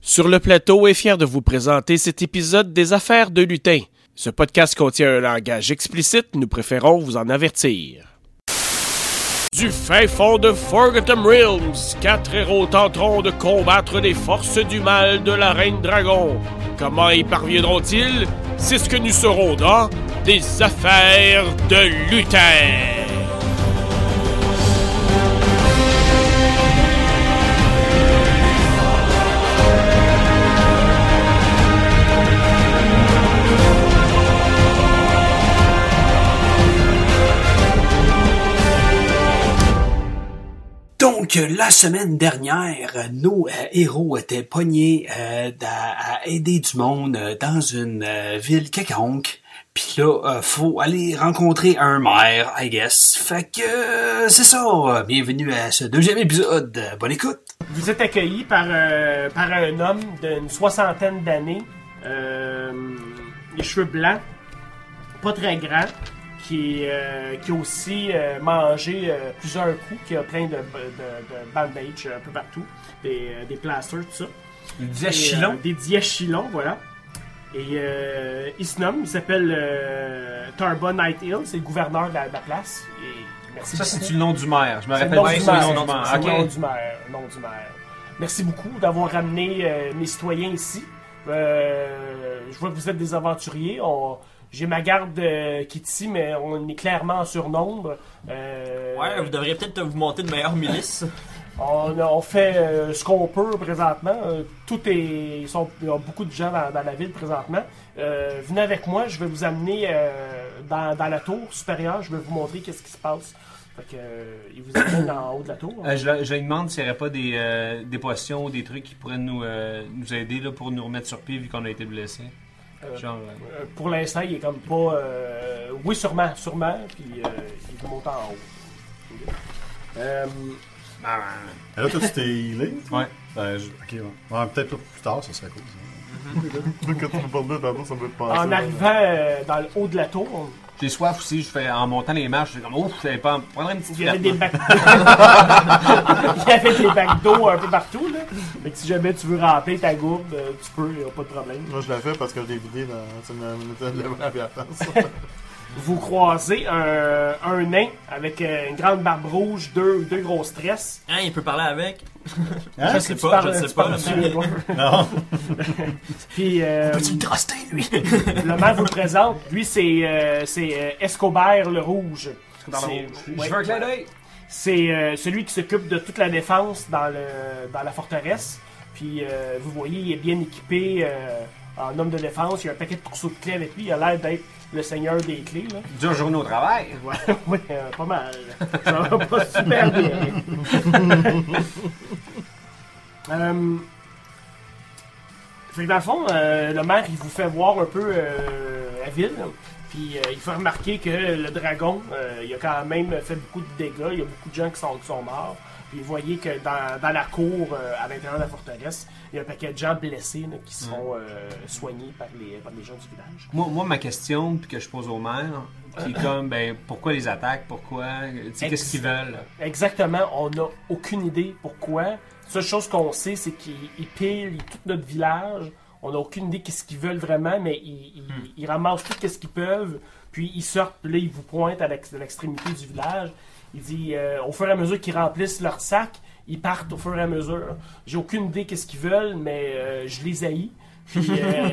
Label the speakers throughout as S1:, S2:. S1: Sur le plateau est fier de vous présenter cet épisode des Affaires de Lutin. Ce podcast contient un langage explicite, nous préférons vous en avertir. Du fin fond de Forgotten Realms, quatre héros tenteront de combattre les forces du mal de la Reine Dragon. Comment y parviendront-ils C'est ce que nous saurons dans Des Affaires de Lutin.
S2: Donc, la semaine dernière, euh, nos euh, héros étaient pognés euh, d'a- à aider du monde euh, dans une euh, ville quelconque. Puis là, euh, faut aller rencontrer un maire, I guess. Fait que euh, c'est ça. Bienvenue à ce deuxième épisode. Euh, Bonne écoute.
S3: Vous êtes accueilli par, euh, par un homme d'une soixantaine d'années, euh, les cheveux blancs, pas très grand, qui, euh, qui a aussi euh, mangé euh, plusieurs coups, qui a plein de, de, de bandages euh, un peu partout, des, euh, des plasters, tout ça. Des euh, des diachylons, voilà. Et euh, il se nomme, il s'appelle euh, Tarba Nighthill, c'est le gouverneur de la, de la place. Et merci
S4: Ça, c'est
S3: beaucoup.
S4: le nom du maire. Je me
S3: C'est
S4: rappelle
S3: le nom
S4: bien,
S3: du
S4: c'est le
S3: maire.
S4: nom du maire.
S3: C'est le nom
S4: Ok.
S3: du maire. le nom du maire. Merci beaucoup d'avoir ramené euh, mes citoyens ici. Euh, je vois que vous êtes des aventuriers. On- J'ai ma garde euh, qui est ici, mais on est clairement en surnombre. Euh,
S5: Ouais, vous devriez peut-être vous monter de meilleures milices.
S3: on, on fait euh, ce qu'on peut présentement. Euh, tout est, ils sont, il y a beaucoup de gens dans, dans la ville présentement. Euh, venez avec moi, je vais vous amener euh, dans, dans la tour supérieure. Je vais vous montrer qu'est-ce qui se passe. Fait que, euh, ils vous amènent en haut de la tour.
S4: Euh, je, le- je lui demande s'il n'y aurait pas des, euh, des potions ou des trucs qui pourraient nous, euh, nous aider là, pour nous remettre sur pied vu qu'on a été blessé.
S3: Euh,
S4: Genre, euh,
S3: Euh, pour l'instant, il est comme pas. euh, Oui, sûrement, sûrement, puis euh, il vous monte en haut. Euh,
S6: Et Ah, Là, toi, tu t'es healé? toi?
S4: Ouais.
S6: Ben, je- Ok, ouais. Ouais, peut-être plus tard, ça serait cool. ça. Quand tu me parles de tantôt, ça me fait penser.
S3: en arrivant euh, dans le haut de la tour,
S4: J'ai soif aussi. Je fais, en montant les marches, je fais comme ouf, je savais pas. Prendre une petite
S3: il y avait
S4: flatte,
S3: des
S4: là.
S3: bacs Il y avait des bacs d'eau un peu partout, là. Fait que si jamais tu veux remplir ta gourde, euh, tu peux, il n'y a pas de problème.
S6: Moi, je l'ai fait parce que je l'ai vidé dans une minute de la biatance.
S3: Vous croisez un, un nain avec euh, une grande barbe rouge, deux, deux grosses tresses.
S5: Hein, il peut parler avec.
S3: Je
S5: sais pas, je sais pas, mais-
S6: Non.
S3: Puis euh,
S5: le truster, lui?
S3: le maire vous le présente. Lui, c'est euh, c'est, euh, Escobar le Rouge. C'est-
S4: Je
S3: ouais.
S4: veux un clin d'œil.
S3: C'est euh, celui qui s'occupe de toute la défense dans, le, dans la forteresse. Puis euh, vous voyez, il est bien équipé euh, en homme de défense. Il y a un paquet de trousseaux de clés avec lui. Il a l'air d'être le seigneur des clés. Là.
S4: Dur journée au travail.
S3: Ouais, ouais, euh, pas mal. Ça va pas super bien. Euh, fait que dans le fond, euh, le maire, il vous fait voir un peu euh, la ville. Puis euh, il fait remarquer que le dragon, euh, il a quand même fait beaucoup de dégâts. Il y a beaucoup de gens qui sont, qui sont morts. Puis vous voyez que dans, dans la cour, euh, à l'intérieur de la forteresse, il y a un paquet de gens blessés là, qui seront euh, soignés par les, par les gens du village.
S4: Moi, moi, ma question puis que je pose au maire, qui est comme, ben, pourquoi les attaques Pourquoi Tu sais, Qu'est-ce qu'ils veulent
S3: Exactement, on n'a aucune idée pourquoi. Seule chose qu'on sait, c'est qu'ils ils pilent tout notre village. On n'a aucune idée qu'est-ce qu'ils veulent vraiment, mais ils, ils- ils ramassent tout qu'est-ce qu'ils peuvent. Puis ils sortent, puis là, ils vous pointent à l'ex- à l'extrémité du village. Ils disent, euh, au fur et à mesure qu'ils remplissent leur sac, ils partent au fur et à mesure. J'ai aucune idée qu'est-ce qu'ils veulent, mais euh, je les haïs. Puis euh,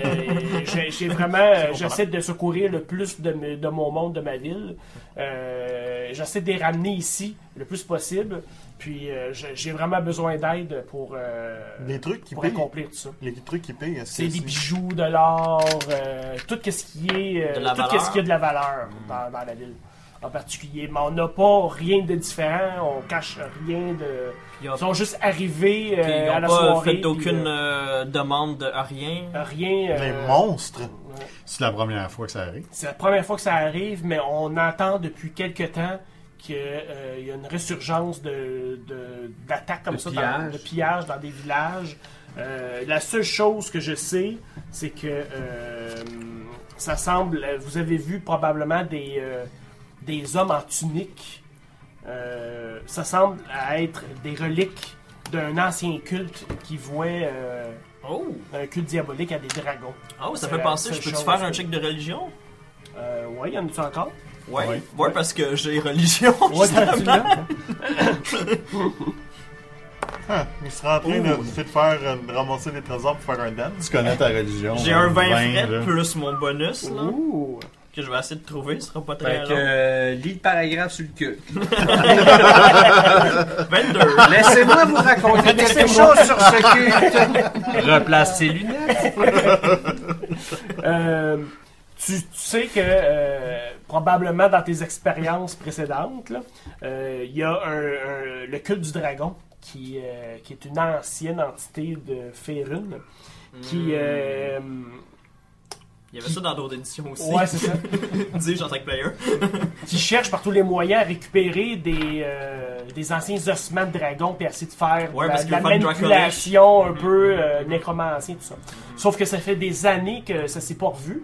S3: j'ai- j'ai vraiment, euh, j'essaie de secourir le plus de, me- de mon monde, de ma ville. Euh, j'essaie de les ramener ici le plus possible. Puis euh, j'ai j'ai vraiment besoin d'aide pour, euh,
S6: Les trucs qui
S3: pour
S6: payent.
S3: accomplir tout ça.
S6: Les trucs qui payent, est-ce
S3: C'est
S6: que
S3: des bijoux, de l'or, euh, tout ce qui est, euh,
S5: De la
S3: tout
S5: valeur.
S3: ce qui a de la valeur dans, dans la ville en particulier. Mais on n'a pas rien de différent, on cache rien de.
S5: Ils
S3: Ils
S5: ont,
S3: sont juste arrivés euh,
S5: ils ont
S3: à la
S5: pas
S3: soirée.
S5: fait
S3: puis,
S5: aucune
S3: euh,
S5: euh, demande de rien.
S3: rien.
S6: Les
S3: euh,
S6: monstres!
S3: ouais.
S6: C'est la première fois que ça arrive.
S3: C'est la première fois que ça arrive, mais on entend depuis quelque temps qu'il y a une résurgence de, de- d'attaques comme
S4: De
S3: ça, Dans,
S4: pillage.
S3: de pillages dans des villages. Euh, la seule chose que je sais, c'est que euh, ça semble, vous avez vu probablement des, euh, des hommes en tunique. Euh, ça semble à être des reliques d'un ancien culte qui vouait euh,
S5: Oh!
S3: un culte diabolique à des dragons.
S5: Ah oui, ça
S3: Euh,
S5: fait penser,
S3: seule
S5: je peux-tu
S3: chose.
S5: faire un check de religion?
S3: Euh, ouais, y en a-tu encore?
S5: Ouais,
S3: Ouais.
S5: ouais, parce que j'ai religion.
S3: Ouais,
S5: justement.
S3: absolument.
S6: Ah, il serait en train de, de faire, euh, de ramasser des trésors pour faire un dance.
S7: Tu connais ta religion.
S5: J'ai
S7: hein,
S5: un 20
S7: vingt,
S5: fret
S7: là.
S5: plus mon bonus, là,
S3: Ouh!
S5: que je vais essayer de trouver, ce sera pas très
S4: Fait que,
S5: long.
S4: euh, lis le paragraphe sur le cul.
S5: 22.
S4: Laissez-moi vous raconter quelque chose sur ce culte. Replace ses lunettes.
S3: Euh, tu, tu sais que euh, probablement dans tes expériences précédentes, là, euh, il y a un- un- le culte du dragon qui, euh, qui est une ancienne entité de Férune qui. euh,
S5: Il y avait ça dans d'autres éditions aussi.
S3: ouais, c'est ça.
S5: Dis-je en tant que player.
S3: qui cherche par tous les moyens à récupérer des, euh, des anciens ossements de dragon puis à essayer de faire
S5: Ouais,
S3: de la,
S5: parce
S3: de
S5: qu'ils
S3: la
S5: veulent faire du
S3: manipulation
S5: Mm-hmm.
S3: un peu euh, nécromancien, tout ça. Sauf que ça fait des années que ça s'est pas revu.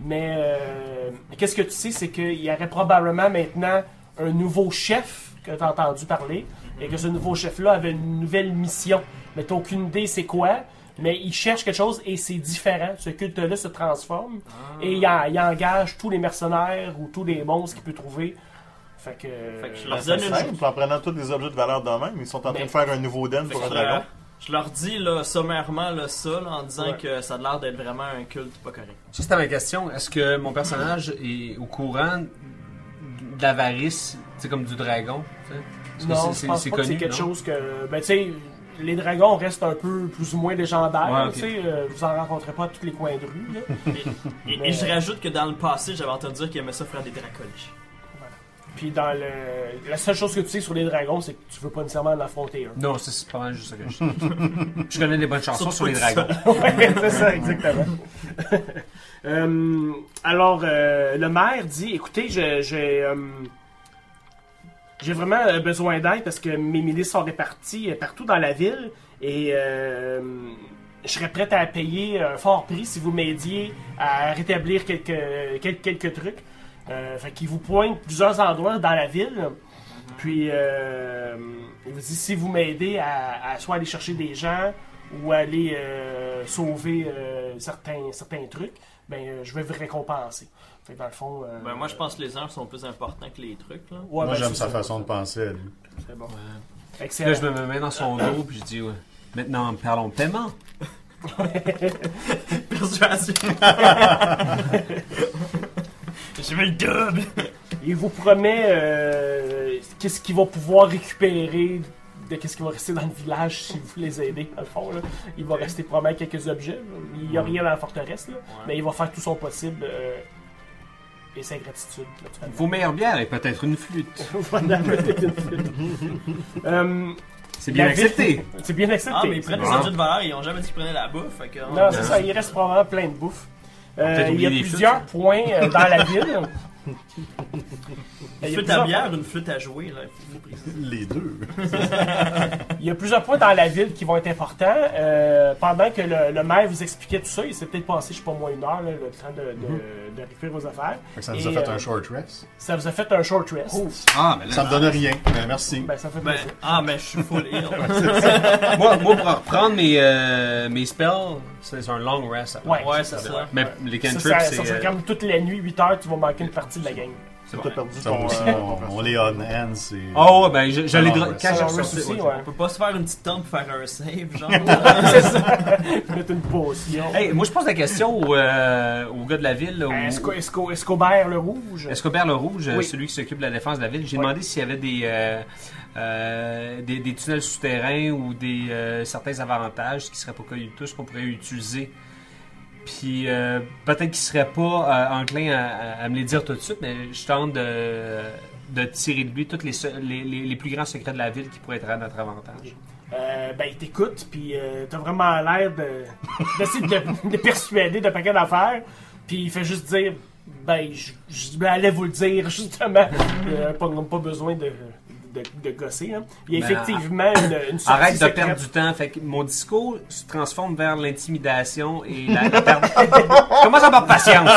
S3: Mais euh, qu'est-ce que tu sais, c'est qu'il y aurait probablement maintenant un nouveau chef que tu as entendu parler et que ce nouveau chef-là avait une nouvelle mission. Mais t'as aucune idée c'est quoi. Mais il cherche quelque chose et c'est différent. Ce culte-là se transforme
S5: Ah.
S3: et il, en- il engage tous les mercenaires ou tous les monstres qu'il peut trouver. Fait que.
S5: Fait que je
S3: euh,
S5: leur donne
S6: Ben, C'est
S5: une
S6: simple, en prenant tous les objets de valeur dans même, ils sont en train
S3: Mais-
S6: de faire un nouveau den
S5: Fait que
S6: pour un
S5: je, leur,
S6: dragon.
S5: je leur dis là, sommairement là, ça là, en disant
S3: Ouais.
S5: que ça a l'air d'être vraiment un culte pas correct.
S4: Ça, c'était ma question. Est-ce que mon personnage est au courant de l'avarice, c'est comme du dragon? tu sais? Est-ce que
S3: non, je pense pas que c'est quelque
S4: non?
S3: chose que. Ben, tu sais, les dragons restent un peu plus ou moins légendaires.
S4: Ouais, ok.
S3: tu sais, euh, vous en rencontrez pas à tous les coins de rue. là.
S5: Et, et
S3: Mais-
S5: je rajoute que dans le passé, j'avais entendu dire qu'il aimait ça faire des dracoliches.
S3: Puis dans le. La seule chose que tu sais sur les dragons, c'est que tu veux pas nécessairement en affronter un.
S4: Non, ça, c'est pas mal juste ça que je Je connais des bonnes chansons
S5: Surtout
S4: sur les
S5: pas
S4: dragons.
S3: Ouais, c'est ça, exactement. Euh, alors, euh, le maire dit écoutez, je- j'ai. euh, j'ai vraiment euh, besoin d'aide parce que mes milices sont réparties euh, partout dans la ville et euh, je serais prête à payer un fort prix si vous m'aidiez à rétablir quelques, quel- quelques trucs. Euh, fait qu'il vous pointe plusieurs endroits dans la ville. Puis, euh, il vous dit si vous m'aidez à, à soit aller chercher des gens ou aller euh, sauver euh, certains, certains trucs, ben, euh, je vais vous récompenser. Fait que dans le fond. euh,
S5: Ben, moi, je pense que les heures sont plus importantes que les trucs. Là.
S3: Ouais,
S7: Moi,
S3: ben,
S7: j'aime
S3: c'est
S7: sa
S3: ça.
S7: façon de penser, à lui.
S3: C'est bon.
S4: Puis
S3: Excellent.
S4: là, je me mets dans son dos, puis je dis, ouais. Maintenant, parlons paiement.
S5: Persuasion. je vais le double.
S3: Il vous promet euh, qu'est-ce qu'il va pouvoir récupérer de qu'est-ce qui va rester dans le village si vous les aidez, dans le fond. là. Il va rester probablement quelques objets. Il n'y a rien dans la forteresse, là, mais il va faire tout son possible euh, et sa gratitude. naturellement.
S4: Vos meilleures bières et peut-être une flûte.
S3: Voilà, peut-être une flûte. Euh,
S4: C'est bien
S3: La vie-
S4: accepté.
S3: C'est bien accepté.
S5: Ah, mais ils prennent des
S4: bon.
S5: objets de valeur, ils ont jamais dit qu'ils prenaient la bouffe. Fait que, euh,
S3: Non, c'est ça, il reste probablement plein de bouffe. Euh,
S4: peut-être
S3: il y a
S4: oublier les
S3: plusieurs points euh, dans la ville.
S5: Une
S3: Il y a
S5: flûte
S3: plusieurs
S5: à bière, une flûte à jouer. Là. faut préciser.
S6: Les deux.
S3: Il y a plusieurs points dans la ville qui vont être importants. Euh, pendant que le, le maire vous expliquait tout ça, il s'est peut-être passé, je sais pas, moins une heure, là, le temps de, de,
S4: Mhm.
S3: de récupérer vos affaires.
S7: Fait que ça nous
S3: Et,
S7: a fait
S3: euh,
S7: un short rest.
S3: Ça vous a fait un short rest.
S4: Ah, mais
S7: Ça me donne rien, mais merci.
S3: Ben, ça fait
S5: Ben,
S3: plaisir.
S5: ah, mais je suis full heal.
S4: moi, moi, pour reprendre mes, euh, mes spells, c'est un long rest. après.
S3: Ouais,
S5: ouais, c'est ça.
S4: Mais les
S3: Ça,
S4: cantrips,
S3: ça,
S4: c'est...
S3: ça, ça,
S4: euh,
S3: comme toute la nuit, 8 heures, tu vas manquer une partie de la game.
S4: c'est
S6: T'as
S4: vrai.
S6: perdu
S7: Ça
S6: ton.
S7: aussi,
S6: euh,
S7: on,
S6: ton
S7: on les on hands, c'est...
S4: Oh, ouais, ben, je, je
S7: Un
S4: l'ai
S7: long
S4: dra-
S7: rest.
S4: quand j'ai
S3: Alors, rest
S4: ressorti,
S3: aussi,
S4: ouais.
S3: ouais.
S5: On peut pas se faire une petite tempe pour faire un save, genre. Euh,
S3: C'est ça. Mettre une potion.
S4: Hey, moi, je pose la question au, euh, au gars de la ville, là, au-
S3: Esco- Esco- Escobert le rouge.
S4: Escobert le Rouge, euh,
S3: Oui.
S4: celui qui s'occupe de la défense de la ville. J'ai
S3: Ouais.
S4: demandé s'il y avait des, euh, euh, des, des tunnels souterrains ou des euh, certains avantages qui seraient pas connus de tous qu'on pourrait utiliser. Puis euh, peut-être qu'il serait pas euh, enclin à, à- à me les dire tout de suite, mais je tente de, de tirer de lui tous les, se- les, les- les plus grands secrets de la ville qui pourraient être à notre avantage.
S3: Euh, ben, il t'écoute, puis euh, t'as vraiment l'air de- d'essayer de, le- de persuader d'un paquet d'affaires, puis il fait juste dire, ben, je- je ben, allez vous le dire, justement. Euh, pas, pas besoin de, de, de gosser. hein. Il y a
S4: Ben,
S3: effectivement une, une sortie
S4: Arrête de
S3: secrète.
S4: perdre du temps. Fait que mon discours se transforme vers l'intimidation et la, la perte. Commence à avoir patience.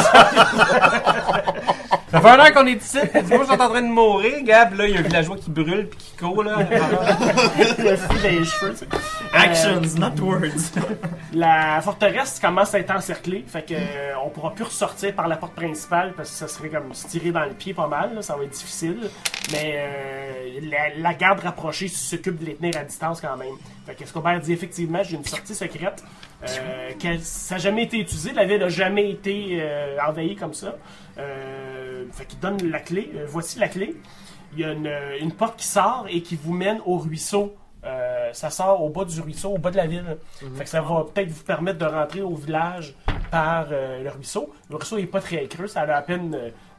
S4: Ça fait un an qu'on est ici. Dis-moi, je suis en train de mourir, Gab. Là, il y a un villageois qui brûle puis qui court, là.
S3: Le fou dans les cheveux, tu sais.
S5: Actions, not words.
S3: La forteresse commence à être encerclée, fait que euh, on pourra plus ressortir par la porte principale parce que ça serait comme se tirer dans le pied pas mal, là, ça va être difficile. Mais euh, la, la garde rapprochée s'occupe de les tenir à distance quand même. Fait que Escobar dit effectivement, j'ai une sortie secrète. euh, qu'elle- ça n'a jamais été utilisé, la ville n'a jamais été euh, envahie comme ça. Euh, fait qu'il donne la clé, Euh, voici la clé. Il y a une, une porte qui sort et qui vous mène au ruisseau. Euh, ça sort au bas du ruisseau, au bas de la ville.
S4: Mhm.
S3: Fait que ça va peut-être vous permettre de rentrer au village par euh, le ruisseau. Le ruisseau n'est pas très creux, ça a à peine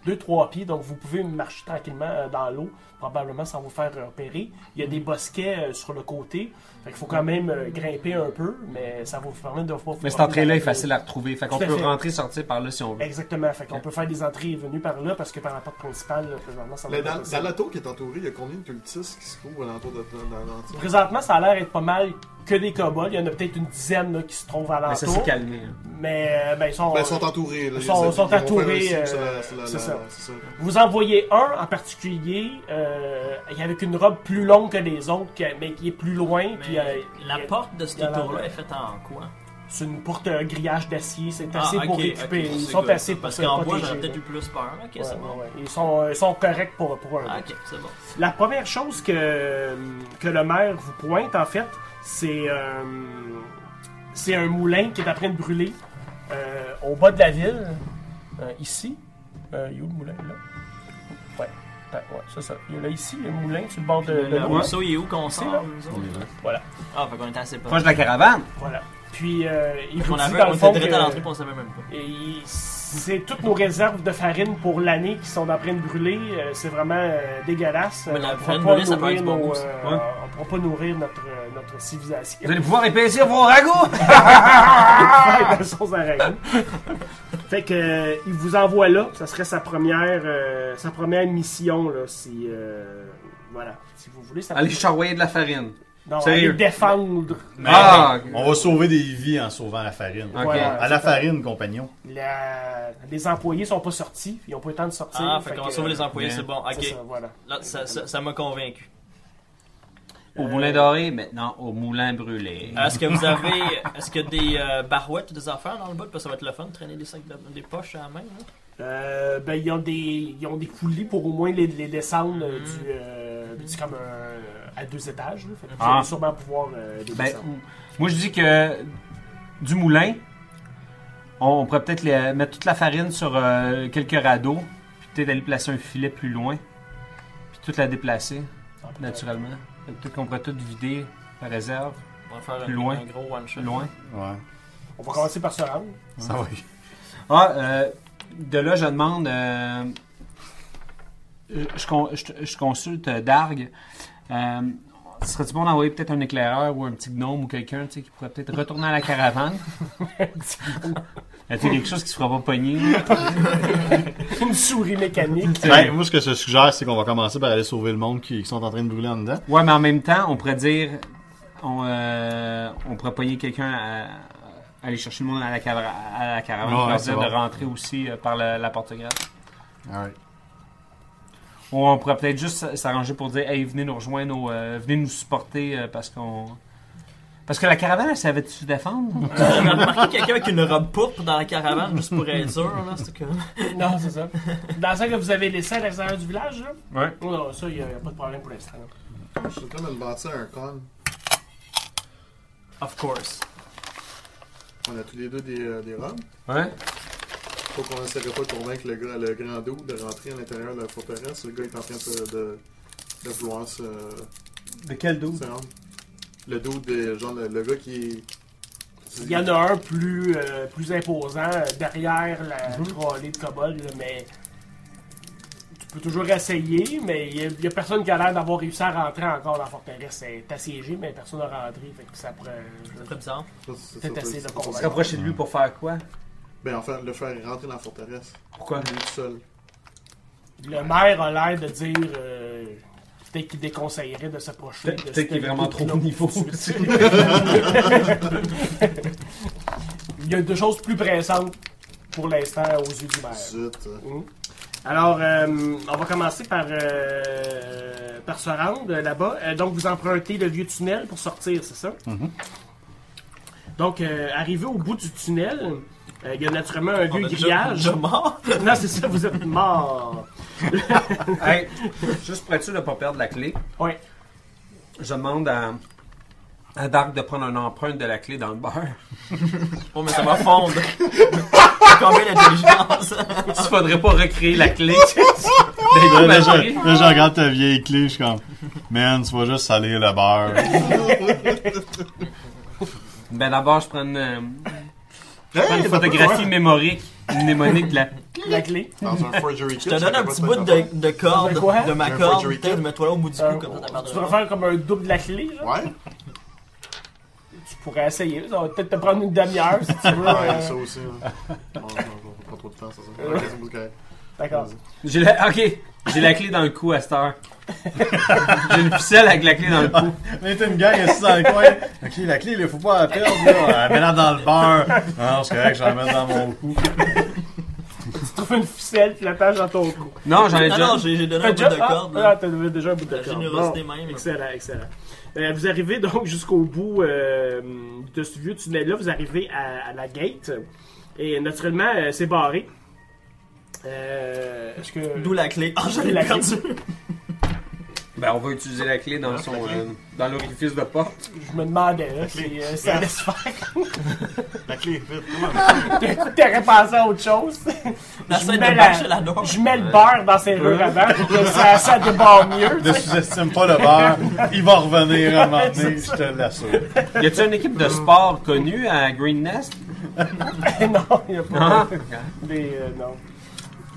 S3: 2-3 pieds, donc vous pouvez marcher tranquillement euh, dans l'eau, probablement sans vous faire repérer. Il
S4: Mhm.
S3: y a des bosquets euh, sur le côté, fait qu'il faut quand même euh, grimper un peu, mais ça va vous permettre de voir.
S4: Mais cette entrée-là est facile à retrouver. Fait qu'on
S3: Tout à
S4: peut
S3: fait.
S4: rentrer, sortir par là si on veut.
S3: Exactement, fait qu'on peut faire des entrées et venues par là, parce que par la porte principale, là, présentement, ça va
S6: Mais
S3: être
S6: dans,
S3: impossible.
S6: dans la tour qui est entourée, il y a combien de cultistes qui se trouvent alentour de dans- dans l'entier?
S3: Présentement, ça a l'air d'être pas mal que des kobolds. Il y en a peut-être une dizaine là, qui se trouvent à
S4: Mais ça s'est
S3: l'entour.
S4: calmé. hein.
S3: Mais euh, ben, ils sont.
S6: Ben, ils sont entourés. Là,
S3: Ils sont- sont entourés, euh, c'est
S6: C'est
S3: ça.
S6: ça. C'est ça.
S3: Vous envoyez un en particulier, euh, avec une robe plus longue que les autres, que- mais qui est plus loin. puis, euh,
S5: la
S3: il y a-
S5: porte
S3: il
S5: de
S3: y a
S5: cette
S3: la-
S5: tour-là est faite en quoi
S3: C'est une porte euh, grillage d'acier, c'est
S5: Ah,
S3: assez pour
S5: ok,
S3: récupérer.
S5: ok,
S3: ils
S5: c'est
S3: sont
S5: good.
S3: assez pour
S5: Parce
S3: se
S5: qu'en bois,
S3: protéger,
S5: j'aurais peut-être
S3: là.
S5: eu plus peur. Ok,
S3: Ouais,
S5: c'est bon.
S3: ouais, ouais. Ils sont, euh, ils sont corrects pour, pour un
S5: Ah,
S3: dé.
S5: ok, c'est bon.
S3: La première chose que, que le maire vous pointe, en fait, c'est euh, c'est un moulin qui est en train de brûler euh, au bas de la ville, euh, ici. Euh, il est où le moulin, là? Ouais, attends, ouais c'est ça. Il est là, ici, le moulin, sur Euh, le bord de, de
S5: Le
S3: l'eau.
S5: ruisseau, il est où qu'on
S3: C'est
S5: sort
S3: là.
S5: nous autres?
S3: Voilà.
S5: Ah, fait qu'on était assez pas.
S4: Proche de la caravane.
S3: Voilà. Puis, euh, il vous
S5: On
S3: dit
S5: avait,
S3: dans
S5: on
S3: le fond
S5: était direct
S3: que-
S5: à l'entrée, puis on savait même pas.
S3: Et il- c'est toutes nos réserves de farine pour l'année qui sont en train de brûler. Euh, c'est vraiment euh, dégueulasse.
S5: Mais la
S3: Euh, on pourra
S5: farine
S3: pas
S5: brûlée, ça peut
S3: nourrir
S5: être bon
S3: nos,
S5: aussi.
S3: euh,
S4: Ouais.
S3: On pourra pas nourrir notre, euh, notre civilisation.
S4: Vous allez pouvoir épaissir vos ragots.
S3: faire de sauce à ragoût. fait que euh, il vous envoie là. Ça serait sa première, euh, sa première mission là. Si euh, voilà, si vous voulez, ça.
S4: Allez charroyer de la farine.
S3: non,
S4: sérieux.
S3: aller défendre
S4: Ah, ok.
S7: On va sauver des vies en sauvant la farine.
S4: Ok.
S3: Voilà.
S7: À la farine, compagnon.
S3: la- Les employés sont pas sortis. Ils ont pas eu le temps de sortir.
S5: Ah, fait qu'on
S3: que, euh,
S5: va sauver les employés,
S4: bien.
S5: c'est bon.
S3: c'est
S5: Ok,
S3: ça, voilà.
S5: là, ça- ça ça m'a convaincu.
S4: Au moulin doré, maintenant au moulin brûlé.
S5: Est-ce que vous avez. Est-ce que des euh, barouettes ou des affaires dans le bas? Parce que ça va être le fun de traîner des sacs de- des poches à la main. hein? là.
S3: Euh, ben, ils ont des, ils ont des poulies pour au moins les, les descendre euh, du, euh, c'est comme un- à deux étages. là. Fait que vous
S4: Ah.
S3: allez sûrement pouvoir euh, les
S4: Ben,
S3: descendre.
S4: moi je dis que du moulin, on, on pourrait peut-être les- mettre toute la farine sur euh, quelques radeaux, puis peut-être aller placer un filet plus loin, puis toute la déplacer naturellement. Fait que Peut-être qu'on pourrait tout vider la réserve
S5: On va faire
S4: Plus
S5: un,
S4: loin.
S5: un gros one shot.
S4: loin.
S7: Ouais.
S3: On va commencer par se rendre.
S7: Ça va.
S4: Ah, euh, de là, je demande. euh, je, con- je- je consulte euh, Darg. Euh, Serait-il bon d'envoyer peut-être un éclaireur ou un petit gnome ou quelqu'un tu sais, qui pourrait peut-être retourner à la caravane? Y a quelque chose qui se fera pas pogner?
S3: Une souris mécanique.
S7: Ben, moi, ce que je suggère, c'est qu'on va commencer par aller sauver le monde qui, qui sont en train de brûler en dedans.
S4: Ouais, mais en même temps, on pourrait dire. On, euh, on pourrait pogner quelqu'un à, à aller chercher le monde à la, cavra- à la caravane.
S7: Ouais,
S4: on pourrait
S7: c'est
S4: dire de
S7: bon.
S4: rentrer aussi euh, par la, la porte-grave.
S7: Alright.
S4: Ou on pourrait peut-être juste s- s'arranger pour dire Hey, venez nous rejoindre, au, euh, venez nous supporter euh, parce qu'on. Parce que la caravane, elle savait se défendre.
S5: On a remarqué quelqu'un avec une robe pourpre dans la caravane, juste pour être sûr. Là, c'est que...
S3: non, c'est ça. Dans ça que vous avez laissé à l'extérieur du village, là? Oh,
S4: Ouais.
S3: Non, ça, il n'y a, y a pas de problème pour l'instant. là.
S6: Je suis en train de me bâtir un con.
S5: Of course.
S6: On a tous les deux des, euh, des robes.
S4: Ouais.
S6: Faut qu'on essaierait pas de convaincre le, grand- le grand dos de rentrer à l'intérieur de la forteresse. Le gars est en train de, de, de vouloir se,
S4: De quel dos
S6: se rendre. Le dos de genre le, le gars qui.
S3: Il y en a un plus, euh, plus imposant euh, derrière la
S4: Mhm.
S3: trolley de kobold, là, mais tu peux toujours essayer, mais il n'y a, personne qui a l'air d'avoir réussi à rentrer encore dans la forteresse. C'est assiégé, mais personne n'a rentré, fait que ça pourrait...
S5: C'est très bizarre.
S6: Ça, c'est-
S3: Peut-être
S6: ça,
S3: essayer
S6: c'est-
S3: de convaincre.
S4: Se rapprocher de lui pour faire quoi
S6: Ben, enfin, le faire rentrer dans la forteresse.
S4: Pourquoi
S6: Lui tout seul.
S3: Le maire a l'air de dire... euh, Peut-être qu'il déconseillerait de s'approcher. de
S4: Peut-être qu'il est
S3: ce-
S4: vraiment trop haut niveau.
S3: Il y a deux choses plus pressantes pour l'instant aux yeux du maire.
S6: Zut. euh,
S3: Alors, euh, on va commencer par, euh, par se rendre euh, là-bas. Euh, donc, vous empruntez le vieux tunnel pour sortir, c'est ça?
S6: Mhm.
S3: Donc, euh, arrivé au bout du tunnel, euh, il y a naturellement un vieux grillage.
S5: Je mort.
S3: Non, c'est ça, vous êtes mort.
S4: Hey, juste pour être sûr de ne pas perdre la clé,
S3: Ouais.
S4: je demande à, à Dark de prendre une empreinte de la clé dans le beurre.
S5: Oh, mais ça va fondre. Combien d'intelligence?
S4: Il faudrait pas recréer la clé. Ah, ben,
S7: Là, là, je, là, je regarde ta vieille clé, je suis comme, man, tu vas juste salir le beurre.
S4: ben d'abord, je prends une, euh, je prends une photographie mémorique, une mnémonique de la...
S3: La clé.
S6: Dans un forgery kit.
S5: Je te donne un petit bout de, de corde,
S3: De quoi?
S5: de ma
S6: Un
S5: corde,
S6: forgery
S5: peut-être,
S6: kit.
S5: mets-toi là au bout du
S3: Euh,
S5: cou, comme ça, t'as
S3: tu
S5: perdu
S3: vas
S5: rien.
S3: faire comme un double de la clé, là.
S6: Ouais,
S3: Tu pourrais essayer. Ça va peut-être te prendre une demi-heure si tu veux.
S6: ouais,
S3: euh,
S6: ça aussi. hein. Bon, non, non, pas trop de temps, ça. ça. Ok, c'est bon, correct.
S3: D'accord.
S4: J'ai la... Ok, j'ai la clé dans le cou à cette heure. j'ai une ficelle avec la clé dans le cou.
S7: On était une gang assis dans le coin. Ok, la clé, il faut pas la perdre, là. Mets-la dans le beurre. Non, c'est correct, je la mets dans mon cou.
S3: Tu trouves une ficelle, tu l'attaches dans ton cou.
S4: Non, j'en ai
S5: Ah
S4: déjà.
S5: non, j'ai j'ai donné un bout
S3: déjà-
S5: de
S3: ah,
S5: corde.
S3: Ah,
S5: là.
S3: t'as déjà un bout de
S5: La
S3: corde.
S5: générosité
S3: Bon,
S5: même.
S3: Excellent, excellent. Euh, vous arrivez donc jusqu'au bout euh, de ce vieux tunnel-là. Vous arrivez à, à la gate. Et naturellement, euh, c'est barré. Euh, Est-ce que.
S5: D'où la clé. Ah, je
S3: D'où la
S5: l'ai
S3: clé.
S5: perdue.
S4: Ben on va utiliser la clé dans son... euh, dans l'orifice de porte.
S3: Je me demandais là, si euh, ça allait se faire.
S6: La clé, vite,
S3: D'un coup, t'aurais pensé à autre chose.
S5: La
S3: Je
S5: scène
S3: mets
S5: de
S3: la-
S5: bâche à la norme.
S3: Je mets le beurre dans ses rues avant. ça, ça débarre mieux.
S7: Ne sous-estime pas le beurre. Il va revenir à un moment donné, je te l'assure.
S4: Y a-t-il une équipe de sport connue à Green Nest?
S3: non, il n'y a pas.
S4: Ah.
S3: Les, euh, non.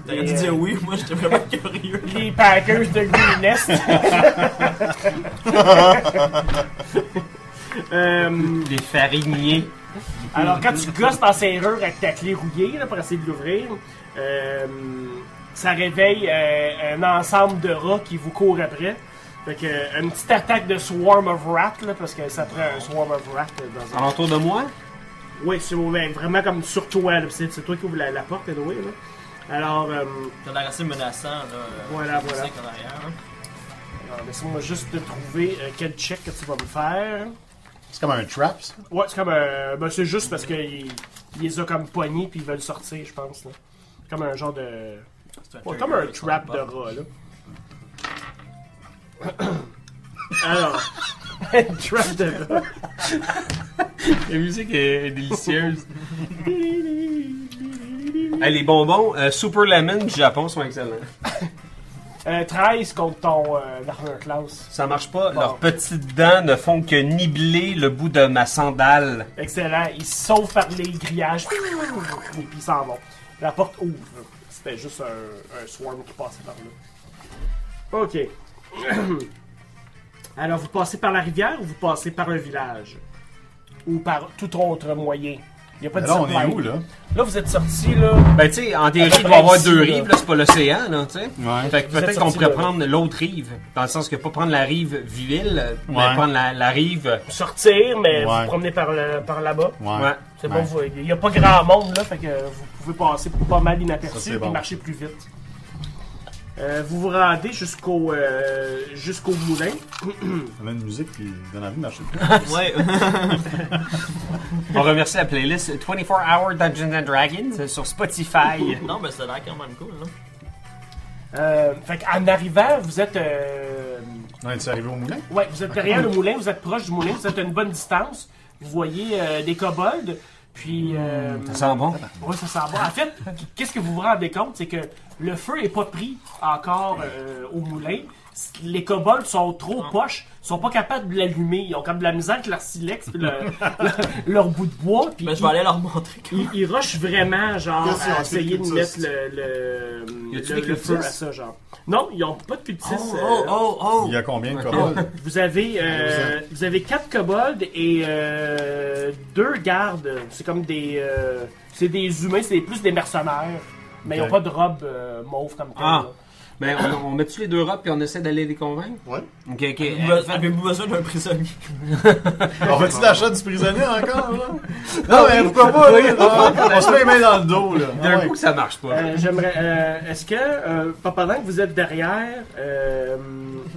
S5: T'aurais dû dire oui, moi j'étais vraiment curieux.
S3: Les Packers de Green Nest. Euh,
S4: Des fariniers.
S3: alors, quand tu gosses ta serrure avec ta clé rouillée là, pour essayer de l'ouvrir, euh, ça réveille euh, un ensemble de rats qui vous courent après. Fait que, euh, une petite attaque de Swarm of Rat, là, parce que ça prend un Swarm of Rat euh, dans un.
S4: Alentour de moi?
S3: Oui, c'est ouais, vraiment comme sur toi. là, puis C'est c'est toi qui ouvre la, la porte, anyway, là. Alors, euh,
S5: T'as l'air assez menaçant, là. euh,
S3: Voilà,
S5: le
S3: voilà.
S5: sac en arrière, hein.
S3: alors, laisse-moi juste te trouver euh, quel check que tu vas me faire.
S7: C'est comme un trap, ça.
S3: Ouais, c'est comme un. Ben, c'est juste parce qu'ils ils les ont comme poignés puis ils veulent sortir, je pense. Là. C'est Comme un genre de.
S5: C'est
S3: ouais,
S5: trigger,
S3: comme un
S5: c'est
S3: trap
S5: pas
S3: de
S5: bon.
S3: rat, là. Alors. un trap de rat.
S4: La musique est délicieuse. Hey, les bonbons euh, Super Lemon du Japon sont excellents.
S3: Euh, 13 contre ton euh, Armor Class.
S4: Ça marche pas. Leurs petites dents ne font que nibler le bout de ma sandale.
S3: Excellent. Ils sauvent par les grillages. Et puis ils s'en vont. La porte ouvre. C'était juste un, un swarm qui passait par là. Ok. Alors, vous passez par la rivière ou vous passez par un village Ou par tout autre moyen Il n'y a pas de
S7: Là, on est
S3: zipline.
S7: où, là?
S3: Là, vous êtes sorti, là.
S4: Ben, tu sais, en théorie,
S3: peu
S4: il doit
S3: près
S4: y avoir
S3: ici,
S4: deux
S3: là.
S4: rives, là, c'est pas l'océan, là, tu sais.
S7: Ouais.
S4: Fait que
S3: Vous êtes
S4: peut-être qu'on
S3: sorti
S4: pourrait
S3: de-
S4: prendre l'autre rive, dans le sens que pas prendre la rive ville, mais
S7: Ouais.
S4: prendre la, la rive.
S3: Sortir, mais vous
S7: Ouais.
S3: vous promenez par, le- par là-bas.
S7: Ouais.
S4: Ouais.
S3: C'est
S7: Ouais.
S3: bon, vous- il n'y a pas grand monde, là. Fait que vous pouvez passer pas mal
S7: Ça, c'est
S3: inaperçu et
S7: bon.
S3: marcher plus vite. Euh, vous vous rendez jusqu'au euh, jusqu'au moulin.
S7: On a une musique qui donne envie de marcher.
S5: Ouais,
S4: On remercie la playlist 24 Hour Dungeons and Dragons sur Spotify.
S5: non, mais ça a l'air quand même cool, là.
S3: Euh, fait qu'en arrivant, vous êtes. euh,
S7: On est arrivé au moulin?
S3: ouais, vous êtes derrière le moulin, vous êtes proche du moulin, vous êtes à une bonne distance. Vous voyez euh, des kobolds, puis. euh,
S7: Mmh,
S4: Ça sent bon.
S3: ouais, ça s'en va. En fait, qu'est-ce que vous vous rendez compte, c'est que le feu est pas pris encore euh, au moulin. Les kobolds sont trop poches, sont pas capables de l'allumer. Ils ont comme de la misère avec leur silex, puis le- le- leur bout de bois. Puis
S5: Mais Ben, je vais aller leur montrer. comment-
S3: ils, ils rushent vraiment, genre,
S6: Qu'est-ce qu'ils ont
S3: à
S6: fait,
S3: essayer de mettre
S6: cultistes?
S3: le, le,
S4: Y a-tu
S3: le-
S4: des
S3: le feu à
S4: cultistes?
S3: ça, genre. Non, ils ont pas de cultistes.
S5: Oh,
S3: euh,
S5: oh, oh, oh!
S7: Il y a combien de kobolds?
S3: Vous avez, euh, vous avez quatre kobolds et euh, deux gardes. C'est comme des, euh, c'est des humains, c'est plus des mercenaires, mais ils
S7: Ok.
S3: n'ont pas de robe euh, mauve comme telle.
S4: Ah.
S3: là.
S4: Mais on, on met-tu les deux robes puis on essaie d'aller les convaincre?
S6: Ouais.
S4: Ok, ok. Euh,
S5: Avez-vous avez-vous besoin d'un prisonnier?
S7: On fait-tu l'achat du prisonnier encore, là? Non, mais pourquoi pas, là? Ah, On se met les mains dans le dos, là.
S4: D'un
S7: Ah ouais.
S4: coup que ça marche pas.
S3: Euh, J'aimerais. euh, Est-ce que, euh, pendant que vous êtes derrière, euh,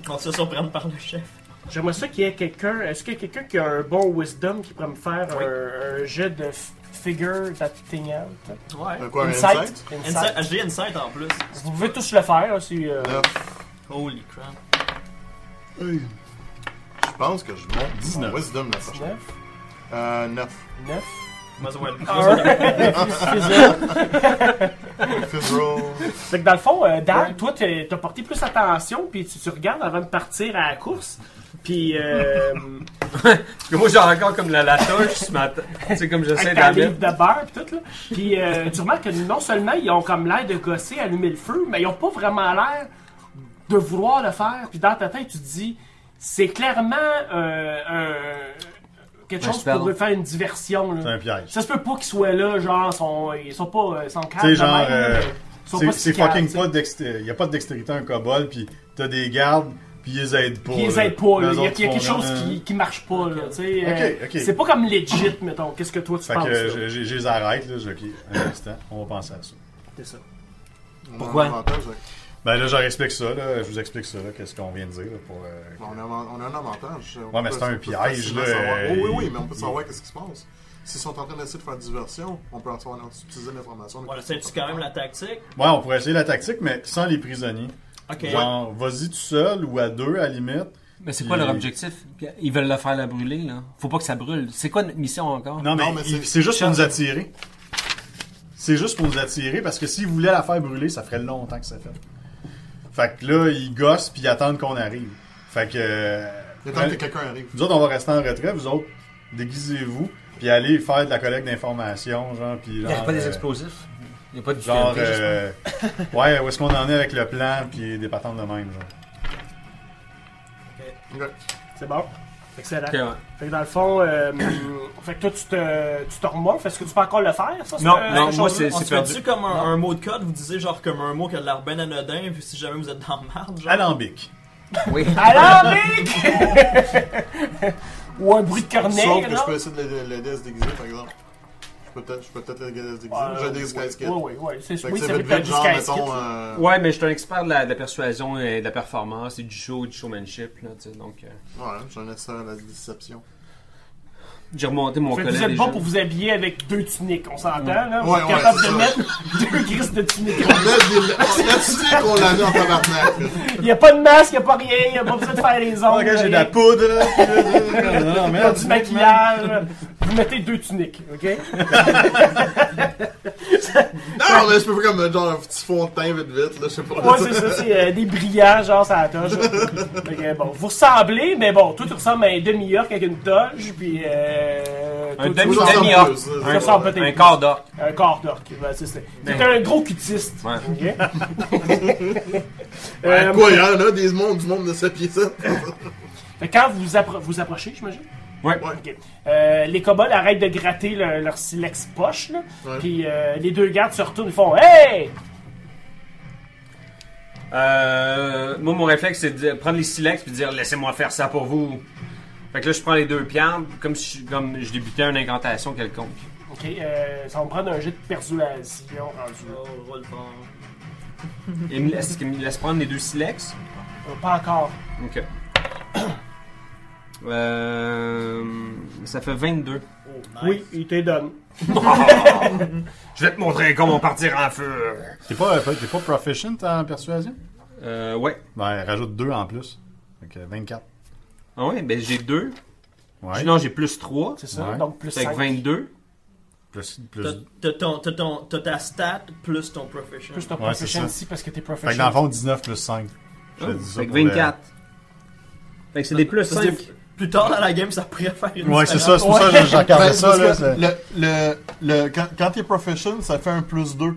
S5: On se fait surprendre par le chef.
S3: j'aimerais ça qu'il y ait quelqu'un. Est-ce qu'il y a quelqu'un qui a un bon wisdom qui pourrait me faire un, un jet de f- figure d'acting out
S5: Ouais.
S4: Euh,
S6: Un quoi, un
S3: Insight.
S6: insecte?
S3: Insight.
S5: Insight- ah, J'ai Insight en plus.
S3: Vous pouvez tous le faire. là, si, euh,
S6: Neuf.
S5: Holy crap.
S6: Je pense que je monte.
S7: 19.
S6: Mon wisdom la prochaine.
S3: 9,
S6: Euh, 9.
S3: 9,
S5: Moi, ça va être-
S3: Ah
S6: Fizroll.
S3: Fait que dans le fond, euh, Dan, toi, t'es- t'as porté plus attention, puis tu, tu regardes avant de partir à la course. Puis, euh,
S4: Parce que moi, j'ai encore comme la latouche ce matin. C'est comme
S3: avec
S4: j'essaie de
S3: ta
S4: la
S3: livre
S4: mettre.
S3: de beurre, puis tout, là. Puis, euh, tu remarques que non seulement ils ont comme l'air de gosser, allumer le feu, mais ils ont pas vraiment l'air de vouloir le faire. Puis, dans ta tête, tu te dis, c'est clairement euh, un- quelque
S4: Un
S7: Ben,
S3: chose qui
S4: spell.
S3: pourrait faire une diversion,
S7: C'est
S3: là.
S7: un piège.
S3: Ça se peut pas qu'ils soient là, genre, sont, ils sont pas euh, sans cadre.
S7: Tu sais, genre,
S3: de même, là,
S7: euh,
S3: mais ils sont
S7: C'est-
S3: pas
S7: C'est
S3: psychiatres,
S7: fucking
S3: tu sais.
S7: pas d'extérité. Y a pas de dextérité à un cobol, pis t'as des gardes, pis ils les aident pas.
S3: Qui les
S7: là.
S3: aident pas, là.
S7: Les
S3: Il y a,
S7: autres
S3: il y a
S7: font
S3: quelque chose
S6: hein.
S7: genre,
S3: qui, qui marche pas, là. tu sais,
S7: Ok,
S3: euh,
S7: ok.
S3: C'est pas comme legit, mettons. Qu'est-ce que toi tu
S7: Fait
S3: penses?
S7: que
S3: là?
S7: euh, je je les arrête, là. Je, ok, un instant, on va penser à ça.
S3: C'est ça.
S4: Pourquoi?
S6: On a un avantage. avec-
S7: Ben là, je leur explique ça, là. Je vous explique ça, là, qu'est-ce qu'on vient de dire, là, pour. euh,
S6: On a, on a un avantage. On
S7: Ouais, mais
S6: peut-
S7: c'est
S6: on
S7: un
S6: peut
S7: piège,
S6: facilement
S7: là.
S6: savoir-
S7: Euh,
S6: Oui, oui, oui, mais on peut
S7: il-
S6: savoir qu'est-ce qui se passe. S'ils sont en train d'essayer de faire diversion, on peut en savoir on peut utiliser l'information.
S5: Ouais, c'est-tu quand même la tactique?
S7: Ouais, on pourrait essayer la tactique, mais sans les prisonniers.
S5: Ok.
S7: Genre, vas-y tout seul ou à deux, à la limite.
S4: Mais c'est
S7: quoi
S4: quoi
S7: leur
S4: leur objectif? Ils veulent le faire la brûler, là. Faut pas que ça brûle. C'est quoi notre mission encore?
S7: Non, mais,
S6: Non, mais
S7: il-
S6: c'est-
S7: c'est juste pour nous attirer. C'est juste pour nous attirer parce que s'ils voulaient la faire brûler, ça ferait longtemps que ça fait. Fait que là, ils gossent puis ils attendent qu'on arrive. Fait que. euh,
S6: Le temps que quelqu'un arrive.
S7: Nous autres, on va rester en retrait, vous autres, déguisez-vous puis allez faire de la collecte d'informations, genre. Puis
S4: Il
S7: genre.
S4: n'y a pas des
S7: euh,
S4: explosifs? Il n'y a pas de
S7: Genre,
S4: TNT, j'espère.
S7: euh, ouais, où est-ce qu'on en est avec le plan puis des patentes de même, genre.
S6: Ok.
S3: C'est bon. Excellent.
S4: Ok, ouais.
S3: Fait que dans le fond, euh, fait que toi, tu te, tu te remorques. Est-ce que tu peux encore le faire, ça?
S4: Non,
S3: cette-
S4: non,
S3: cette
S4: moi,
S3: chose-là?
S4: c'est-
S5: On se
S4: perdu.
S5: fait-tu comme un, un mot de code? Vous disiez genre comme un mot qui a de l'air ben anodin, puis si jamais vous êtes dans le marde,
S3: Ah
S5: genre.
S7: Alambic.
S4: Oui.
S3: Alors, Mick! Ou un bruit de corneille,
S6: Sauf que
S3: là.
S6: je peux essayer de l'aider- l'aider à se déguiser, par exemple. Je peux peut-être je peux peut-être l'aider à se déguiser.
S3: Euh, Ouais,
S6: J'ai des disguise kits.
S3: Oui, oui, oui. C'est
S6: Fait que
S3: oui,
S6: c'est
S3: c'est
S6: vite,
S3: vrai
S6: vite,
S3: que
S6: genre,
S3: t'as du skate,
S6: mettons,
S3: là.
S6: euh,
S4: Ouais, mais je suis un expert de la, de la persuasion et de la performance et du show et du showmanship, là, tu sais, donc... euh,
S6: ouais, j'ai un expert à la déception.
S4: J'ai remonté mon
S3: Fait que
S4: collet
S3: vous êtes
S4: déjà.
S3: bon pour vous habiller avec deux tuniques, on s'entend, là? Vous
S6: Ouais,
S3: êtes
S6: ouais,
S3: capable
S6: c'est
S3: de
S6: ça.
S3: mettre deux grises de tuniques.
S6: On l'a dit- on l'a dit qu'on l'a mis en tabarnak. là.
S3: Il n'y a pas de masque, il n'y a pas rien, il n'y a pas besoin de faire les ongles.
S7: Ok,
S4: euh,
S7: j'ai de la
S3: rien.
S7: poudre, là. puis- non, non,
S3: Pas
S7: merde.
S3: du maquillage. Vous mettez deux tuniques, ok?
S6: Non, mais je peux pas comme euh, genre un petit fond de teint vite vite, là, je sais pas.
S3: Ouais, c'est ça, c'est euh, des brillants, genre, ça la toge. Fait que, bon, vous ressemblez, mais bon, toi, tu ressembles à un demi-orc avec une toge, puis. Euh,
S4: Un
S3: toi, tu
S6: Moi, j'en
S4: demi-
S3: ressembles-
S6: sens
S4: Damien.
S6: plus, là, euh,
S3: Ça
S6: c'est
S3: ressemble
S6: vrai.
S3: peut-être
S4: Un quart d'or.
S3: Un corps d'orc. ouais, c'est ça. C'est
S4: Ben.
S3: un gros cutiste.
S4: Ouais.
S3: ok?
S6: Ouais,
S3: Euh,
S6: Quoi, il y en a des mondes, du monde de ce pied ça.
S3: fait que quand vous appro- vous approchez, j'imagine?
S4: Ouais.
S3: Ok. Euh, les kobolds arrêtent de gratter le- leur silex poche, là.
S6: Ouais.
S3: Puis euh, les deux gardes se retournent et font Hey!
S4: Euh, moi, mon réflexe, c'est de dire- prendre les silex puis de dire « Laissez-moi faire ça pour vous ». Fait que là, je prends les deux pierres comme si comme je débutais une incantation quelconque.
S3: Ok, euh, ça va me prendre un jet de persuasion rendu là.
S5: Oh, roll fort.
S4: Il me laisse, il me laisse prendre les deux silex.
S3: Euh, Pas encore.
S4: OK. Euh, ça fait 22.
S5: Oh, nice.
S3: Oui, il te donne.
S4: Je vais te montrer comment partir en feu.
S7: T'es pas, euh, t'es pas proficient en persuasion?
S4: Euh, ouais.
S7: Ben, rajoute deux en plus. Fait que 24.
S4: Ah ouais, ben j'ai deux.
S7: Ouais.
S4: Non, j'ai plus 3.
S3: C'est ça,
S7: Ouais.
S3: donc plus
S4: Fait que
S3: 5.
S4: 22.
S7: Plus, plus...
S5: T'as- T'as ton- t'as ton- t'as ta stat plus ton profession.
S3: Plus ton
S7: Ouais, c'est
S3: proficiency parce que t'es
S7: Fait que dans
S3: professionnel.
S7: le fond, 19 plus 5. Je te
S4: Oh,
S7: dis ça
S4: fait que
S7: pour le-
S4: 24. Fait que c'est des plus
S5: Ça, c'est-
S4: 5.
S5: Plus tard dans la game, ça pourrait faire une
S7: Ouais, c'est ça, c'est pour ça que je- je regardais
S6: Ben,
S7: ça,
S6: parce
S7: là.
S6: que
S7: c'est-
S6: le, le, le, quand, quand t'es profession, ça fait un plus 2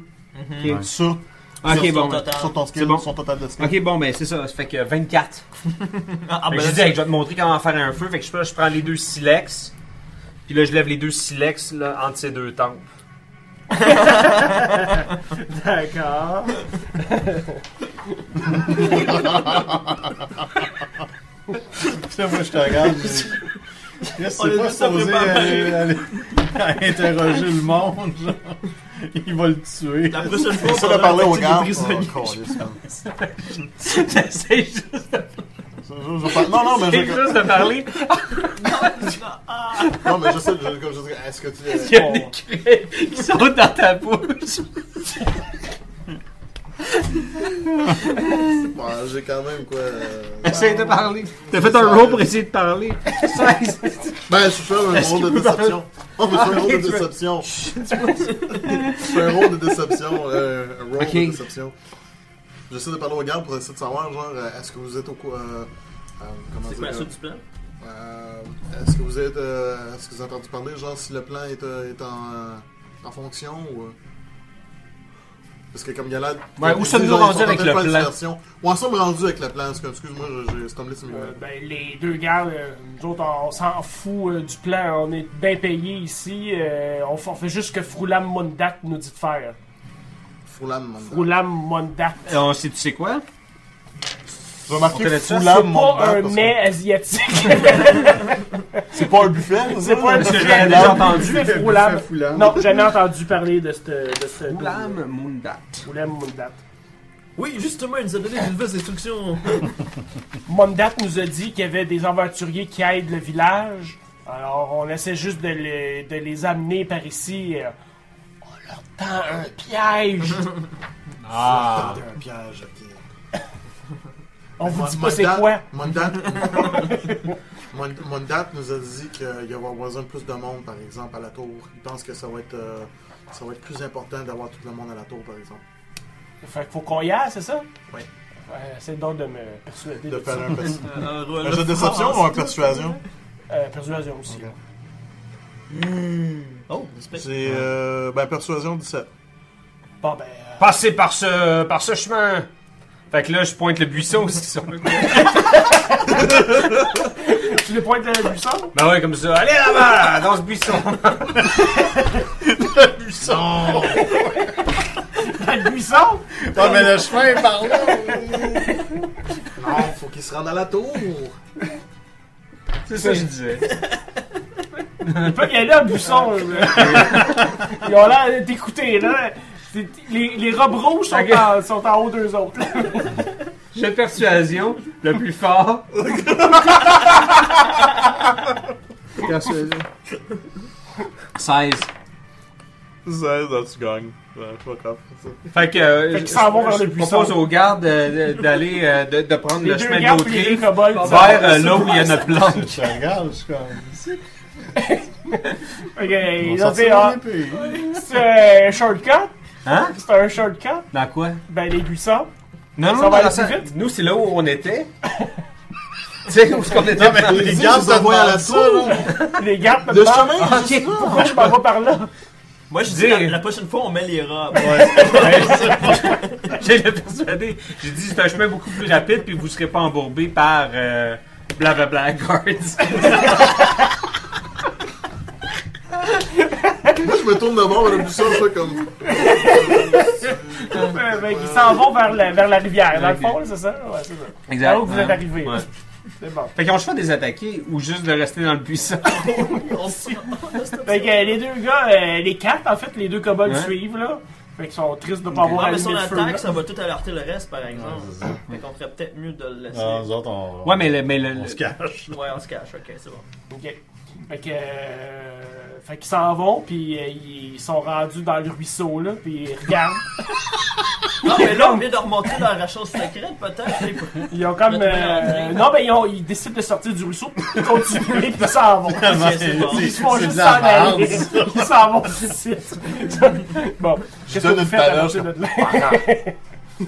S4: Ouais.
S6: sur,
S4: Ok, bon. ben.
S5: Total.
S6: sur ton
S4: C'est
S6: skill,
S4: bon.
S6: sur ton total de skill.
S4: Ok, bon, ben c'est ça. Ça fait que 24.
S5: Ah,
S4: Fait
S5: ah, ben
S4: que
S5: là,
S4: j'ai dit, hey, je vais te montrer comment faire un feu. Fait que je, prends- je prends les deux silex. Puis là, je lève les deux silex là, entre ces deux tempes.
S3: D'accord.
S7: Puis là, moi, je te regarde. je dis, Chris,
S5: On est
S7: c'est pas
S5: juste à
S7: supposé
S5: préparer.
S7: aller, aller- à interroger le monde, genre. Il va le tuer.
S5: La prochaine fois,
S6: Ça,
S5: on va
S6: de parler
S5: attaquer
S6: aux
S5: des
S6: gardes.
S5: prisonniers.
S6: Oh, câlisse, man.
S4: J'essaie juste,
S6: Ça, je- je vais pas- Non, non, mais
S4: j'essaie
S6: je.
S4: juste de parler.
S6: Non, mais je sais, je- comme je dis, est-ce que
S4: Il y
S6: tu.
S4: a
S5: Oh.
S4: des craies qui sont dans ta bouche.
S6: Ouais, J'ai quand même quoi. euh,
S4: Essaye de parler. T'as fait un roll pour essayer de parler.
S6: Ben, je fais un rôle de déception. Oh, mais c'est un rôle de
S4: tu veux-
S6: déception. C'est un rôle de déception. euh, Un rôle
S4: Ok.
S6: de déception. J'essaie de parler aux gardes pour essayer de savoir, genre, euh, est-ce que vous êtes au quoi. euh, euh, comment
S5: C'est
S6: dire,
S5: quoi la
S6: euh,
S5: suite du plan?
S6: Euh, est-ce que vous êtes, euh, est-ce que vous avez entendu parler, genre, si le plan est, euh, est en, euh, en fonction ou euh? Parce que comme il y a là,
S4: Ouais, où
S6: ils
S4: sommes-nous
S6: disent, genre, ils
S4: rendus
S6: sont en
S4: avec
S6: train de
S4: le
S6: faire une
S4: plan?
S6: diversion. Où en sommes rendus avec le plan Parce que, Excuse-moi, je- j'ai stumblé sur mes
S3: Euh,
S6: mains.
S3: ben, les deux gars, euh, nous autres, on, on s'en fout euh, du plan. On est bien payés ici. euh, on, fait- on fait juste ce que Froulam Mondat nous dit de faire.
S6: Froulam, man.
S3: Froulam Mondat.
S4: Et Euh, on sait, tu sais quoi?
S6: J'ai remarqué
S4: On connaît ça,
S6: Froulam,
S3: C'est
S6: mon
S3: pas un
S6: bad, parce que-
S3: mets asiatique.
S6: C'est pas un buffet,
S3: C'est pas un
S4: Parce que
S3: buffet.
S4: j'avais déjà entendu.
S3: C'est Froulam. Non, jamais entendu parler de ce. De ce
S4: Blam Moondat.
S3: Froulam Mondat.
S5: Oui, justement, il nous a donné des nouvelles instructions.
S3: Mondat nous a dit qu'il y avait des aventuriers qui aident le village. Alors, on essaie juste de, le- de les amener par ici. euh, On leur tend un piège.
S4: Ah.
S6: un piège, ok.
S3: On vous
S6: Mon-
S3: dit
S6: mon
S3: pas c'est
S6: date-
S3: quoi.
S6: Mon date, mon, mon date nous a dit qu'il y avoir besoin de plus de monde, par exemple, à la tour. Il pense que ça va être, euh, ça va être plus important d'avoir tout le monde à la tour, par exemple.
S3: Fait qu'il faut qu'on y aille, c'est ça?
S6: Oui.
S3: Ouais, c'est donc de me persuader de,
S6: De faire
S3: ça.
S6: un, persu-
S5: Un
S6: un jeu de déception ou un persuasion
S3: Euh, persuasion aussi.
S6: Ok.
S3: là.
S5: Oh, respect.
S6: C'est euh, ben, persuasion 17.
S3: Bon, ben, euh,
S4: Passez par ce, par ce chemin. Fait que là, je pointe le buisson aussi. sur le-
S3: tu le pointes dans la buisson?
S4: Ben ouais, comme ça. Allez là-bas, dans ce buisson.
S6: Puissant
S3: Dans la buisson?
S7: Ah, mais le chemin est par là.
S6: Non, faut qu'il se rende à la tour
S4: C'est ça que je disais.
S3: Il peut y aller en buisson. là. Ils ont l'air d'écouter, là. C'est- Les, les robes rouges sont,
S4: Ok.
S3: en, sont en haut d'eux autres. là.
S4: J'ai persuasion, le plus fort.
S7: Persuasion.
S6: 16,
S4: 16.
S6: là, tu gagnes. Ouais, fuck off.
S4: Fait que. euh,
S3: Fait qu'ils s'en vont vers
S4: je
S3: le buisson.
S4: propose aux gardes euh, d'aller, euh, de, de prendre
S3: Les
S4: le
S3: deux
S4: chemin de
S3: gardes puis les
S4: l'autre
S3: deux kobolds.
S4: vers euh, là où il y a notre
S7: Je
S4: planque.
S7: te regarde, je suis comme.
S3: Ok, ils
S7: On
S3: ont
S7: sortit
S3: dit,
S7: mon
S3: ah,
S7: épée.
S3: c'est un shortcut.
S4: Hein?
S3: C'est un shortcut.
S4: Dans quoi?
S3: Ben, les buissons.
S4: Non, non,
S3: Ça va
S4: non,
S3: aller
S4: dans ça-
S3: plus vite?
S4: nous, c'est là où on était. tu sais, où est-ce qu'on était?
S7: Non, mais les
S6: Les
S7: gars,
S6: gars,
S7: ça
S6: ça
S7: demande
S6: à la tour
S3: Les gardes me
S6: Le
S3: demandent
S6: chemin
S4: Ah, ok.
S3: pourquoi je m'en vais par là.
S5: Moi, je dis,
S4: Dis-
S5: la, la prochaine fois, on met les robes.
S4: J'ai le persuadé. J'ai dit, c'est un chemin beaucoup plus rapide, puis vous serez pas embourbé par euh, blablabla
S3: Ah,
S4: guards.
S6: Moi, je me tourne de bord, le buisson, je fais comme.
S3: Euh, ben, ils s'en vont vers la, vers la rivière, dans le fond, là, c'est ça? Ouais, c'est ça.
S4: Exact. Hein?
S3: Là où vous êtes arrivés.
S4: Ouais.
S3: C'est bon.
S4: Fait qu'on se fait des attaquer ou juste de rester dans le buisson.
S5: on sait.
S3: Fait que euh, les deux gars, euh, les quatre, en fait, les deux kobolds
S4: Ouais.
S3: suivent, là. Fait qu'ils sont tristes de pas avoir
S5: Ouais, Ah, mais
S3: allumé
S5: si on
S3: le feu. là.
S5: attaque, ça va tout alerter le reste, par exemple. Fait qu'on ferait peut-être mieux de le laisser.
S7: Non, nous autres, on.
S4: Ouais, mais le- mais le-
S7: On se cache.
S5: Ouais, on se cache, ok, c'est bon.
S3: OK. Fait que... euh, fait qu'ils s'en vont, puis euh, ils sont rendus dans le ruisseau, là, puis ils regardent.
S5: Non, mais là, on vient de remonter dans la chose secrète, peut-être. je sais pas.
S3: Ils ont comme...
S5: Notre
S3: euh,
S5: mélanger.
S3: non, mais ils, ont- ils décident de sortir du ruisseau, puis ils continuent, puis ils s'en vont.
S5: Ok, c'est bon.
S3: Ils se font
S7: C'est
S3: juste
S7: de la
S3: s'en aller.
S7: merde,
S3: Ils s'en vont d'ici. bon, qu'est-ce que
S6: donne
S3: vous
S6: une
S3: faites à
S6: paloche.
S3: partir de là?
S7: Moi,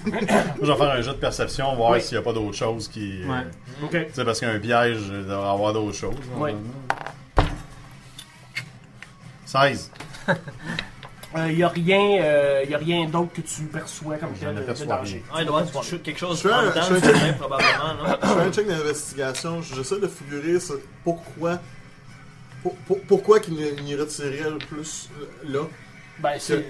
S7: je vais faire un jeu de perception, voir
S3: Oui.
S7: s'il n'y a pas d'autre chose qui. euh,
S4: Ouais.
S3: OK.
S7: Tu sais, parce qu'un piège, il devrait avoir d'autres choses.
S3: Oui.
S7: 16.
S3: Il n'y a rien, euh, y a rien d'autre que tu perçois comme tel
S7: ne
S3: de- de
S7: perçois
S3: danger.
S5: Ah, il doit y avoir du- quelque chose
S6: Je fais
S5: en
S6: un-
S5: dedans,
S6: je fais un-
S5: du terrain, probablement, non?
S6: Je fais un check d'investigation, j'essaie de figurer ce- pourquoi pour- pour- pourquoi qu'il n'y retirait le plus euh, là.
S3: Ben, c'est. Ouais,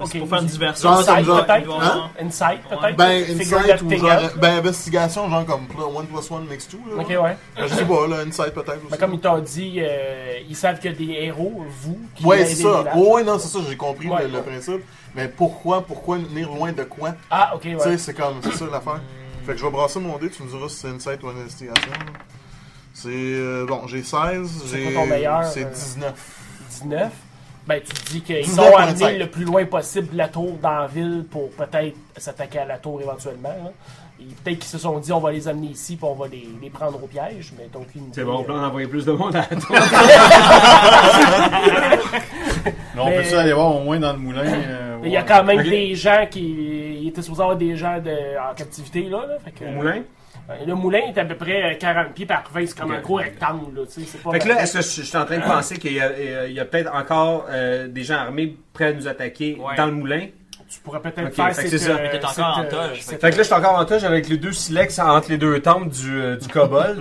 S3: ok.
S5: C'est pour faire une diversion.
S6: Genre, ça
S3: Insight,
S6: nous a-
S3: peut-être.
S6: Hein?
S3: Insight, peut-être.
S6: Ben,
S3: Figure
S6: insight
S3: that
S6: ou
S3: thing
S6: genre,
S3: out.
S6: ben, investigation, genre comme 1 plus 1 makes 2.
S3: Ok, ouais.
S6: Ben, Je sais pas, là, insight peut-être aussi.
S3: Ben, comme il t'a dit, euh, ils savent qu'il y a des héros, vous, qui
S6: Ouais,
S3: aidez les
S6: c'est ça.
S3: villages.
S6: Oh, ouais, non, c'est ça, j'ai compris
S3: Ouais,
S6: le, le
S3: ouais.
S6: principe. Mais pourquoi, pourquoi venir loin de quoi
S3: Ah, ok,
S6: Tu sais,
S3: ouais.
S6: c'est comme, c'est ça l'affaire. Fait que je vais brasser mon dé, tu me diras si c'est insight ou investigation. C'est. euh, bon, j'ai 16,
S3: C'est
S6: j'ai.
S3: quoi ton meilleur,
S6: C'est
S3: euh,
S6: 19.
S3: 19. Ben, tu te dis qu'ils
S6: 19,
S3: ont amené
S6: 25.
S3: le plus loin possible de la tour dans la ville pour peut-être s'attaquer à la tour éventuellement. là. Et Peut-être qu'ils se sont dit on va les amener ici puis on va les, les prendre au piège, mais donc ils
S4: C'est bon, plan d'envoyer plus de monde à la tour.
S7: Mais on
S3: Mais-
S7: peut ça aller voir au moins dans le moulin. euh,
S3: Il y a
S7: voir.
S3: quand même
S4: Ok.
S3: des gens qui. Il était supposé avoir des gens de- en captivité, là. là. Fait que,
S4: Au moulin.
S3: Euh, le moulin est à peu près euh, 40 pieds par 20, c'est comme
S4: Ok.
S3: un gros rectangle, là. tu sais, C'est pas.
S4: Fait que là, est-ce que je, je suis en train de penser qu'il y a, euh, il y a peut-être encore euh, des gens armés prêts à nous attaquer
S5: Ouais.
S4: dans le moulin?
S3: tu pourrais peut-être
S4: Ok,
S3: faire
S4: fait que
S3: cette.
S4: c'est ça.
S3: euh,
S5: Mais t'es encore
S3: cette,
S5: en
S3: euh,
S5: toge,
S3: cette-
S4: Fait que là, je suis encore en touche avec les deux silex entre les deux temples du, euh, du kobold.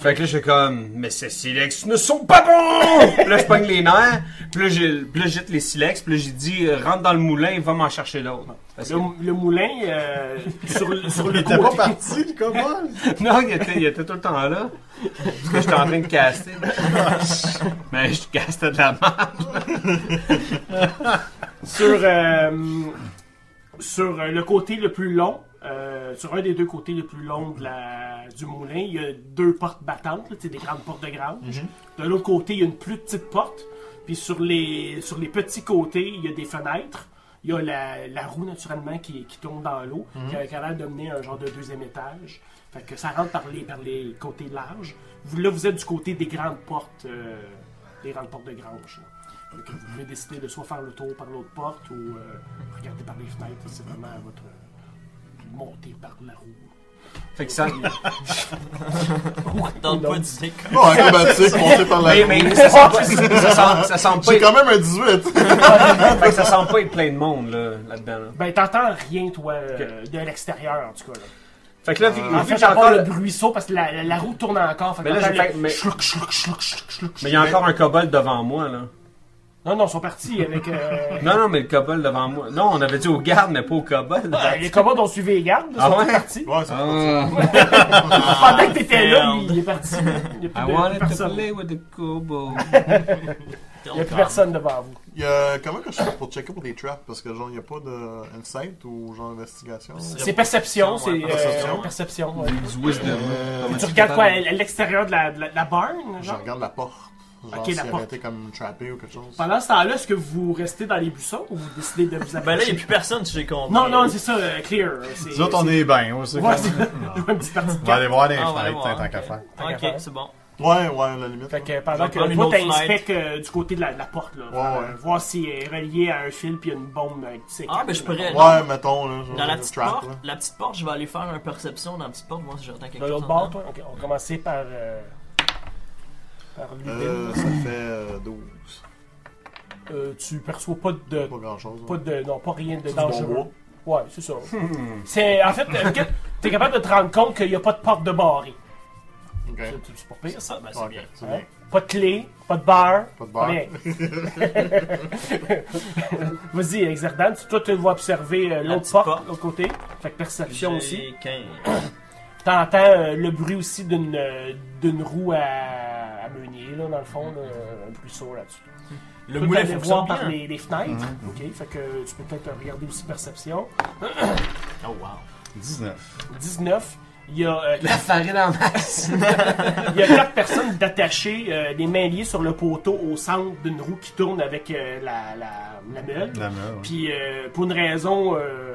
S4: fait que là, je suis comme, mais ces silex ne sont pas bons! Puis là, je pogne les nerfs, puis là, j'ai- puis là, je jette les silex, puis là, j'ai dit, euh, rentre dans le moulin, va m'en chercher l'autre. Parce que-
S3: le, le moulin, euh, sur, le- sur
S7: Il
S3: le
S7: était pas
S3: côté.
S7: parti, le commande.
S4: Non, il était, il était tout le temps là. Parce que j'étais en train de caster. Mais je castais de la merde.
S3: sur, euh, sur euh, le côté le plus long, euh, sur un des deux côtés le plus long de la, du moulin, il y a deux portes battantes, là, tu sais, des grandes portes de grange. De l'autre côté, il y a une plus petite porte. Puis sur les, sur les petits côtés, il y a des fenêtres. Il y a la, la roue, naturellement, qui, qui tourne dans l'eau, qui a qui a l'air de mener un genre de deuxième étage. Fait que ça rentre par les, par les côtés larges. Vous, là, vous êtes du côté des grandes portes, euh, des grandes portes de grange. là. Donc, vous pouvez décider de soit faire le tour par l'autre porte ou euh, regarder par les fenêtres. C'est vraiment à votre euh, montée par la roue.
S4: Fait que ça.
S5: Dans le point du strict.
S6: ben, Bon, acrobatique, monté par la.
S4: Mais, mais ça sent pas, ça sent, ça sent pas
S6: J'ai
S4: être,
S6: quand même un 18.
S4: fait que ça sent pas être plein de monde là, là-dedans. là.
S3: Ben, t'entends rien, toi, euh, de l'extérieur, en tout cas. Là.
S4: Fait que là, vu,
S3: Ah. En
S4: vu
S3: fait,
S4: que j'ai
S3: j'entends
S4: encore
S3: le
S4: le-
S3: bruisseau parce que la, la- la roue tourne encore. Fait que
S4: Mais là, j'ai
S3: t'entends
S4: fait-
S3: le
S4: mais-
S3: chlouk, chlouk, chlouk, chlouk, chlouk,
S4: Mais
S3: chlouk.
S4: il y a encore un kobold devant moi là.
S3: Non, non, ils sont partis avec... euh,
S4: Non, non, mais le kobold devant moi. Non, on avait dit au garde, mais pas au kobold.
S3: euh, les commandes ont suivi les gardes. Ils
S4: Ah
S3: sont
S4: ouais?
S3: tous partis.
S6: Ouais, ça.
S4: Ah,
S3: Pendant que t'étais là,
S5: merde.
S3: il est parti. Il n'y a plus, de-
S4: I
S3: plus
S4: wanted to
S3: personne.
S4: play with the kobold.
S3: Il y a plus personne devant vous.
S6: Il y a- Comment que je fais pour checker pour des traps Parce que genre, il n'y a pas de insight ou genre investigation.
S3: C'est perception, c'est...
S5: Ouais,
S3: euh,
S6: perception.
S3: Perception, ouais.
S4: Du wisdom.
S6: Euh,
S3: Tu regardes quoi, à l'extérieur de la, de la, de la barn,
S6: Je
S3: genre?
S6: regarde la porte. Genre,
S3: Ok,
S6: s'il
S3: la
S6: avait
S3: porte.
S6: été comme trappé ou quelque chose.
S3: Pendant ce temps-là, est-ce que vous restez dans les buissons ou vous décidez de vous
S5: Ben là, il
S3: approcher?
S5: n'y a plus personne, si j'ai compris.
S3: Non, non, c'est ça, euh, clear. C'est-
S7: Nous autres, on est bien. On sait
S3: c'est-
S7: quoi.
S3: Ouais, c'est une petite partie de
S7: On va aller
S3: quatre.
S7: voir les
S5: Ah, on va aller
S7: fenêtres,
S5: voir,
S7: tant qu'à
S5: ok.
S7: faire.
S5: Ok, c'est bon.
S6: Ouais, ouais, à la limite.
S3: Fait que
S5: On
S3: pendant
S5: va prendre
S3: que
S5: une
S3: toi,
S5: autre
S3: t'inspectes euh, du côté de la, de la porte, là. euh,
S6: Ouais, ouais.
S3: Voir si elle est reliée à un fil puis il y a une bombe euh, qui s'éclate.
S5: Ah, ben je pourrais.
S6: Ouais, mettons, là. genre,
S5: Dans la
S6: le
S5: petite
S6: trap,
S5: porte,
S6: là.
S5: la petite porte, je vais aller faire un perception dans la petite porte, moi si j'entends quelque
S3: De
S5: chose.
S3: l'autre
S5: en
S3: bord,
S5: dedans.
S3: toi? Ok, on va commencer par... euh, Par l'huile.
S6: Euh, ça fait euh, 12.
S3: Euh, tu perçois pas de...
S6: Pas grand chose.
S3: Pas de... Non, pas rien de
S6: du bon
S3: dangereux. Ouais, c'est ça.
S5: Hmm.
S3: C'est... En fait, euh, que- t'es capable de te rendre compte qu'il n'y a pas de porte de barré.
S6: Ok.
S3: C'est c'est pas pire, ça.
S5: Ça, ben c'est
S6: Ok,
S5: bien.
S6: c'est bien.
S3: Pas de clé, pas de barre,
S6: Pas de barre.
S3: rien. Vas-y, Exerdan, tu- toi tu vas observer euh, l'autre
S5: petite
S3: porte,
S5: porte.
S3: l'autre côté. Fait que perception aussi.
S5: J'ai 15.
S3: T'entends euh, le bruit aussi d'une euh, d'une roue à, à meunier, là, dans le fond, là, un bruisseau là-dessus.
S5: Le
S3: Toi,
S5: moulin
S3: t'allais
S5: fonctionne
S3: voir
S5: bien.
S3: par les, les fenêtres.
S6: Mm-hmm.
S3: OK, fait que tu peux peut-être regarder aussi perception.
S5: Oh wow.
S7: 19.
S3: 19. Il y a euh,
S4: La farine en masse.
S3: Il y a quatre personnes d'attachées, euh, les mains liées sur le poteau au centre d'une roue qui tourne avec euh, la, la, la meule.
S7: La meule, ouais.
S3: Puis euh, pour une raison, euh,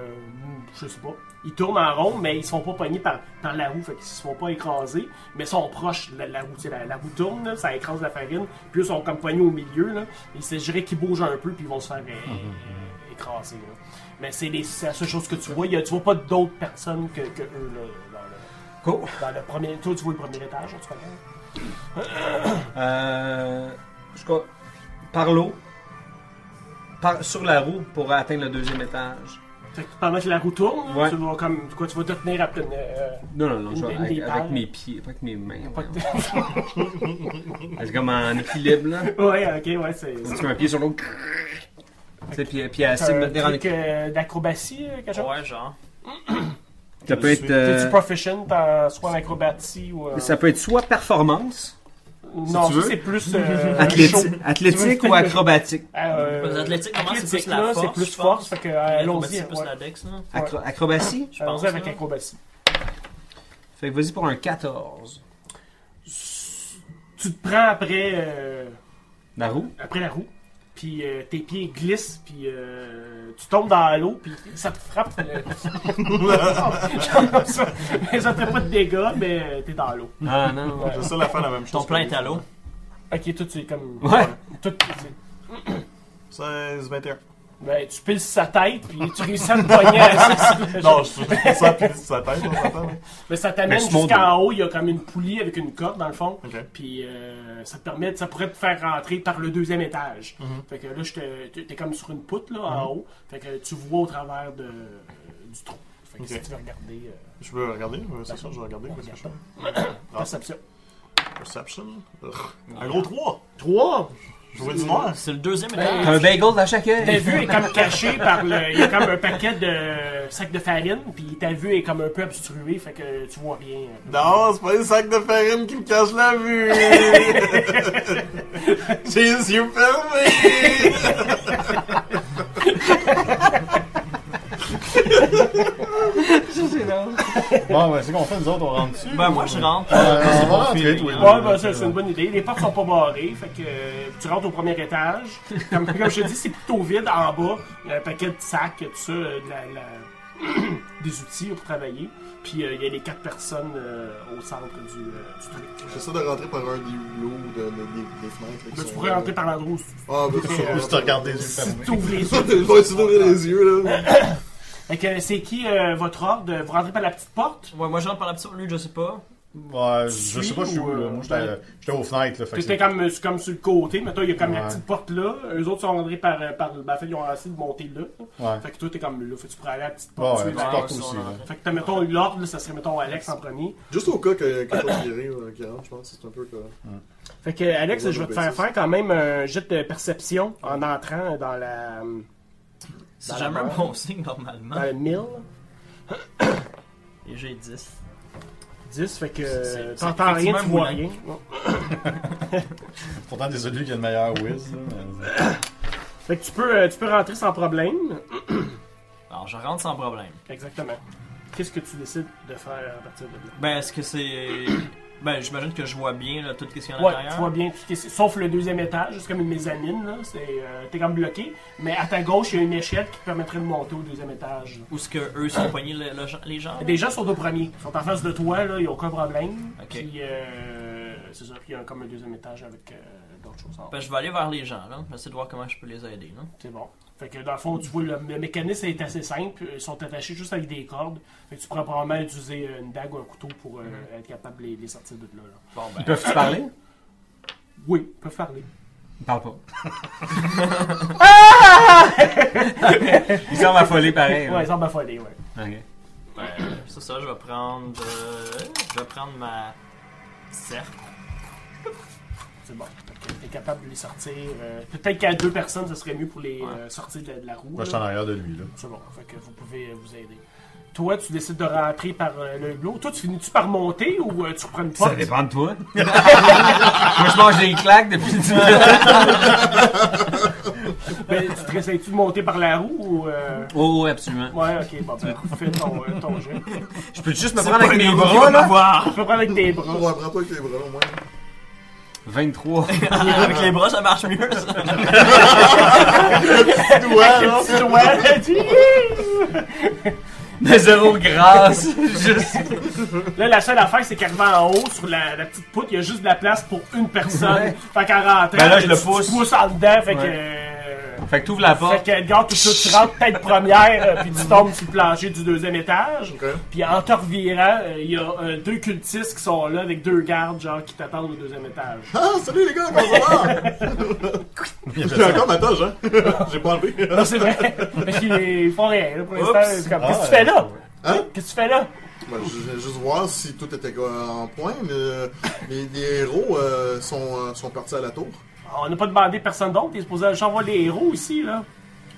S3: je sais pas, ils tournent en rond, mais ils se font pas pogner par, par la roue, fait qu'ils se font pas écraser, mais ils sont proches de la, la roue. Tu sais, La, la roue tourne, là, ça écrase la farine, puis eux sont comme pognés au milieu. Là. Il s'agirait qu'ils bougent un peu, puis ils vont se faire euh,
S7: Mhm.
S3: écraser. là. Mais c'est les- c'est la seule chose que tu vois. Il y a- tu vois pas d'autres personnes que, que eux là, dans le-
S4: Cool.
S3: dans le premier, toi, tu vois le premier étage, en tout cas.
S4: Euh, je crois- par l'eau, par, sur la roue pour atteindre le deuxième étage.
S3: Fait que pendant que la roue tourne,
S4: Ouais.
S3: tu vas comme, quoi, tu vas te tenir après une, euh,
S4: Non, non, non, je
S3: Une-
S4: vais
S3: une
S4: avec,
S3: des
S4: avec
S3: balles.
S4: mes pieds, pas avec mes mains.
S3: pas
S4: voyons. C'est comme en équilibre, là.
S3: Ouais, ok, ouais, c'est.
S4: Tu mets un pied sur l'autre.
S3: Fait
S4: sais, puis, puis elle
S3: C'est
S4: cible
S3: un
S4: de tenir en
S3: truc euh, d'acrobatie, euh, quelque chose.
S5: Ouais, genre.
S4: Ça peut être.
S3: T'es-tu
S4: euh,
S3: proficient en soit en acrobatie ou. euh,
S4: ça peut être soit performance,
S3: non, ça,
S4: tu veux.
S3: c'est plus. euh,
S4: athléti-
S3: show.
S4: athlétique ou acrobatique.
S3: Euh,
S5: Les athlétiques, comment c'est plus
S3: athlétique,
S5: la
S3: là,
S5: force,
S3: c'est plus
S5: je
S3: force,
S5: pense.
S3: fait que euh,
S5: Ouais,
S3: allons-y.
S5: c'est plus
S3: ouais.
S5: la dex, là.
S4: Acro- Acrobatie
S5: Je pense.
S3: Allons-y avec
S5: là.
S3: acrobatie.
S4: Fait que vas-y pour un 14.
S3: Tu te prends après, euh,
S4: La roue
S3: après la roue, puis euh, tes pieds glissent, puis euh, tu tombes dans l'eau, puis ça te frappe. euh, Genre ça. ça te fait pas de dégâts, mais euh, t'es dans l'eau.
S4: Ah non.
S6: Je sais la faire la même chose.
S5: Ton plan est à l'eau.
S3: Ok, tout c'est comme.
S4: Ouais.
S3: Tout, c'est-
S6: 16, 21.
S3: ben, tu piles sur sa tête, puis tu réussis à te poigner à
S6: Non, je suis ça pile sur sa tête, on s'entend. là.
S3: Mais ça
S4: Mais
S3: t'amène
S4: c'est mon
S3: jusqu'en haut, il y a comme une poulie avec une corde dans le fond.
S6: Ok.
S3: Puis euh, ça te permet, ça pourrait te faire rentrer par le deuxième étage.
S6: Mhm.
S3: Fait que là, je te- t'es t'es comme sur une poutre là, en haut. Fait que tu vois au travers de, euh, du trou. Fait que
S6: Ok.
S3: si tu veux regarder, euh,
S6: Je veux regarder, euh, c'est ça, je vais regarder. Qu'est-ce que je fais Ah.
S3: perception.
S6: Perception. Ugh. Un gros 3.
S3: 3!
S6: Je vois du noir.
S5: C'est le deuxième
S3: Ben,
S5: étage.
S4: T'as un bagel à chaque
S3: Ta
S4: œil.
S3: vue est comme cachée par le. Il y a comme un paquet de sacs de farine, puis ta vue est comme un peu obstruée, fait que tu vois rien. euh,
S6: Non, c'est pas les sacs de farine qui me cachent la vue. J'ai les yeux fermés.
S7: Bon, ben, c'est qu'on fait, nous autres, on rentre dessus.
S3: Bah,
S5: Ben, moi, je rentre.
S7: Euh, on va rentrer,
S5: feeling.
S7: toi et moi.
S3: Ouais, ben ça, c'est une bonne idée. Les portes sont pas barrées, fait que euh, tu rentres au premier étage. Comme, comme je te dis, c'est plutôt vide en bas. Il y a un paquet de sacs, tout ça, euh, de la- la- des outils pour travailler. Puis euh, il y a les quatre personnes euh, au centre du, euh, du truc.
S6: J'essaie de rentrer par un des lots de, de- des- des fenêtres. là,
S3: Là,
S6: qui
S3: tu
S6: sont-
S3: pourrais rentrer par l'endroit où tu
S6: Ah, ben ça,
S7: Juste te regarder les yeux fermés.
S3: t'ouvres les
S6: Je
S3: yeux.
S6: vais essayer d'ouvrir les yeux, là.
S3: Fait que euh, c'est qui euh, votre ordre? Vous rentrez par la petite porte?
S5: Ouais, moi, je rentre par la petite lui, je sais pas.
S7: Ouais, je sais pas, je suis où, là. Moi, j'étais à- j'étais aux fenêtres, là. Fait que
S3: T'étais
S7: c'est-
S3: comme, euh, comme sur le côté, mais toi, il y a comme la
S7: Ouais.
S3: petite porte là. Eux autres sont rentrés par. euh, par ben, en fait, ils ont essayé de monter là.
S7: Ouais.
S3: Fait que toi, t'es comme là. Fait que tu pourrais aller à la petite
S7: Ouais,
S3: porte. tu
S7: ouais,
S3: es
S7: tu
S3: là.
S7: portes
S5: ouais,
S7: aussi,
S5: ouais.
S7: là.
S3: Fait que t'as, mettons, l'ordre, là, ça serait, mettons, Alex en premier.
S6: Juste au cas que quelque chose qui arrive, euh, qui rentre, je pense, c'est un peu que.
S3: Fait que, Alex, je vais
S5: ben,
S3: te faire
S6: Bêtise.
S3: faire quand même un jet de perception en entrant dans la.
S5: C'est jamais un bon signe, normalement.
S3: dans le 1000.
S5: Et j'ai 10.
S3: 10, fait que.
S5: C'est- c'est
S3: T'entends rien, tu vois rien.
S5: effectivement
S7: Pourtant, désolé qu'il y a le meilleur whiz, là. mais-
S3: Fait que tu peux, euh, tu peux rentrer sans problème.
S5: Alors, je rentre sans problème.
S3: Exactement. Qu'est-ce que tu décides de faire à partir de là?
S5: Ben, est-ce que c'est. Ben, j'imagine que je vois bien là, tout ce qu'il y a à
S3: Ouais,
S5: l'intérieur.
S3: tu vois bien, tout ce qui est- sauf le deuxième étage, c'est comme une mezzanine, là. C'est, euh, t'es comme bloqué. Mais à ta gauche, il y a une échelle qui te permettrait de monter au deuxième étage.
S5: Où est-ce que eux sont pognés, le- le- les gens? là?
S3: Les gens sont au premier, ils sont en face de toi, là, ils n'ont aucun problème.
S5: Ok.
S3: Puis, euh, c'est ça, puis il y a comme un deuxième étage avec euh, d'autres choses en bas.
S5: Ben, je vais aller vers les gens, là. Je vais essayer de voir comment je peux les aider, là.
S3: C'est bon. Fait que dans le fond, tu vois, le, le mécanisme est assez simple. Ils sont attachés juste avec des cordes. Fait que tu pourras probablement utiliser euh, une dague ou un couteau pour euh, être capable de les, les sortir de là. là.
S5: Bon, ben.
S4: Peuvent-tu parler
S3: Oui, ils peuvent parler.
S4: Ils parlent pas. Ils semblent affolés pareil. hein.
S3: Ouais,
S4: là.
S3: ils ont baffolé, ouais.
S4: Ok.
S5: Ben, c'est ça, je vais prendre. euh, je vais prendre ma. Cercle.
S3: C'est bon. Fait que t'es capable de les sortir. euh, Peut-être qu'à deux personnes, ce serait mieux pour les euh, sortir de la, de la roue.
S7: Moi, je
S3: là.
S7: suis en arrière de lui, là.
S3: C'est bon, fait que vous pouvez euh, vous aider. Toi, tu décides de rentrer par euh, le hublot. Toi, tu finis-tu par monter ou euh, tu reprends une porte?
S4: Ça dépend de toi. Moi, je mange des claques depuis le début.
S3: Ben, tu te réessayes-tu de monter par la roue ou... euh,
S4: Oh, ouais, absolument.
S3: Ouais, ok, bon, ben, fais ton, euh, ton jet. Tu
S4: Je peux juste me prendre avec mes bras, là
S3: peux prendre avec tes
S6: On
S3: bras.
S6: va prendre pas avec les bras, au moins.
S4: 23.
S3: Ah.
S5: Avec les bras, ça marche mieux, ça.
S6: Ouais, non,
S3: Tu dois-
S4: De zéro grâce. Juste.
S3: Là, la seule affaire, c'est qu'arrivant en haut, sur la, la petite poutre, il y a juste de la place pour une personne. Fait qu'en rentrant,
S4: Ben là, je le
S3: tu- tu
S4: pousse.
S3: pousses en dedans, fait que...
S4: Ouais.
S3: euh,
S4: Fait que t'ouvres la
S3: Fait
S4: porte.
S3: que, regarde, tout ça, tu rentres tête première, euh, puis tu tombes sur le plancher du deuxième étage.
S6: Ok.
S3: Puis en te revirant, euh, il y a euh, deux cultistes qui sont là avec deux gardes, genre, qui t'attendent au deuxième étage.
S6: Ah, salut les gars, comment ça va? J'ai encore ma toge, hein? J'ai pas enlevé.
S3: Non, c'est vrai. Parce qu'ils font rien, là, pour l'instant.
S5: Oups.
S3: C'est comme,
S7: Ah,
S3: Qu'est-ce que tu fais là?
S6: Hein?
S3: Qu'est-ce que tu fais là?
S6: Ben, je voulais juste voir si tout était euh, en point, mais euh, les, les héros euh, sont, euh, sont partis à la tour.
S3: Ah, On n'a pas demandé personne d'autre. T'es supposé, j'envoie les héros ici, là.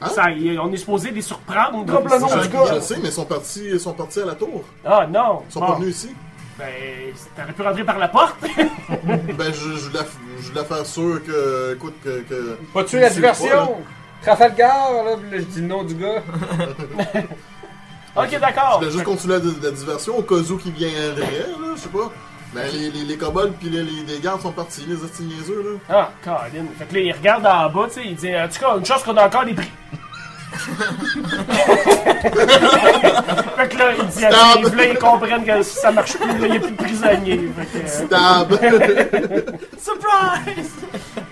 S3: Ça, y- on est supposé les surprendre.
S6: Hein? Drop le nom
S3: Ça-
S6: du gars. Je le sais, mais ils sont partis, ils sont partis à la tour.
S3: Ah non!
S6: Ils sont
S3: Bon,
S6: pas venus ici.
S3: Ben, t'aurais pu rentrer par la porte!
S6: Ben, je, je, la, je la fais sûr que. Écoute, que. que
S8: Pas tuer la
S6: Ils suivent pas,
S8: diversion! Trafalgar, là, puis là, je dis le nom du gars.
S3: ok, d'accord!
S6: je vais juste continuer la, la diversion au cas où qui viendrait, là, je sais pas. Ben, les, les, les kobolds pis les, les, les gardes sont partis, les hosties niaiseux, là.
S3: Ah, Colin! Fait que là, il regarde en bas, tu sais, il dit En tout cas, une chose qu'on a encore des prix! fait que là, il dit à
S6: Stop.
S3: Steve, là, ils comprennent que si ça marche plus, là, il n'y a plus de prisonniers. Fait que, euh,
S6: Stab!
S5: Surprise!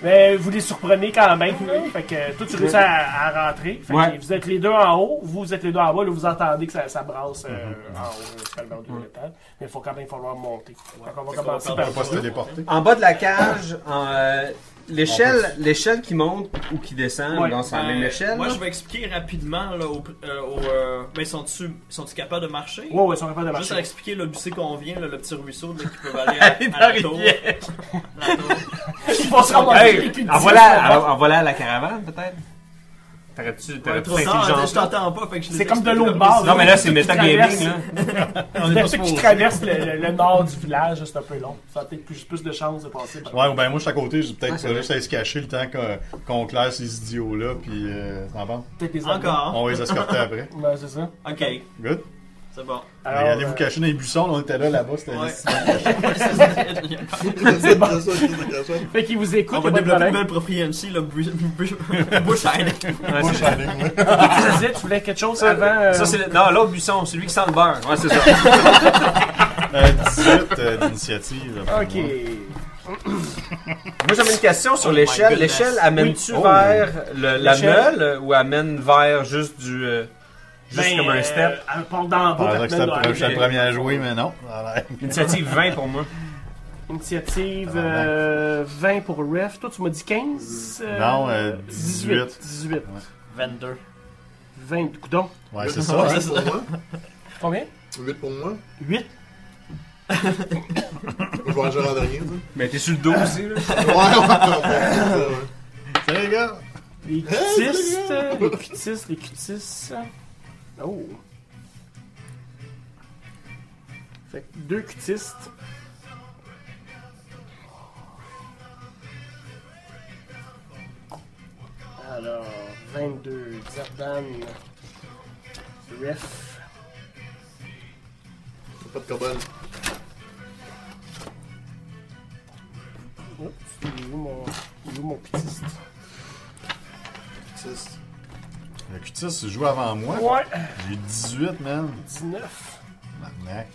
S3: Mais vous les surprenez quand même. là. Fait que euh, toi, tu réussis à, à rentrer. Fait que
S4: Ouais.
S3: vous êtes les deux en haut, vous, vous êtes les deux en bas. Là, vous entendez que ça, ça brasse euh, en haut, principalement au deuxième étage. Mais il faut quand même falloir monter. Fait qu'on va
S5: Fait qu'on
S3: commencer
S5: va
S3: par
S7: On va pas se téléporter.
S4: En bas de la cage, en, euh, l'échelle, l'échelle qui monte ou qui descend,
S3: Ouais.
S4: dans la même
S5: Euh,
S4: échelle.
S5: Moi,
S4: là.
S5: je vais expliquer rapidement là, au, euh, au, euh, mais sont-tu sont capables de marcher?
S3: Ouais, ouais, ils sont capables de
S5: Juste
S3: marcher.
S5: à expliquer là, d'où c'est qu'on vient, là, le petit ruisseau là, qui peut aller à, à la tour. La tour.
S3: Ils vont se ramasser
S4: Hey,
S3: les culs de
S4: en
S3: six.
S4: voilà, en- en voilà à la caravane, peut-être? T'aurais-tu,
S5: Ouais, hein,
S4: t'aurais-tu
S5: trop tard,
S4: intelligent?
S5: je t'entends pas, fait que je les
S3: C'est comme de
S5: explique,
S3: l'autre
S5: là,
S3: bord,
S5: mais-
S4: Non, mais là, c'est
S3: Tout qui traverse.
S4: metagaming, là.
S5: On est
S3: Pour
S5: pas
S3: ceux qui
S5: supposés.
S3: traversent le, le- le nord du village, c'est un peu long. Ça a peut-être plus, plus de chances de passer. par-
S7: Ouais, ou ben moi, je suis à côté, je dis peut-être
S4: Ah,
S7: que
S4: c'est
S7: ça
S4: vrai.
S7: juste aller se cacher le temps qu'on- qu'on claire ces idiots-là, puis euh, t'en penses?
S3: Peut-être les
S5: Encore.
S7: On va les escorter après.
S3: autres. Ouais, c'est ça.
S5: Ok,
S7: Good.
S5: c'est bon.
S7: Mais allez vous
S3: euh,
S7: cacher dans les buissons, là, on était là, là-bas, c'était...
S5: Ouais.
S6: C'est bon. ça, c'est ça, c'est ça.
S3: Fait qu'ils vous écoutent.
S5: On va
S3: y a pas de
S5: développer
S3: problème.
S5: une belle propriété, là, bru- bru- Bushside.
S4: Ouais, c'est-
S3: Tu disais, tu voulais quelque chose avant. euh,
S4: Ça, c'est le- non, l'autre buisson, celui qui sent le beurre. Ouais, c'est ça.
S7: Euh, 17 euh, d'initiative. pour
S3: Ok.
S7: moi.
S4: Moi, j'avais une question sur
S5: Oh my
S4: l'échelle.
S5: goodness.
S4: L'échelle amène-tu
S7: Oui. Oh.
S4: vers le- la
S3: L'échelle.
S4: meule ou amène vers juste du. euh, juste
S3: Ben,
S4: comme un step
S3: euh, Elle part d'en
S7: Ah,
S3: bas.
S7: là,
S3: elle te
S7: c'était
S3: mène
S7: le
S3: dans la
S7: premier- j'étais le
S4: j'ai-
S7: premier à jouer, mais non. Voilà.
S4: Initiative 20 pour moi.
S7: Ah,
S3: Initiative
S7: ben.
S3: euh, 20 pour Ref. Toi, tu m'as dit 15 euh,
S7: Non, euh,
S3: 18. 18.
S5: 22.
S3: 20. Coudon.
S7: Ouais, c'est ça. hein.
S6: Huit
S5: Ouais,
S6: pour moi.
S3: Combien
S6: 8 pour moi.
S3: 8.
S6: Je vais en gérer de rien, ça.
S4: Mais Ben, t'es sur le dos aussi, là.
S6: Ouais, ouais, ouais.
S7: Salut, les gars!
S3: Les cutistes. les cutistes, les cutistes. Oh. Fait que deux cutistes. Alors, 22. Zardan. Ref.
S6: Pas de cobalt.
S3: Oups, il est Oh, où mon, il est où mon cutiste?
S6: Six.
S7: Le Q10 joue avant moi.
S3: Ouais,
S7: J'ai 18, man.
S3: 19.
S7: Barnac.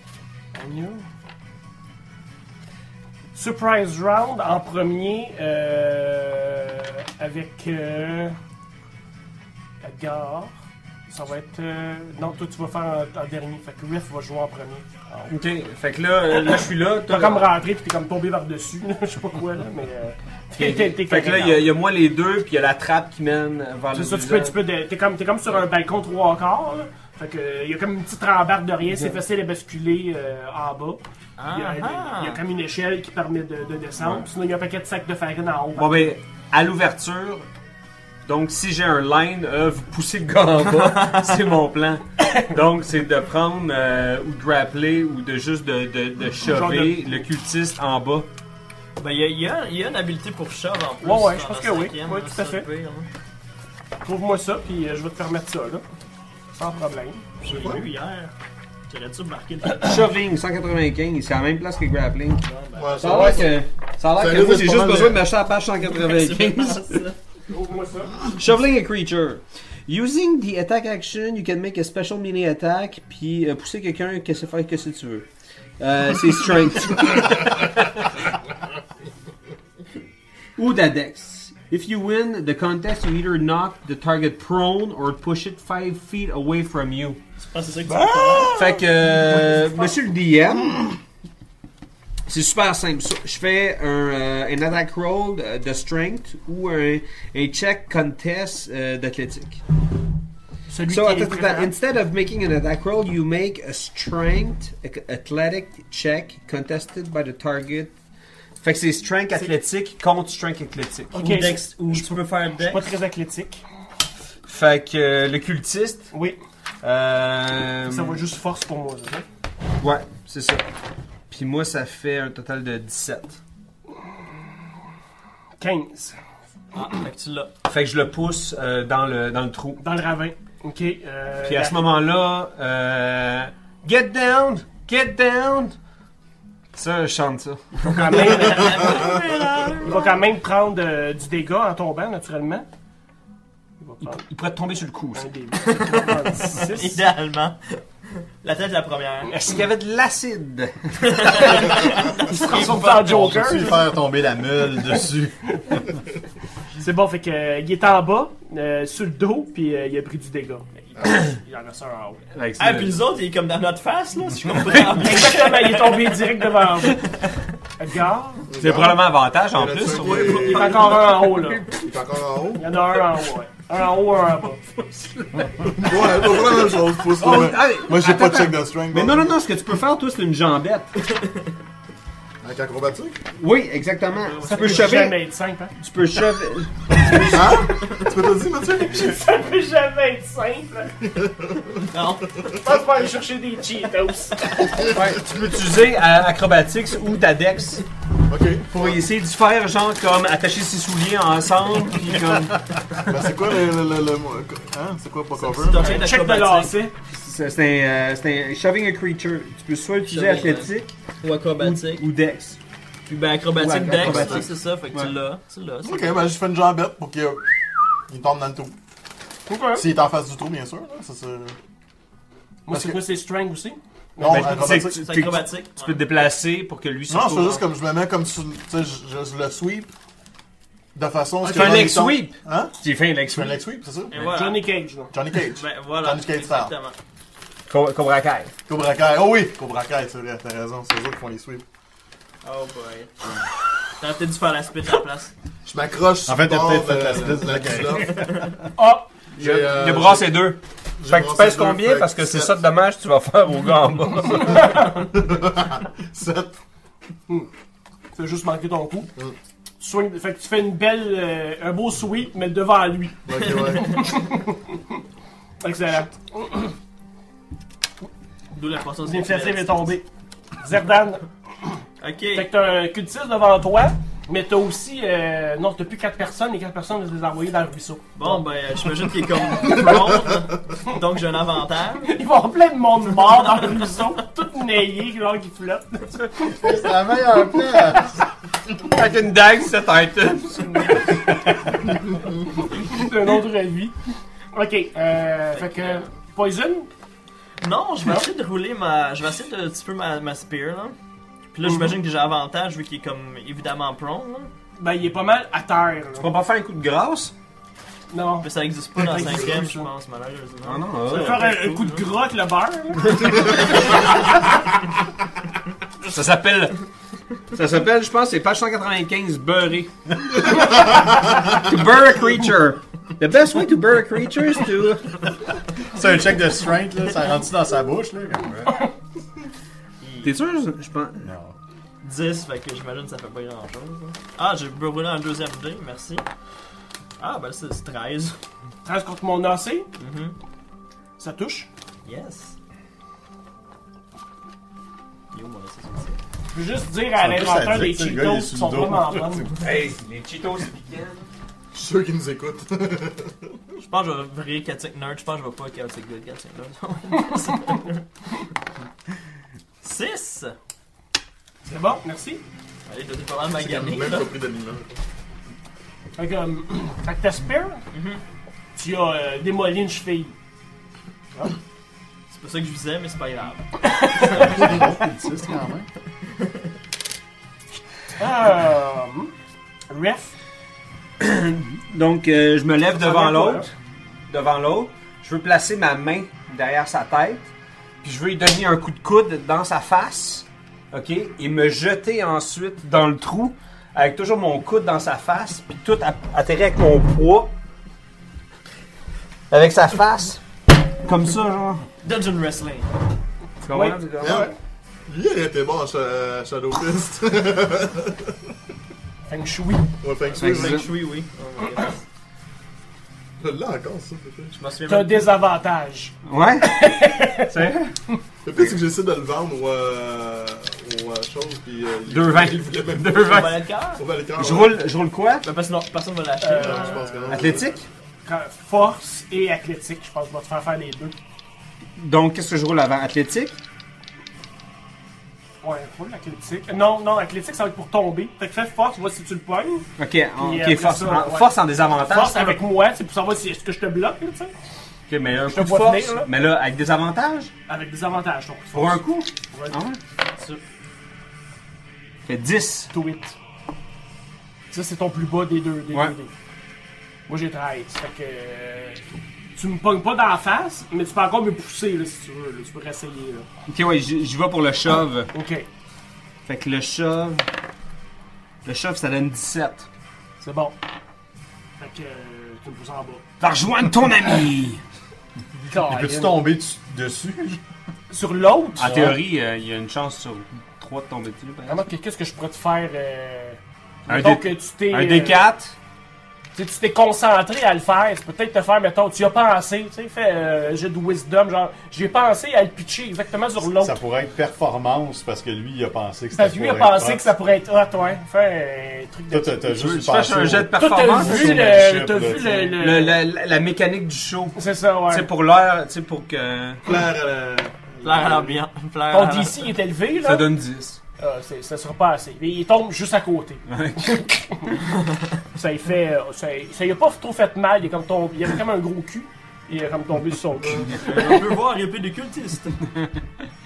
S3: On y va. Surprise round en premier euh, avec euh, Edgar. Ça va être. euh, non, toi tu vas faire en, en dernier. Fait que Riff va jouer en premier.
S4: Ok, fait que là, euh, là je suis là.
S3: T'as comme rentré puis t'es comme tombé par-dessus. là, Je sais pas quoi là, mais. euh, t'es- t'es- t'es
S4: Fait que là,
S3: correct.
S4: il y a- il y, a moi les deux, puis il y a la trappe qui mène vers le.
S3: C'est ça, tu
S4: buisson.
S3: peux, tu peux de- t'es comme, t'es comme sur un balcon trois quarts, là. Fait que, euh, il y a comme une petite rambarde de rien, c'est facile à basculer euh, en bas. euh, Il y,
S5: Ah,
S3: a, il y a comme une échelle qui permet de, de descendre. Sinon, il y a un paquet de sacs de farine en haut.
S4: Bon, ben, à l'ouverture, donc si j'ai un line, euh, vous poussez le gars en bas, c'est mon plan. Donc, c'est de prendre euh, ou de grappler ou de juste de, de, de chover le cultiste en bas.
S5: Ben, il y, a- il y a- il y a une habilité pour shove en plus.
S3: Ouais, ouais, je
S5: dans
S3: pense
S5: la
S3: que oui.
S5: cinquième,
S3: Ouais,
S5: là,
S3: tout à
S5: ça, hein.
S3: fait.
S5: le pire, là.
S3: Trouve-moi ça, puis euh, je vais te permettre ça, là. Sans problème.
S5: J'ai vu hier. J'aurais-tu marqué le
S4: Shoving, 195, c'est à la même place que grappling.
S6: Ouais,
S4: Ça a
S6: ça va.
S4: l'air que, ça a
S6: Ça
S4: l'air que
S6: risque
S4: moi,
S6: d'être
S4: j'ai
S6: pas
S4: juste
S6: mal
S4: besoin
S6: de-
S4: de m'acheter la page
S5: C'est
S4: 195.
S5: vraiment ça.
S3: Trouve-moi ça.
S4: Shoveling a creature. Using the attack action, you can make a special melee attack, puis euh, pousser quelqu'un que se faire que si tu veux. Euh, c'est strength. Ou de la dex. If you win the contest, you either knock the target prone or push it 5 feet away from you.
S5: Je pense que c'est ça que tu veux faire.
S4: Fait que, euh, monsieur le DM, c'est super simple. So- Je fais un, euh, un attack roll euh, de strength ou un, un check contest euh, d'athlétique.
S3: Celui
S4: So,
S3: qui
S4: attends,
S3: est
S4: attends,
S3: préférable.
S4: instead of making an attack roll, you make a strength ac- athletic check contested by the target. Fait que c'est strength athlétique contre strength athlétique.
S3: Ok,
S5: Ou Dex, ou tu peux faire
S3: pas
S5: Dex.
S3: très athlétique.
S4: Fait que euh, le cultiste.
S3: Oui,
S4: euh,
S3: ça va juste force pour moi. c'est ça?
S4: Ouais, c'est ça. Puis moi, ça fait un total de 17.
S3: 15.
S5: Ah, fait que tu l'as.
S4: Fait que je le pousse euh, dans, le, dans le trou.
S3: Dans le ravin. Ok. euh,
S4: Puis à
S3: la-
S4: ce moment-là, euh, Get down! Get down! Ça, je chante ça.
S3: il va quand même- il va quand même prendre euh, du dégât en tombant, naturellement. Il va
S4: Il,
S3: prendre
S4: il pourrait te tomber sur le cou. ça.
S3: un des- il va prendre six.
S5: Idéalement. La tête de la première.
S4: Est-ce qu'il y avait de l'acide?
S3: Il se transforme en Joker.
S7: Peux-tu faire tomber la meule dessus?
S3: C'est bon, fait que euh, il est en bas, euh, sur le dos, puis euh, il a pris du dégât. Il- Il en a ça en haut.
S5: Ah, puis les autres, il est comme dans notre face, là, si je comprends bien.
S3: Exactement, il est tombé direct devant vous. Edgar,
S4: C'est probablement avantage en
S6: Il
S4: plus.
S6: reste un
S4: sur-
S6: qui est-
S3: il est encore un en haut, là.
S6: Il est encore en haut.
S3: Il y en a un en haut, ouais. Un en haut, un en bas.
S6: Ouais, c'est la même chose. pousse le
S4: Oh,
S6: même.
S4: allez,
S6: Moi, j'ai pas de
S4: attends,
S6: check de strength.
S4: Mais non, non, non, ce que tu peux faire, toi, c'est une jambette.
S6: Avec acrobatique?
S4: Oui, exactement. Tu peux
S3: Ça peut
S4: chever.
S3: jamais être simple, hein?
S4: Tu peux chever.
S6: Hein? Tu peux te dire, Mathieu?
S3: Ça peut jamais être simple. hein.
S5: Non.
S3: Je pense pas aller chercher des Cheetos.
S4: Ouais, tu peux utiliser euh, Acrobatics ou ta Dex
S6: Ok.
S4: pour essayer de faire, genre, comme attacher ses souliers ensemble. Puis comme.
S6: Ben, c'est quoi le. le, le, le- hein? C'est quoi pas cover?
S5: C'est ton
S6: mais-
S5: check
S3: Check de
S5: d'acrobatique.
S3: lancer.
S4: C'est c'est un, euh, c'est un. Shoving a creature. Tu peux soit utiliser
S5: Shoving,
S4: athlétique
S5: Ou acrobatique.
S4: ou Dex.
S5: Puis ben acrobatique
S4: Ouais,
S5: dex,
S4: acrobatique.
S5: là, c'est ça, fait que
S4: Ouais.
S5: tu l'as. Tu l'as. c'est-
S6: Ok, ben, je fais une jambette pour qu'il euh, il tombe dans le trou.
S3: Pourquoi?
S6: S'il est en face du trou, bien sûr. Là, ça, c'est...
S3: Moi,
S6: Parce
S3: c'est
S6: que-
S3: quoi, c'est Strength aussi?
S6: Non,
S4: Ben,
S6: acrobatique.
S4: c'est-
S5: C'est
S4: T'es-
S5: acrobatique.
S4: Tu peux te déplacer pour que lui se
S6: Non, je fais
S4: retrouve.
S6: juste comme je me mets comme. sur- Tu sais, je, je- je le sweep. De façon. à ce
S4: Ah, Tu
S6: que
S4: fais un
S6: quand
S4: leg
S6: il tombe-
S4: sweep.
S6: Hein?
S4: Tu fais un leg
S6: Tu fais un
S4: sweep.
S6: leg sweep, c'est ça?
S5: Et voilà.
S3: Johnny Cage, non?
S6: Johnny Cage.
S5: Ben voilà.
S6: Johnny Cage style.
S5: Exactement.
S4: Co- Cobra Kai.
S6: Cobra Kai. Oh oui! Cobra Kai, c'est vrai, t'as raison. C'est eux qui font les sweeps.
S5: Oh boy. T'aurais peut-être dû faire la split à la place.
S6: Je m'accroche.
S7: En fait, t'as
S6: sur le bord
S7: peut-être fait la
S6: de-
S7: split de la
S6: culotte.
S3: Ah!
S6: J'ai, euh,
S4: Le bras, c'est deux.
S6: j'ai- j'ai
S4: Fait que tu
S6: brassé
S4: pèses
S6: deux,
S4: combien
S6: fait
S4: parce que c'est
S6: sept.
S4: ça de dommage que tu vas faire au gars en bas.
S6: Sept.
S3: Tu as juste manqué ton coup.
S6: Mm.
S3: Tu soignes- fait que tu fais une belle, euh, un beau sweep, mais devant lui.
S6: Ok, ouais.
S3: Excellent.
S5: D'où l'importance de
S3: L'initiative est tombée. Zerdan, fait que
S5: Ok.
S3: t'as un cultiste devant toi, mais t'as aussi. euh, non, t'as plus 4 personnes, les 4 personnes, je les ai envoyées dans le ruisseau.
S5: Bon, ben, euh, j'imagine qu'il est comme prone, donc j'ai un avantage.
S3: Ils vont en plein de monde mort dans le ruisseau, tout naillé, genre qui flotte.
S7: C'est la meilleure place!
S4: Avec une dague, c'est tête.
S3: C'est une autre vie. Ok, euh, fait que. Poison,
S5: Non, je vais essayer de rouler ma. Je vais essayer de un petit peu ma, ma spear, là. Puis là, j'imagine que j'ai avantage vu qu'il est comme évidemment prone, là.
S3: ben il est pas mal à terre.
S4: Tu
S3: là.
S4: vas pas faire un coup de grâce?
S3: Non.
S5: Mais ça existe pas dans
S3: Ça
S5: le
S3: existe
S5: cinquième,
S3: pas,
S5: je
S3: ça.
S5: pense, malheureusement.
S4: Ah non,
S3: Tu
S4: non,
S3: veux
S4: ouais.
S3: faire un, un coup de grotte le beurre, là?
S4: Ça s'appelle. Ça s'appelle, je pense, c'est page 195, beurré. to burr a creature. The best way to burr a creature is to.
S7: C'est un check de strength, là. Ça rentre dans sa bouche, là? comme, ouais.
S4: T'es sûr? Je pense.
S7: Non.
S5: 10, fait que j'imagine que ça fait pas grand chose. Ah, j'ai brûlé un deuxième dé, merci. Ah, ben c'est c'est 13.
S3: 13 contre mon AC,
S5: Mhm.
S3: ça touche.
S5: Yes. Yo, moi, c'est ça.
S3: Je veux juste dire à
S7: C'est un peu
S3: l'inventeur des
S7: sadique, le gars,
S3: Cheetos
S7: il est
S3: qui
S7: sous
S3: sont
S7: le dos.
S3: vraiment bonnes.
S4: Hey, les Cheetos, c'est piquant.
S6: Je suis sûr qu'ils nous écoutent.
S5: Je pense que je vais virer Chaotic Nerd, je pense que je vais pas Chaotic Good, Chaotic Nerd. 6!
S3: C'est bon, merci.
S5: Allez, t'as pas mal
S6: C'est quand
S5: magané,
S6: même
S5: là.
S6: pas pris d'animal.
S3: Fait que, euh, fait que ta spear, tu as euh, démoli une cheville.
S5: C'est pas ça que je disais, mais c'est pas grave.
S7: C'est un bon cultiste, quand même.
S3: Euh, ref,
S4: Donc, euh, je me lève devant
S3: Ça vient pas,
S4: l'autre. Devant l'autre. Je veux placer ma main derrière sa tête. Puis je veux lui donner un coup de coude dans sa face. OK? Et me jeter ensuite dans le trou. Avec toujours mon coude dans sa face. Puis tout a- atterrir avec mon poids. Avec sa face. Comme ça, genre.
S5: Dungeon Wrestling.
S4: Tu comprends?
S3: Oui.
S4: Tu comprends?
S6: Ah ouais. Lui, il était bon en Sha- euh, Shadow Fist.
S3: feng shui.
S6: ouais, Feng Shui.
S4: Feng
S5: Oh
S6: ouais.
S4: Shui.
S5: Oui, oui.
S6: Je l'ai encore, ça, peut-être.
S5: Je m'en souviens
S3: T'as un
S5: même.
S3: désavantage.
S4: Ouais. C'est vrai?
S6: Le pire, c'est que j'essaie de le vendre au, euh, au euh, chose, puis euh, il-
S4: Deux vingt.
S6: il voulait même
S4: Deux
S5: On
S4: vingt.
S5: va le cœur?
S6: On va l'écran.
S4: Je roule, je roule quoi?
S5: Ben, parce que non, personne ne va l'acheter.
S3: Euh,
S6: Je pense que non.
S4: Athlétique?
S3: Quand- Force et athlétique, je pense que je vais te faire faire les deux.
S4: Donc, qu'est-ce que je roule avant? Athlétique?
S3: Ouais, roule athlétique. Non, non, athlétique, ça va être pour tomber. Fait que fais force, vois si tu le pognes.
S4: Ok, en-
S3: Puis
S4: ok,
S3: après
S4: force,
S3: ça,
S4: en,
S3: ouais.
S4: force en désavantage.
S3: Force avec moi, c'est pour savoir si est-ce que je te bloque, là, tu sais.
S4: Ok, mais un coup
S3: te
S4: de
S3: vois
S4: force.
S3: venir, là.
S4: Mais là, avec des avantages?
S3: Avec des avantages, donc.
S4: Pour un coup?
S3: Ouais.
S4: Ah ouais?
S5: Sûr.
S4: Fait 10.
S3: Do it. Ça, c'est ton plus bas des deux. Des
S4: Ouais.
S3: deux dés. Moi, j'ai 13. Fait que. euh, Tu me pognes pas dans la face, mais tu peux encore me pousser, là, si tu veux. là. Tu peux réessayer, là.
S4: Ok, ouais, j'y j'y vais pour le shove.
S3: Ok,
S4: Fait que le shove. Le shove, ça donne 17.
S3: c'est bon. Fait que. euh, Tu me pousses en bas.
S4: Va rejoindre ton ami!
S7: Et peux-tu
S3: Caroline.
S7: tomber dessus- dessus?
S3: Sur l'autre.
S4: En théorie, euh, il y a une chance sur 3 de tomber dessus. par exemple.
S3: Comment que- qu'est-ce que je pourrais te faire euh...
S4: Un
S3: mettons
S4: dé-
S3: que tu t'es
S4: Un
S3: euh,
S4: D4.
S3: tu sais, tu t'es concentré à le faire, c'est peut-être te faire mettons tu y as pensé, tu sais fait euh, j'ai de wisdom genre j'ai pensé à le pitcher exactement sur l'autre.
S7: Ça pourrait être performance parce que lui, il a pensé que c'était
S3: Parce que lui a pensé que ça pourrait être hot, ouais. Fait euh, un truc de
S7: Toi, t'as-
S4: Je
S7: t'as
S4: veux que
S7: juste
S4: tu fasses
S7: pensé.
S4: un jet de
S7: au-
S3: Toi, t'as
S4: performance.
S3: vu
S7: c'est
S3: le.
S7: le
S3: T'as
S7: chef,
S3: vu
S7: là,
S3: le.
S4: Le-
S3: le-
S4: la, la- la mécanique du show.
S3: C'est ça,
S4: Tu
S3: ouais.
S4: sais, pour l'heure, tu sais, pour que.
S6: Plaire à
S4: euh,
S6: la-
S5: Plaire à l'ambiance. Plaire
S3: Ton
S5: à la-
S3: DC est élevé,
S4: Ça
S3: là.
S4: donne 10.
S3: Ah, c'est- ça sera pas assez. Mais il tombe juste à côté. ça y fait. euh, Ça, ça y a pas trop fait mal. Il est comme tombé. Il avait comme un gros cul. Il est comme tombé sur son cul.
S5: On peut voir, il y a plus de cultistes.
S6: Dans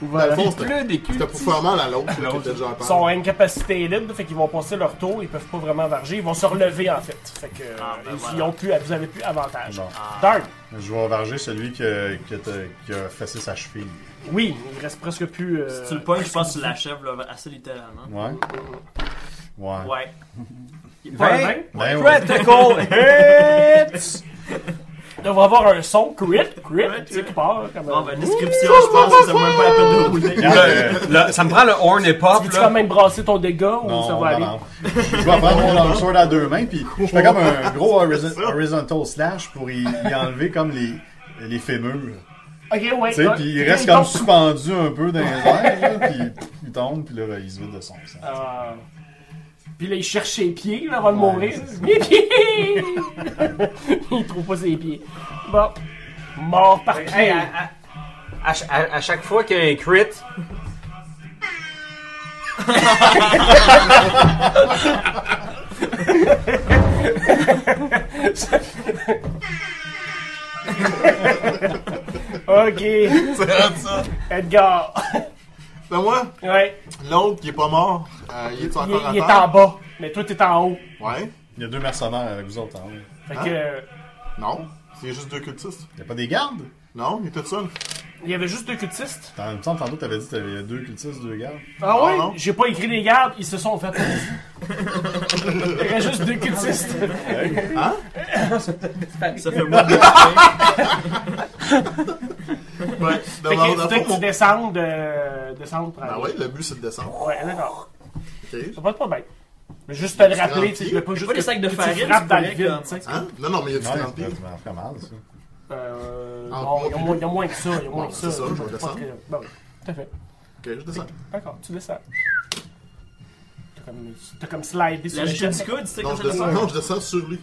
S3: Voilà.
S6: le fond, c'était-
S4: Pleut des culs.
S6: c'était pour faire mal à l'autre, là, qui
S4: L'autre.
S6: était déjà en
S3: Ils
S6: panne.
S3: sont incapacitated, fait qu'ils vont passer leur tour, ils peuvent pas vraiment varger, ils vont se relever en fait. Fait que euh,
S5: Ah, ben
S3: ils-
S5: voilà.
S3: ils ont plus, vous avez plus avantage.
S7: Bon.
S3: Darn!
S7: Je vais varger celui que- que t'as- qui a fessé sa cheville.
S3: Oui, il reste presque plus. euh,
S5: Si tu le pognes, je pense que tu l'achèves là, assez littéralement.
S7: Ouais. Ouais.
S5: Ouais.
S3: pas
S4: Vingt.
S3: un vingt.
S7: Ben ouais.
S5: Critical hits!
S3: Il devrait avoir un son crit, crit, tu sais, qui part. Comme,
S5: Bon,
S3: un-
S5: ben, description, je pense que c'est même pas la peine de rouler.
S7: Regarde, euh,
S4: Là, ça me prend le horn et pop.
S3: Veux-tu quand
S4: Là.
S3: même brasser ton dégât ou
S7: Non,
S3: ça va
S7: non,
S3: aller?
S7: non. Je vais prendre mon longsword à deux mains, puis je fais comme un gros horiz- horizontal slash pour y, y enlever comme les, les fémurs.
S3: Ok, ouais.
S7: Tu sais,
S3: ouais.
S7: puis il reste comme
S3: tombe.
S7: suspendu un peu dans les airs, là, puis il tombe, puis là, ben, il se vide de son sang.
S3: Ah. Puis là, il cherche ses pieds là, avant de
S7: Ouais,
S3: mourir.
S7: c'est ça.
S3: Mes pieds! il trouve pas ses pieds. Bon. Mort par pied.
S4: Hey, à, à- à ch- à- à chaque fois qu'il y a un crit.
S3: Ok. Edgar.
S6: Ben moi,
S3: Ouais.
S6: l'autre qui est pas mort, euh, il est
S3: Il,
S6: encore à
S3: il est en
S6: terre.
S3: bas, mais toi t'es en haut.
S6: Ouais.
S7: Il y a deux mercenaires avec vous autres. hein, oui.
S3: Fait
S6: Hein?
S3: que euh,
S6: Non. C'est juste deux cultistes.
S7: Il n'y a pas des gardes?
S6: Non, il est tout seul.
S3: il y avait juste deux cultistes.
S7: T'en, il me semble tantôt t'avais dit qu'il y avait deux cultistes, deux gardes.
S3: Ah
S6: Non,
S3: ouais?
S6: non.
S3: J'ai pas écrit les gardes, ils se sont fait Il y avait juste deux cultistes.
S5: Ça fait moi.
S6: Ouais.
S3: Fait
S6: Dans,
S3: que
S6: dans le
S3: faudrait que
S6: fond,
S3: tu descendes, euh, descendre
S6: on- Ben
S3: tranquille.
S6: ouais, le but c'est de descendre.
S3: Ouais, d'accord.
S6: Ok.
S3: Ça pas de problème. Mais juste te le
S6: C'est
S3: rappeler,
S6: tranquille.
S3: tu sais, je veux pas juste
S5: pas des
S3: que
S5: sacs de
S3: tu
S5: farine,
S3: frappes
S5: tu
S3: dans le
S5: pourrais,
S3: vide,
S5: comme-
S3: tu sais.
S6: Hein? Non, non, mais il y a du
S7: Non,
S6: temps
S7: c'est
S6: pire.
S7: vraiment vraiment mal, ça.
S3: Euh,
S6: Ah,
S3: non,
S6: moi,
S3: il y a moins- il y a moins que ça, il y a moins
S6: Ouais,
S3: que ça.
S6: c'est ça, je vais
S3: Pas
S6: descendre.
S3: très- Ben oui, tout à fait.
S6: Ok, je descends.
S3: D'accord, tu descends. T'as comme, t'as comme slidé sur
S5: La
S3: le
S5: jute
S3: chest.
S5: du coude, tu sais,
S6: Non
S5: quand
S6: je,
S5: ça
S6: descends,
S5: descend.
S6: non, je descends sur lui.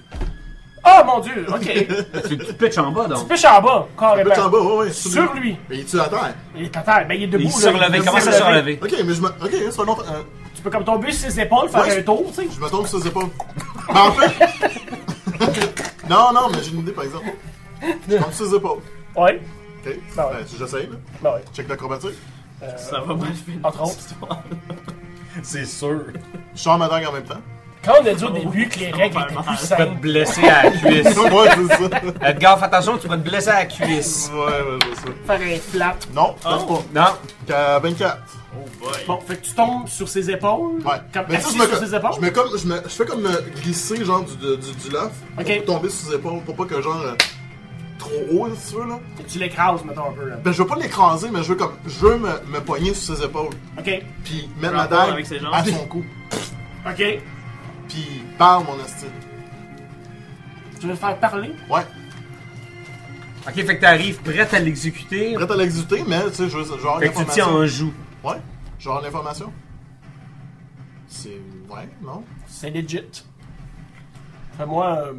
S3: Oh mon dieu, ok.
S4: Tu, tu pitches en bas donc.
S3: Pêche en bas,
S6: Peut en
S3: carrément.
S6: bas, ouais, ouais.
S3: Sur lui.
S6: Mais il est-tu à terre?
S3: Il est à terre. Ben, il est debout.
S4: Il
S3: là.
S4: se relevait.
S3: Il
S4: Comment
S3: se
S4: ça se
S3: relever.
S4: relever?
S6: Ok, mais je me. Ok, c'est un autre. euh,
S3: Tu peux comme tomber sur ses épaules, faire
S6: Ouais.
S3: un tour, tu sais.
S6: je me tombe sur ses épaules. Ben en fait. non, non, mais j'ai une idée par exemple. Je tombe sur ses épaules.
S3: Ouais.
S6: Ok.
S3: Ah ouais.
S6: Ben, j'essaye, là.
S3: Ben ouais.
S6: Check l'acrobatique.
S5: Ça va mal finir.
S3: Entre autres.
S7: C'est sûr.
S6: Je sors ma dague en même temps.
S3: Quand on a
S6: Oh,
S3: dit au début que les règles étaient plus
S4: Tu peux te
S3: simples.
S4: blesser à la cuisse.
S6: ouais, c'est ça.
S4: Edgar, fais attention, tu peux te blesser à la cuisse.
S6: Ouais, ouais, c'est ça.
S3: Faire un flat.
S6: Non, je pense
S4: Non,
S6: pas. Qu'à 24.
S3: Bon, fait que tu tombes sur ses épaules.
S6: Ouais.
S3: Comme
S6: Mais ça,
S3: assis
S6: je me,
S3: sur ses épaules.
S6: je me comme, je me, je fais comme me glisser genre du, du, du, du loft
S3: Ok.
S6: pour tomber sur ses épaules pour pas que genre euh, trop haut si tu veux là.
S3: Tu l'écrases, mettons un peu. Là.
S6: Ben je veux pas l'écraser mais je veux comme je veux me, me pogner sur ses épaules
S3: Ok.
S6: puis mettre
S5: Rapport
S6: ma dague
S5: avec ses jambes.
S6: à son cou
S3: Ok.
S6: puis parle mon style.
S3: Tu veux le faire parler?
S6: Ouais.
S4: Ok, fait que t'arrives prête à l'exécuter.
S6: Prête à l'exécuter, mais tu sais, je veux je veux avoir
S4: Fait que tu te tiens
S6: l'information.
S4: en joue.
S6: Ouais, je veux avoir l'information. C'est. Ouais, non?
S3: C'est legit. Fais-moi. euh,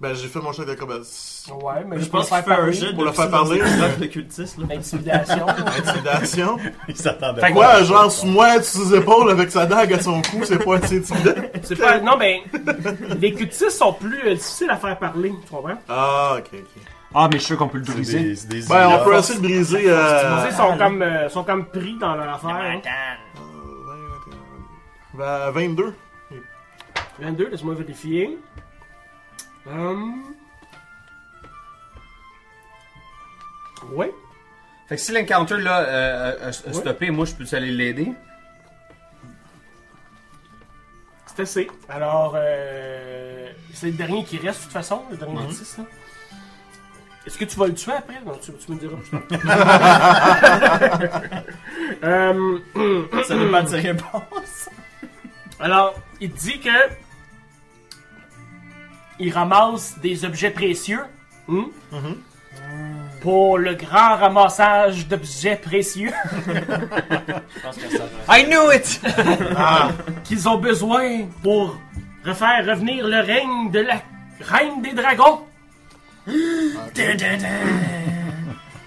S6: Ben, j'ai fait mon choc d'acrobatie.
S3: Ouais, mais
S5: Je pense qu'il fait un jet de
S6: Pour le faire parler.
S5: psychologie de cultiste, là.
S3: Intimidation.
S6: Intimidation.
S7: Il s'attendait
S4: Fait que
S7: pas.
S6: Ouais, genre, sous moi, sous ses épaules, avec sa dague à son cou, c'est pas assez intimidant.
S3: C'est pas. Non, mais. Les cultistes sont plus euh, difficiles à faire parler, tu comprends?
S6: Ah, ok, ok.
S4: Ah, mais je suis sûr qu'on peut le
S7: C'est
S4: briser.
S7: des, c'est des
S6: Ben,
S7: IA.
S6: on peut essayer de briser.
S3: Tu
S6: Euh...
S3: sais, ils sont comme, euh, sont comme pris dans leur affaire. hein.
S6: Ben, 22.
S3: 22, laisse-moi vérifier. Hum. Ouais.
S4: Fait que si l'encounter là euh, a, a- a
S3: Ouais.
S4: stoppé, moi je peux aller l'aider.
S3: C'est assez. Alors, euh, c'est le dernier qui reste, de toute façon, le dernier des six, là. Est-ce que tu vas le tuer après? Non, tu, tu me diras plus tard. Hum, hum.
S5: Ça dépend de ses réponses.
S3: alors, il te dit que il ramasse des objets précieux hein, pour le grand ramassage d'objets précieux.
S5: Je pense que ça
S4: I knew it!
S3: Ah. qu'ils ont besoin pour refaire revenir le règne de la reine des dragons.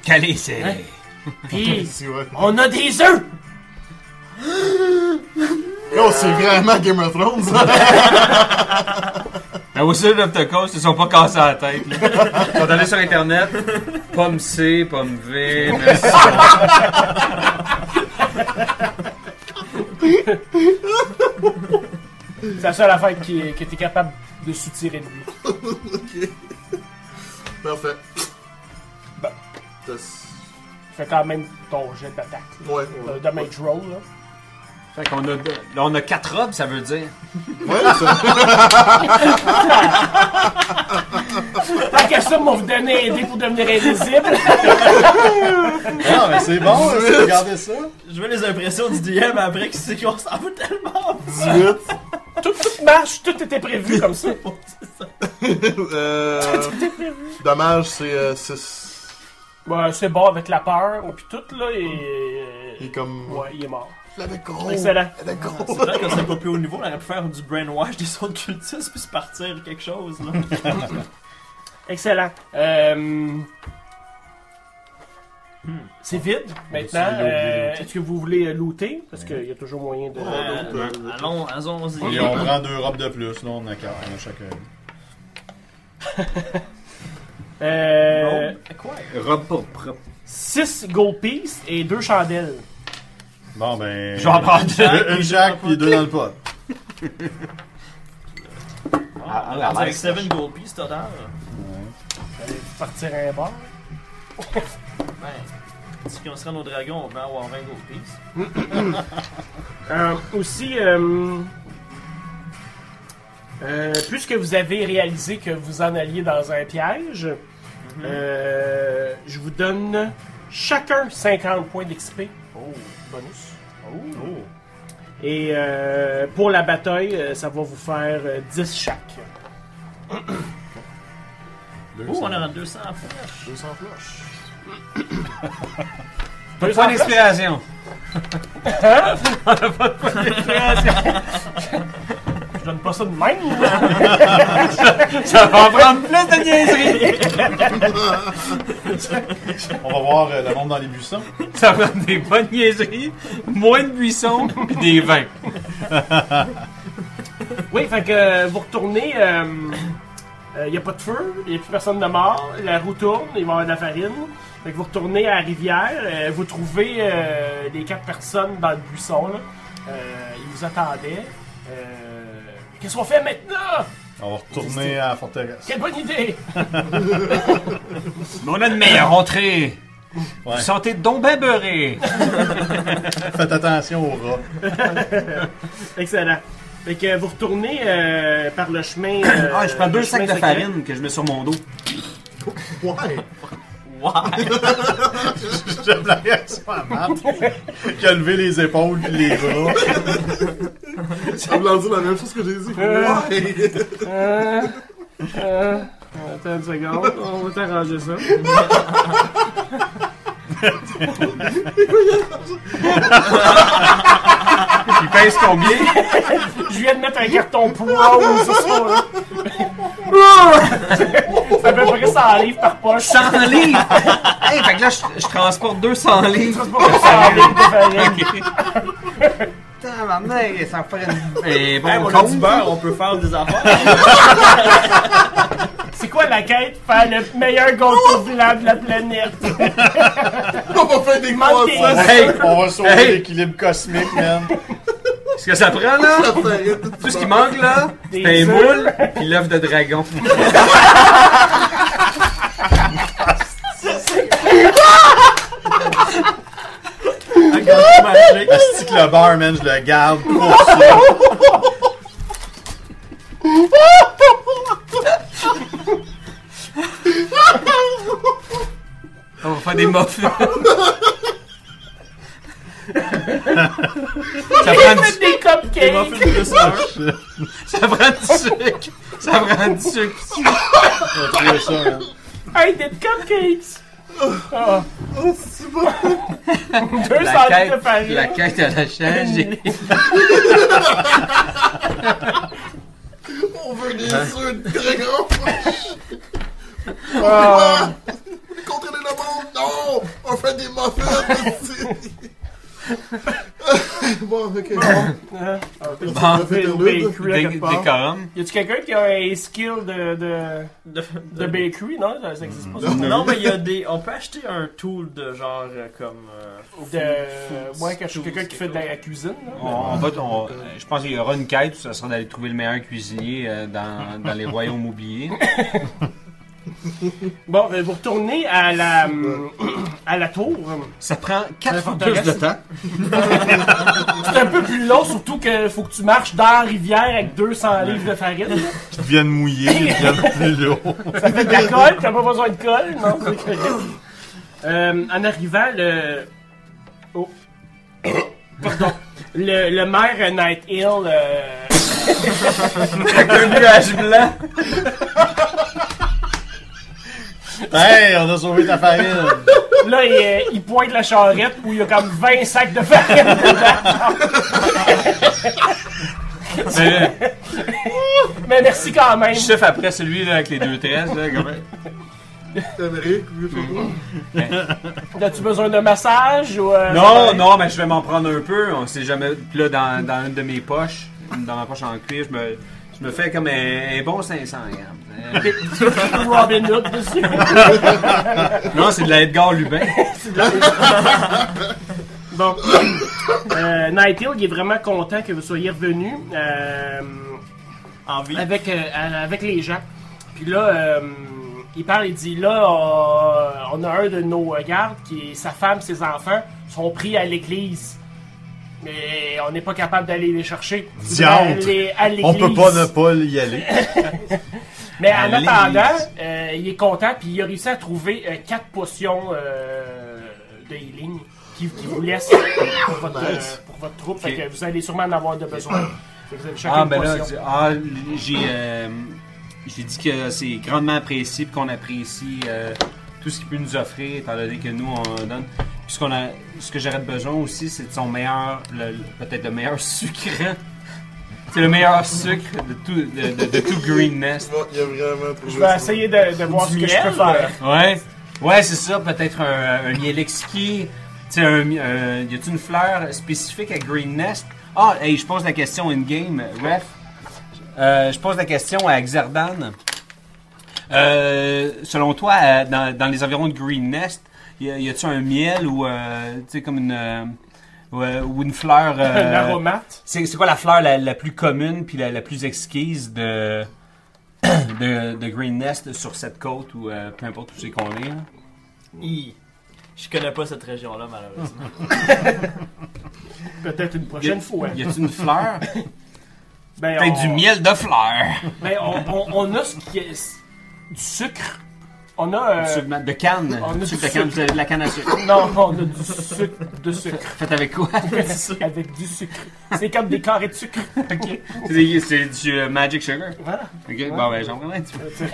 S4: Calé, c'est.
S3: Hein? Puis
S6: Si, ouais.
S3: on a des œufs.
S6: Non, c'est vraiment Game of Thrones, ça.
S4: La Wizard Ben, of the Coast, ils sont pas cassés à la tête. là. Ils sont allés sur internet. Pomme C, pomme V, merci.
S3: C'est la seule affaire qui, que t'es capable de soutirer de lui.
S6: Parfait.
S3: Bon.
S6: Yes.
S3: Fais quand même ton jet d'attaque. là.
S6: Ouais,
S3: Le
S6: ouais.
S3: damage roll, là.
S4: Fait qu'on a, là, on a quatre robes, ça veut dire.
S6: Ouais, ça.
S3: Tant qu'à ça, m'ont vous donner un dé pour devenir invisible.
S7: Ah, Non, mais c'est bon, hein, c'est- regardez ça.
S5: Je veux les impressions du DM après qui sait qu'on s'en fout tellement.
S6: 18.
S3: Tout, tout marche, tout était prévu comme ça.
S6: Euh, Dommage, c'est euh, 6.
S3: Bah, c'est bon avec la peur, puis tout, là, et... euh,
S6: Il est comme.
S3: Ouais, il est mort.
S6: Il avait
S7: Oh.
S6: gros.
S3: Excellent.
S6: Il avait gros.
S5: C'est vrai qu'on serait pas plus haut niveau, on aurait pu faire du brainwash des autres cultistes puis se partir quelque chose, là.
S3: Excellent. Euh, hmm, C'est vide maintenant.
S7: c'est lourd,
S3: Euh,
S7: lourd.
S3: Est-ce que vous voulez euh, looter Parce qu'il y a toujours moyen de.
S6: Oh,
S5: Euh,
S6: Ouais.
S5: allons, allons-y.
S7: Et on prend deux robes de plus, là, on en a quatre, on a chacun.
S3: Euh,
S5: Robe acquire.
S4: Robe pourpre.
S3: 6 gold piece et 2 chandelles.
S7: Bon, ben.
S4: Je vais en prendre deux.
S7: Une chaque, puis deux dans le pot.
S4: Ah,
S5: On est avec 7 gold pieces total.
S3: J'allais partir à un bar.
S5: Ben, si on se rend au dragon, on va avoir 20 gold pieces.
S3: Euh, aussi, euh, euh, puisque vous avez réalisé que vous en alliez dans un piège, euh, je vous donne chacun 50 points d'XP. Oh, bonus. Oh. Et euh, pour la bataille, euh, ça va vous faire euh, 10 chaque.
S5: Oh, on aura 200 flèches.
S6: 200 flèches.
S4: Pas de point d'inspiration.
S3: Je donne pas ça de même.
S4: Ça va en prendre plus de niaiseries.
S7: On va voir euh, le monde dans les buissons.
S4: Ça va prendre des bonnes niaiseries, moins de buissons, pis des vins.
S3: Oui, fait que euh, vous retournez, il n'y a pas de feu, il n'y a plus personne de mort, la roue tourne, il va y avoir de la farine. Fait que vous retournez à la rivière, euh, vous trouvez euh, les quatre personnes dans le buisson. Là. Euh, ils vous attendaient. Euh, Qu'est-ce qu'on fait maintenant?
S7: On va retourner à la forteresse.
S3: Quelle bonne idée!
S4: Mais on a une meilleure entrée.
S7: Ouais.
S4: Vous sentez donc ben beurré.
S7: Faites attention aux rats.
S3: Excellent. Fait que vous retournez euh, par le chemin. euh,
S4: Ah, je prends deux
S3: le chemin
S4: sacs de
S3: secret.
S4: farine que je mets sur mon dos.
S6: Ouais.
S5: Why?
S7: J'aime la réaction à Matt qui a levé les épaules puis les bras.
S6: Ça veut dire la même chose que j'ai dit. Ouais.
S3: Euh, euh, Attends une seconde, on va t'arranger ça.
S7: Il pèse combien?
S3: Je viens de mettre un carton poids ou ce soir. là. C'est à peu près 100 livres par poche.
S4: 100 livres! hey, fait que là, je, je transporte 200 livres.
S3: C'est pas vrai, 100 livres de farine.
S4: Putain, Ah, ma mère, ça ferait une... Eh, bon,
S5: Hey, on a du beurre, on peut faire des affaires.
S3: C'est quoi la quête? Faire le meilleur gâteau blanc de la planète.
S6: On va faire des
S7: On
S6: croissants.
S7: va-
S4: Hey!
S7: on va sauver
S4: Hey!
S7: l'équilibre cosmique, man.
S4: Ce que ça prend, là,
S6: Ça ferait tout
S4: tout ce qui manque, là,
S3: Des
S4: c'est
S3: œufs.
S4: un moule pis l'œuf de dragon.
S5: Un gâteau magique.
S7: Asti que le bar, man, je le garde pour ça.
S4: On va faire des muffins. ça, prend
S3: Des
S4: du,
S5: Des
S3: cupcakes.
S5: muffins plus un.
S4: ça prend du sucre. Ça prend du sucre.
S7: Je vais trouver ça, man.
S3: Hey, des cupcakes. Ah.
S6: Oh, c'est bon.
S3: 200
S4: La
S3: livres de
S4: quête,
S3: farine.
S4: la quête, elle a changé.
S6: On veut des œufs très grands.
S3: Ah.
S6: Contrôler le monde. Non. On fait des muffins. esti. bon, ok.
S3: Ah.
S6: On va faire
S3: Des-
S6: des
S3: des
S6: ludes.
S3: crues à
S4: Dé-
S3: quelque part.
S4: Décorum.
S3: Y a-tu quelqu'un qui a un skill de, de,
S5: De,
S3: de bakery? Non, ça ça existe pas. ça.
S5: Non, mais il y a des. On peut acheter un tool de genre euh, comme. euh,
S3: De... euh, Ouais, quelque- quelqu'un qui fait de la cuisine. là.
S4: On, on va, on- euh, je pense qu'il y aura une quête, ça sera d'aller trouver le meilleur cuisinier euh, dans, dans les royaumes oubliés.
S3: Bon, euh, vous retournez à la, à la tour.
S4: Ça prend 4 fois
S3: forteresse.
S4: plus de temps.
S3: C'est un peu plus long, surtout que faut que tu marches dans la rivière avec 200 livres de farine.
S7: Ils deviennent mouillés, ils deviennent plus lourds.
S3: Ça fait de la colle, t'as pas besoin de colle, non? c'est correct. Euh, en arrivant, le. Oh. Pardon. Le, le maire euh, Night Hill. euh,
S4: Avec un nuage blanc.
S7: Hey, on a sauvé ta farine.
S3: là, il, euh, il pointe la charrette où il y a comme 20 sacs de farine
S4: Mais, euh,
S3: Mais merci quand même.
S4: chef après celui là avec les deux tresses. Là, comme...
S6: T'aimerais que vous faites quoi?
S3: As-tu besoin d'un massage ou. euh,
S4: Non, non, mais je vais m'en prendre un peu. On sait jamais. Puis Là, dans, dans une de mes poches, dans ma poche en cuir, je me, je me fais comme un, un bon 500 grammes. Euh,
S3: Robin Hood dessus.
S4: non, c'est de la Edgar Lubin.
S3: Bon. Euh, Night Hill, il est vraiment content que vous soyez revenu euh,
S5: En vie.
S3: avec, euh, avec les gens. Puis là, euh, il parle, il dit là, on, on a un de nos euh, gardes qui est sa femme, ses enfants sont pris à l'église. Mais on n'est pas capable d'aller les chercher.
S7: Diantre!
S3: Aller à
S7: On peut pas ne
S3: l'église.
S7: pas y aller.
S3: Mais en
S4: Allez.
S3: attendant, euh, il est content, puis il a réussi à trouver euh, quatre potions euh, de healing qui, qui vous laissent pour votre, euh, pour votre troupe. Fait
S4: Ok.
S3: que vous allez sûrement en avoir de besoin. Fait que vous avez chacun
S4: Ah,
S3: une
S4: ben là,
S3: potion.
S4: tu- ah, j'ai euh, j'ai dit que c'est grandement apprécié puis qu'on apprécie euh, tout ce qu'il peut nous offrir, étant donné que nous, on donne. Puis ce, qu'on a, ce que j'aurais besoin aussi, c'est de son meilleur, le- le- peut-être le meilleur sucrant. C'est le meilleur sucre de tout, de, de- de tout Green Nest.
S6: Bon, il a vraiment trouvé
S3: Je vais
S6: ça.
S3: essayer de, de voir ce que
S5: miel,
S3: je peux faire.
S4: Ouais, ouais c'est ça, peut-être un, un miel exquis. Tu sais, un, mi- un- y a-t-il une fleur spécifique à Green Nest? Ah, hey, je pose la question in-game, ref. Euh, je pose la question à Xerdan. Euh, selon toi, euh, dans, dans les environs de Green Nest, y a- y a-tu un miel ou, euh, tu sais, comme une. euh, ou, euh, ou une fleur. euh,
S3: L'aromate.
S4: c'est c'est quoi la fleur la, la plus commune puis la, la plus exquise de, de, de Green Nest sur cette côte ou euh, peu importe où c'est qu'on est? là?
S5: Hi. Je connais pas cette région-là, malheureusement.
S3: Peut-être une prochaine fois.
S4: Y a-t-il une fleur?
S3: Ben,
S4: Peut-être
S3: on- Euh,
S4: du miel de fleur!
S3: ben, on, on- on a ce qui est, du sucre On a. euh,
S4: Du sucre de canne.
S3: on a
S4: Du
S3: du
S4: sucre de canne,
S3: sucre.
S4: vous avez de la canne à sucre.
S3: Non, on a du sucre. De sucre.
S4: Faites avec quoi
S3: Avec du sucre. C'est comme des carrés de sucre.
S4: Ok. C'est- C'est du euh, Magic Sugar.
S3: Voilà.
S4: Ok, bon, ben j'en prendrai un petit peu.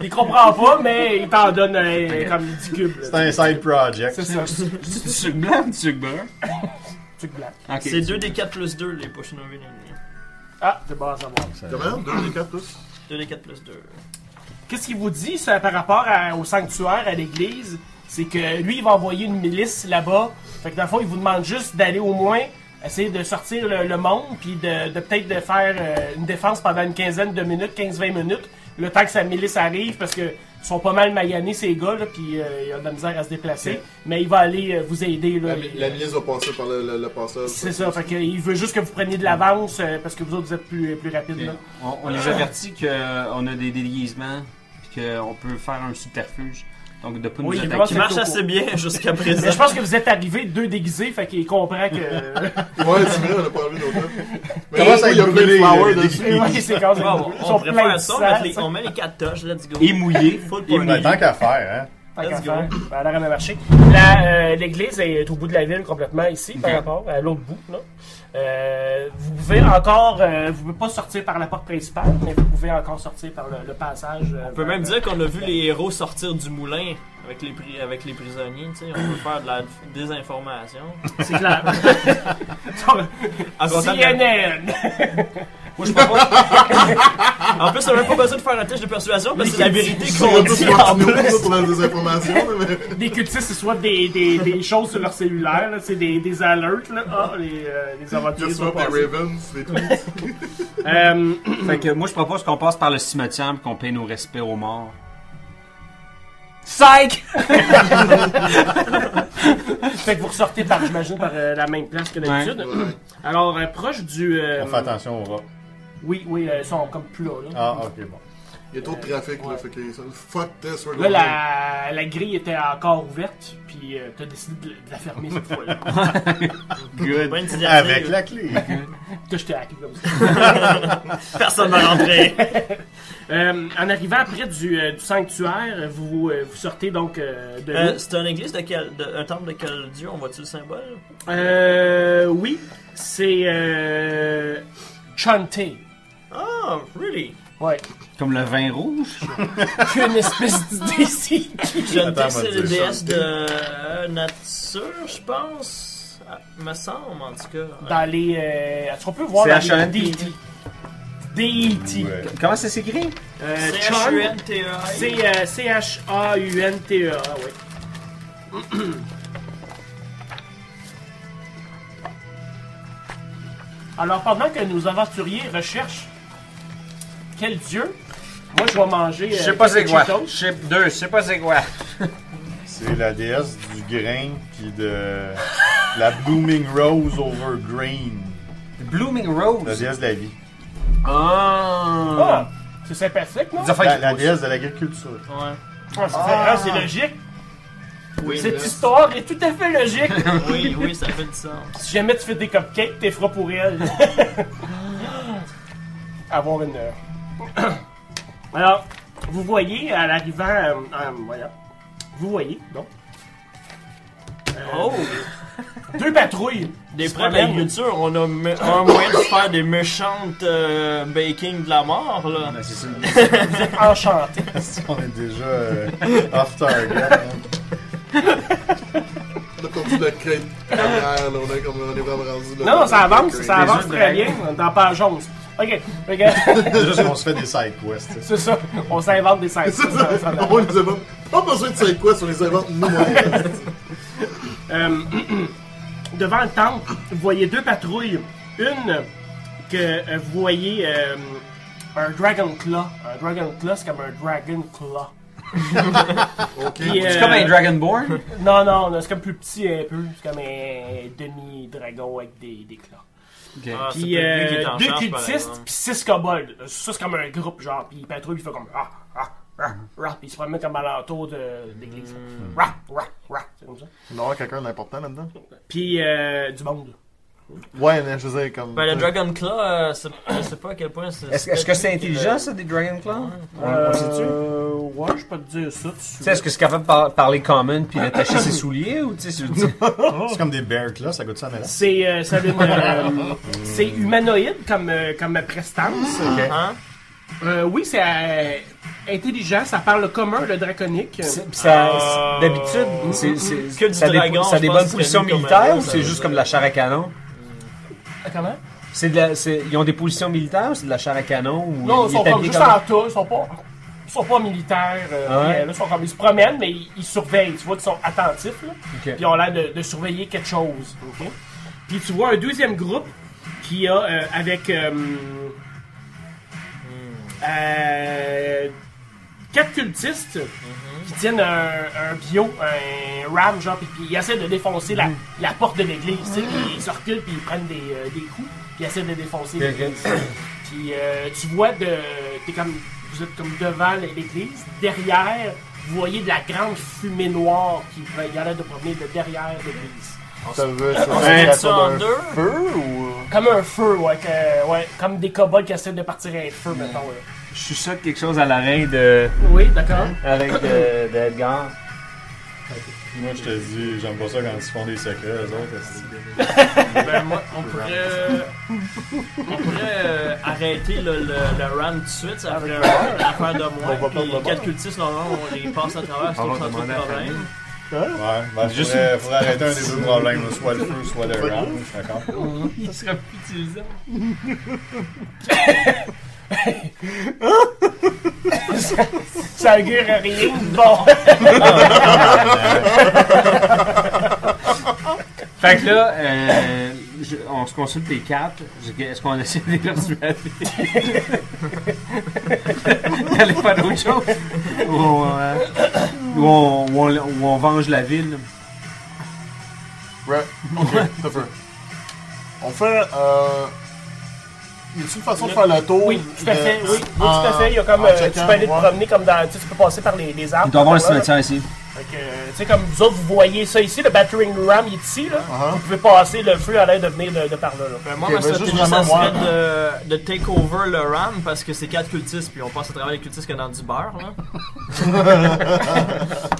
S3: Il comprend pas, mais il t'en donne euh, comme 10 cubes. là.
S7: C'est un side project.
S3: C'est ça.
S4: C'est du sucre blanc ou du sucre brun
S3: Sucre blanc.
S4: Ok.
S5: C'est 2 des 4 plus 2, les potions de
S3: Ah, c'est bon à savoir.
S6: Combien? Deux des quatre tous?
S5: 2 des 4 plus 2.
S3: Qu'est-ce qu'il vous dit ça, par rapport à- au sanctuaire, à l'église? C'est que lui, il va envoyer une milice là-bas. Fait que dans le fond, il vous demande juste d'aller au moins essayer de sortir le, le monde, puis de, de peut-être de faire euh, une défense pendant une quinzaine de minutes, 15-20 minutes, le temps que sa milice arrive, parce que ils sont pas mal maillanés, ces gars, là, puis euh, il a de la misère à se déplacer. Mais il va aller euh, vous aider. Là,
S6: La,
S3: Il-
S6: la milice va passer par le, le- le passage.
S3: C'est ça, fait que euh, il veut juste que vous preniez de l'avance, euh, parce que vous autres, vous êtes plus, plus rapide.
S4: Ok.
S3: là.
S4: On, on
S3: Ah.
S4: les avertit qu'on a des déguisements et qu'on peut faire un subterfuge. Donc de pas nous
S3: Oui, il
S4: attaquer.
S3: pense-
S5: Qui marche assez bien jusqu'à présent.
S3: Mais je pense que vous êtes arrivés deux déguisés, fait qu'il comprend que... euh,
S6: Ouais, c'est vrai, on a pas enlevé nos gars. Mais
S7: Comment ça
S6: oui, il y a plein
S7: brûlé,
S6: de flowers
S7: euh, des-
S6: dessus.
S3: Oui, c'est quand même.
S5: Bon,
S3: Ils
S5: on
S3: sont
S5: pourrait
S3: pleins
S5: faire
S3: de
S5: ça,
S3: sang.
S5: on met les-
S3: ça.
S5: on met les 4 toches, let's go.
S4: Et mouillé.
S5: Full
S4: Et
S5: point.
S7: Ben, tant qu'à faire, hein.
S3: Tant qu'à
S5: Let's
S3: faire, ben, elle a rien à marcher. La, euh, L'église est au bout de la ville complètement ici par rapport à l'autre bout. Là. Euh, vous pouvez encore, euh, vous pouvez pas sortir par la porte principale, mais vous pouvez encore sortir par le, le passage. euh,
S5: On peut même dire qu'on a vu les héros sortir du moulin avec les, pri- avec les prisonniers, tu sais, on peut faire de la désinformation.
S3: C'est clair. Ah,
S5: En
S3: CNN.
S5: Moi, je propose... en plus, on n'a même pas besoin de faire un test de persuasion parce que c'est la vérité qu'on
S6: On
S5: dit
S6: dit
S5: en
S6: nous
S5: plus.
S6: ça, pour la désinformation, mais
S3: Des cultistes, c'est soit des, des, des choses sur leur cellulaire, là, c'est des, des alertes, là. Ah, les, euh, les aventuriers
S6: je
S3: sont
S6: swap des
S3: passés.
S6: Ravens, des tweets.
S3: Euh,
S4: Fait que moi je propose qu'on passe par le cimetière et qu'on paye nos respects aux morts. Psych!
S3: fait que vous ressortez par, j'imagine, par euh, la même place que d'habitude.
S6: Ouais.
S3: Alors, euh, proche du... euh,
S7: On fait attention au rap.
S3: Oui, oui, euh, ils sont comme plus là. Là,
S7: Ah, ok, bon.
S6: Il y a trop de trafic, là, fait que ça- fuck this, we're
S3: Là,
S6: going.
S3: la, la grille était encore ouverte, puis euh, t'as décidé de, de la fermer cette fois-là.
S4: Good.
S5: Bonne initiative.
S7: Avec la clé.
S3: T'as jeté à la clé comme ça.
S5: Personne va rentrer.
S3: Euh, en arrivant près du, euh, du sanctuaire, vous, euh, vous sortez donc euh, de
S5: Euh,
S3: l'eau.
S5: c'est une église de quel... de- un temple de quel dieu? On voit-tu le symbole?
S3: Euh, oui, c'est euh, Chanté.
S5: Oh, really?
S3: Ouais.
S4: Comme le vin rouge.
S3: J'ai une espèce d'idée ici.
S5: Chanté,
S7: Attends,
S5: c'est
S7: moi,
S5: le
S7: dis-
S5: déesse de euh, nature, je pense. Ah, me semble, en tout cas.
S3: Dans les... Euh, est-ce qu'on peut voir
S4: C'est
S3: dans
S4: H.A.N.T..
S3: les D.E.T. D.E.T.
S7: Ouais.
S4: Comment ça s'écrit?
S3: Euh, Chan-
S5: E C-H-U-N-T-E-I.
S3: C'est euh, C-H-A-U-N-T-E-A, oui. Alors, pendant que nos aventuriers recherchent quel dieu, moi je vais manger. euh,
S4: Je sais pas c'est quoi.
S3: Cheetos.
S4: Chip 2, je sais pas c'est quoi.
S7: C'est la déesse du grain puis de la blooming rose over green.
S4: The Blooming
S7: La
S4: Rose.
S7: déesse de la vie.
S3: Ah,
S4: Ah!
S3: c'est sympathique, non?
S4: Des affaires
S7: La,
S4: qui
S7: la
S4: poussent.
S7: déesse de l'agriculture.
S5: Ouais.
S3: Ah, c'est ah, c'est logique. Cette histoire est tout à fait logique.
S5: Oui, oui, ça fait du sens.
S3: si jamais tu fais des cupcakes, t'es feras pour elle. Avoir une heure. Alors, vous voyez à l'arrivant. euh, euh, voyons. Vous voyez, donc, Euh,
S5: Oh!
S3: deux patrouilles.
S5: Des
S3: Se
S5: preuves de
S3: promènent.
S5: l'agriculture, on a me- un moyen de faire des méchantes euh, baking de la mort, là.
S4: Ben, c'est ça.
S3: enchanté.
S7: On est déjà euh, off target. hein.
S6: On a perdu la crête arrière, là, on est comme, on est vraiment rendu là.
S3: Non, non, ça avance,
S6: Crête.
S3: ça avance très bien. On est dans page 11. Ok, ok,
S7: C'est juste qu'on se fait des side quests.
S3: c'est ça. On s'invente des scènes.
S6: C'est ça, on les invente. Pas besoin de savoir quoi, on les invente nous-mêmes.
S3: Euh, devant le temple, vous voyez deux patrouilles. Une que euh, vous voyez euh, un Dragon Claw. Un Dragon Claw, c'est comme un Dragon Claw.
S6: Ok.
S3: Puis,
S4: C'est
S3: euh,
S4: comme un Dragonborn.
S3: Non, non, non, c'est comme plus petit un peu. C'est comme un demi-dragon avec des, des claws.
S5: Ah, c'est
S3: Puis
S5: peut-être lui qui
S3: euh,
S5: est en
S3: deux
S5: charge, par
S3: cultistes,
S5: exemple.
S3: puis six kobolds. Euh, Ça, c'est comme un groupe, genre. Puis ils patrouillent, ils font comme. Ah, ah, ah, ah. Puis ils se promènent comme à l'entour de l'église.
S5: Hmm.
S3: Ah, ah, ah. C'est comme ça.
S6: Non, quelqu'un d'important là-dedans.
S3: Puis euh, du monde.
S6: Ouais, mais je veux dire, comme.
S5: Ben, le Dragon Claw, euh, c'est- je sais pas à quel point c'est. euh,
S4: Est-ce est-ce que c'est intelligent, ça, des Dragon Claw? On, on le sait-tu?
S3: Euh, ouais, je peux te dire ça. tout de
S4: Tu
S3: suite.
S4: sais, est-ce que c'est capable de par- parler common puis d'attacher ses souliers ou tu sais, je veux dire-
S7: C'est comme des bears, là, ça goûte ça, mais là.
S3: C'est euh, ça a une, euh, c'est humanoïde comme, euh, comme prestance.
S5: Hein?
S3: Euh, oui, c'est euh, intelligent, ça parle le commun, le draconique.
S4: c'est- pis
S3: Ah.
S4: ça- D'habitude, c'est- c'est-
S5: Que du
S4: ça a des-
S5: dragon,
S4: ça a des
S5: je pense
S4: bonnes
S5: que c'est
S4: positions
S5: mieux comme
S4: militaires
S5: un
S4: ou
S5: gros,
S4: c'est
S5: ça-
S4: juste comme de la chair à canon?
S3: Ah, Comment?
S4: C'est de la- c'est- ils ont des positions militaires ou c'est de la chair à canon? Ou
S3: Non,
S4: ils
S3: ils sont
S4: établissent
S3: comme juste
S4: comment?
S3: en tas, ils sont pas. Ils sont pas militaires, euh,
S4: Ah ouais?
S3: réels, ils, sont comme, ils se promènent, mais ils, ils surveillent. Tu vois qu'ils sont attentifs, là,
S4: Ok.
S3: puis ils ont l'air de, de surveiller quelque chose. ok? Puis tu vois un deuxième groupe qui a euh, avec euh,
S4: Hmm.
S3: euh, quatre cultistes
S4: Mm-hmm.
S3: qui tiennent un, un bio, un ram, genre, puis, puis ils essaient de défoncer la,
S4: Mm-hmm.
S3: la porte de l'église. tu sais, puis Ils se reculent, puis ils prennent des, euh, des coups, puis ils essaient de défoncer
S4: Ok,
S3: l'église.
S4: ok.
S3: Puis euh, tu vois de. T'es comme. Vous êtes comme devant l'église. Derrière, vous voyez de la grande fumée noire qui il y en a de provenir de derrière l'église.
S6: Ça veut ça,
S5: se
S6: c'est
S5: met
S6: la
S5: ça
S6: sorte
S5: en
S6: d'un
S5: deux?
S6: feu ou.
S3: Comme un feu, ouais, que- ouais, comme des kobolds qui essaient de partir un feu, mettons. là.
S4: Je chuchote quelque chose à l'oreille de,
S3: Oui, d'accord.
S4: avec euh, de Edgar.
S7: Moi, je te dis, j'aime pas ça quand ils font des secrets, eux autres. est-ce que-
S5: Ben, moi, on pourrait. euh, on pourrait euh, arrêter le, le, le ram tout de suite, ça ferait un- affaire de
S6: On va
S5: moi. Puis
S6: perdre le
S5: les
S6: bord.
S5: 4 cultistes, normalement, on les passe à travers, c'est
S4: On
S5: tout
S4: va
S5: sans trop de
S4: demander à la famille.
S5: problème.
S7: Ouais, ben,
S4: Juste-
S7: faudrait, faudrait arrêter un des deux problèmes, là, soit le feu, soit le round, d'accord?
S5: Il serait plus utilisable.
S3: Ça augure rien de bon.
S4: Fait que là, euh, je- on se consulte les quatre. Je- Est-ce qu'on essaie de les persuader? D'aller faire d'autres choses? Ou on, euh, ou on- ou on- ou on venge la ville?
S6: Ouais. Ok, ça peut. On fait. Euh... Y a-t-il une façon de faire le tour
S3: Oui, tout à fait,
S6: de-
S3: oui, oui, tout à fait. Il y a comme.
S6: en
S3: euh, tu
S6: checkant,
S3: peux aller te
S6: ouais.
S3: promener comme dans. Tu sais, tu peux passer par les, les arbres.
S4: Il doit y avoir un
S3: par là, là.
S4: cimetière ici.
S3: Fait que, euh, tu sais, comme vous autres, vous voyez ça ici, le battering ram, il est ici, là.
S6: Uh-huh.
S3: Vous pouvez passer le feu à l'air de venir de, de par là, là.
S5: Ben, moi,
S6: Ok,
S5: ma
S6: ben, juste
S5: stratégie,
S6: vraiment
S5: ça
S6: moi.
S5: serait de, de take over le RAM parce que c'est 4 cultistes, puis on passe à travers les cultistes que dans du beurre. Là.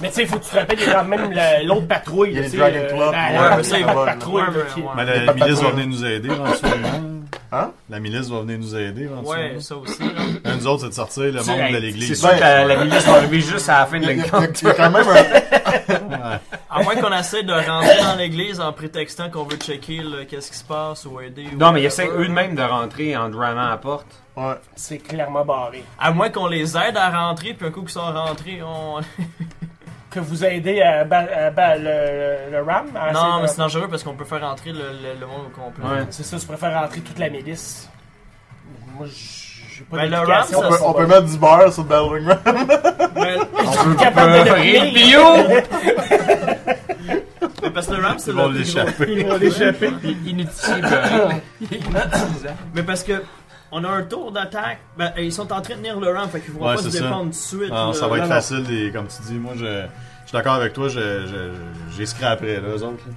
S3: Mais tu sais, il faut que tu te rappelles, il y a quand même la- l'autre patrouille.
S6: Il y a
S3: tu
S6: les
S3: sais,
S6: Dragon
S3: euh, ah,
S6: Club,
S3: la-
S6: ouais,
S3: la-
S5: mais ça,
S3: la
S5: ils
S6: vont-
S3: patrouille,
S5: ouais,
S3: là, qui-
S5: ouais.
S7: Mais
S6: Les
S7: Ben, la
S6: patates
S7: milice va
S6: brûlées.
S7: venir nous aider éventuellement.
S6: Hein?
S7: La milice va venir nous aider
S5: Ouais,
S7: éventuellement.
S5: ça aussi. Là.
S7: Un nous autres, c'est de sortir le monde de
S4: C'est
S7: l'église.
S4: sûr que la,
S7: Ben,
S4: la milice va arriver juste à la fin de
S6: Il y a-
S4: la
S3: ah,
S6: il y a- il y a quand même un.
S5: À moins qu'on essaie de rentrer dans l'église en prétextant qu'on veut checker là, qu'est-ce qui se passe ou aider. ou
S4: Non, mais ils
S5: whatever.
S4: essaient eux-mêmes de rentrer en dramant à la porte.
S6: Ouais.
S3: euh, C'est clairement barré.
S5: À moins qu'on les aide à rentrer, puis un coup qu'ils sont rentrés, on.
S3: Que vous aidez à, ba- à ba- le, le ram à
S5: non, mais c'est
S3: essayer de-
S5: dangereux parce qu'on peut faire rentrer le, le, le monde au complet.
S4: Ouais.
S3: C'est ça, je préfère rentrer toute la milice. Moi, j'ai pas
S5: Ben, le
S3: d'explication
S5: ram,
S6: On
S5: ça,
S6: peut,
S5: c'est
S3: pour
S6: on
S3: ça.
S6: peut mettre du beurre sur le Bellring Ram.
S5: Mais,
S3: Je suis capable de le
S4: Rire
S3: tenir.
S4: bio!
S5: mais parce que le RAM, c'est
S7: Ils vont
S5: le plus gros.
S7: l'échapper.
S3: Ils vont l'échapper.
S4: Inutile.
S7: ben.
S5: Mais parce que. On a un tour d'attaque. Ben, ils sont en train de tenir le RAM, fait qu'ils vont
S7: Ouais,
S5: pas se
S7: c'est ça.
S5: défendre tout de suite. là.
S7: Non, Ah, ça va
S3: Non,
S7: être
S3: non.
S7: facile, des- comme tu dis. Moi, je, je suis d'accord avec toi, je, je, je- j'ai scraperais, là, eux autres. là.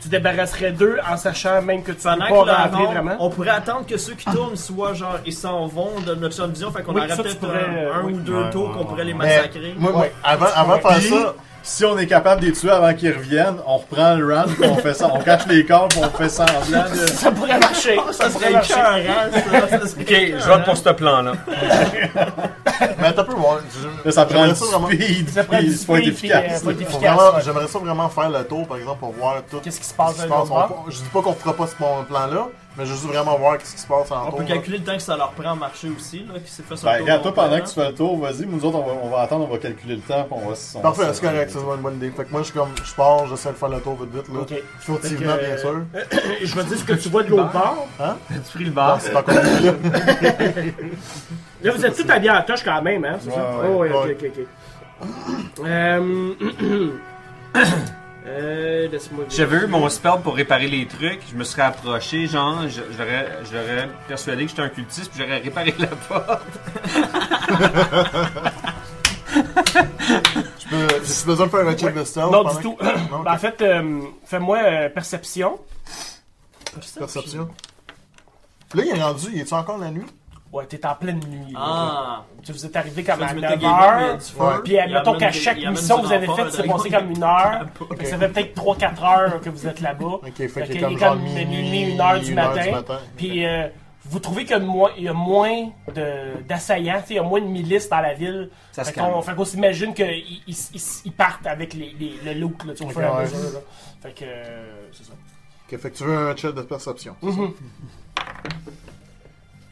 S3: Tu débarrasserais d'eux en sachant même que tu
S5: Pendant
S3: peux
S5: que
S3: pas
S5: là,
S3: rentrer
S5: on-
S3: vraiment. Ah.
S5: on pourrait attendre que ceux qui tournent soient genre ils s'en vont de notre champ de vision, fait qu'on
S3: Oui,
S5: aurait
S3: ça, tu
S5: peut-être
S3: pourrais,
S5: un,
S3: euh,
S5: un
S3: oui.
S5: ou deux
S7: Ouais,
S5: tours
S7: ouais,
S5: qu'on
S7: ouais,
S5: pourrait les
S7: ouais.
S5: massacrer.
S6: Moi, moi, avant, avant de faire
S7: Puis,
S6: ça,
S7: si on est capable de les tuer avant qu'ils reviennent, on reprend le round, puis on fait ça. On cache les corps, puis on fait semblant de...
S3: Ça pourrait marcher.
S5: Ah, Ça serait écœurant, ça. ça serait
S4: Ok, je vote pour ce plan-là.
S6: mais attends un peu, moi.
S7: Là, ça prend
S6: j'aimerais
S7: du
S6: ça vraiment.
S7: speed,
S3: Ça prend
S7: puis
S3: du
S7: c'est pas
S3: speed,
S7: efficace.
S3: puis, euh,
S7: là.
S3: pas
S6: faut
S3: efficace,
S6: vraiment-
S3: ouais.
S6: J'aimerais ça vraiment faire le tour, par exemple, pour voir tout.
S3: Qu'est-ce qui se passe
S6: ce qui
S3: dans
S6: se
S3: Ah, le
S6: passe.
S3: bord?
S6: On- Je dis pas qu'on fera pas ce plan- plan-là, mais je veux juste vraiment voir ce qui se passe en
S5: On
S6: tour.
S5: peut
S6: là.
S5: calculer le temps que ça leur prend à marcher aussi, là, qu'ils se fassent
S7: Ben,
S5: un tour
S7: regarde, toi,
S5: complet,
S7: pendant
S5: hein.
S7: que tu fais le tour, vas-y, nous autres, on va, on va attendre, on va calculer le temps, puis on va... s- on va
S6: Parfait,
S7: s-
S6: c'est correct, c'est une bonne idée. Fait que moi, je suis comme, je pars, j'essaie de faire le tour vite vite, là.
S3: Ok.
S6: Furtivement,
S3: Fait que, euh,
S6: bien sûr.
S3: Je me dis ce que tu vois de l'autre bord.
S4: Tu pris le
S6: Ah,
S4: bar.
S6: c'est encore mieux, là.
S3: Là, vous êtes tous habillés en toche quand même, hein, c'est
S7: Ouais,
S3: ça?
S7: ouais,
S3: Oh, oui,
S6: ouais.
S3: ok, ok, ok. Euh, euh, laisse-moi vérifier.
S4: J'avais eu mon spell pour réparer les trucs, je me serais approché, genre, je- j'aurais j'aurais persuadé que j'étais un cultiste, puis j'aurais réparé la porte.
S6: Je peux- J'ai besoin de faire un check de stealth.
S3: Non, Bah,
S6: pendant
S3: du
S6: que-
S3: tout.
S6: Non,
S3: Ben, en fait, euh, fais-moi euh, perception.
S6: Perception. Là, il est rendu. Il est encore la nuit?
S3: Ouais, t'es en pleine nuit. là.
S5: Ah!
S3: Tu vous êtes arrivé comme
S5: Fait
S3: à
S5: que je
S3: 9
S5: m'étais gamer, il y a
S3: h
S5: du feu.
S3: Puis,
S5: Il
S3: mettons
S5: amène
S3: qu'à
S5: des-
S3: chaque
S5: il amène
S3: mission
S5: du
S3: que vous avez
S5: renfort,
S3: faite, c'est
S5: dragon.
S3: passé comme une heure. Fait que ça fait peut-être 3-4 heures que vous êtes là-bas.
S6: Ok, fait
S3: Fait
S6: qu'il
S3: qu'il
S6: est
S3: est
S6: comme genre
S3: comme
S6: minuit,
S3: minuit, une heure du
S6: une heure
S3: matin.
S6: du matin.
S3: Puis euh, vous trouvez qu'il y a moins, il y a moins de- d'assaillants, tu sais, il y a moins de milices dans la ville.
S4: Ça
S3: fait
S4: se calme.
S3: qu'on fait qu'on s'imagine qu'ils ils- ils- ils- ils partent avec les, les- le look là, tu sais, au fur et à
S6: ouais.
S3: mesure. là. Fait que euh, c'est ça.
S6: Ok, fait que tu veux un check de perception. c'est
S3: Mhm.
S6: ça?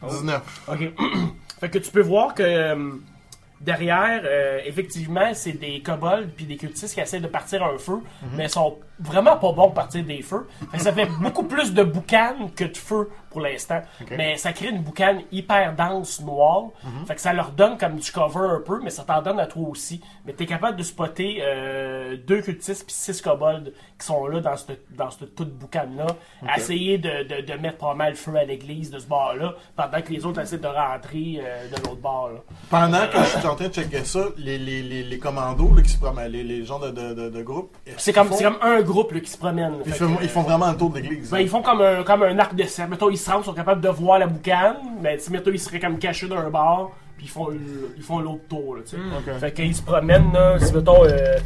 S6: 19.
S3: OK. fait que tu peux voir que euh, derrière, euh, effectivement, c'est des kobolds puis des cultistes qui essaient de partir un feu, mais ils sont vraiment pas bons pour partir des feux. Fait que ça fait beaucoup plus de boucanes que de feu pour l'instant. Mais ça crée une boucane hyper dense, noire. Fait que ça leur donne comme du cover un peu, mais ça t'en donne à toi aussi. Mais t'es capable de spotter euh, deux cultistes puis six kobolds qui sont là dans cette, dans cette toute boucane-là. Essayer de, de, de mettre pas mal le feu à l'église de ce bord-là, pendant que les autres essaient de rentrer euh, de l'autre bord. Là.
S6: Pendant que je suis en train de checker ça, les, les, les, les commandos là, qui se promènent, les, les gens de, de, de, de groupe,
S3: C'est comme,
S6: ils font,
S3: c'est comme un groupe là, qui se promène.
S6: ils,
S3: Fait
S6: font,
S3: que,
S6: ils font vraiment le tour de l'église.
S3: ben, ils font comme un, comme un arc de cercle. Mettons, ils se rendent, ils sont capables de voir la boucane, mais si, mettons, ils seraient comme cachés d'un bar, puis ils font, le- ils font l'autre tour. Là, tu sais.
S6: Hmm.
S3: Fait qu'ils se promènent, là, si, mettons, euh,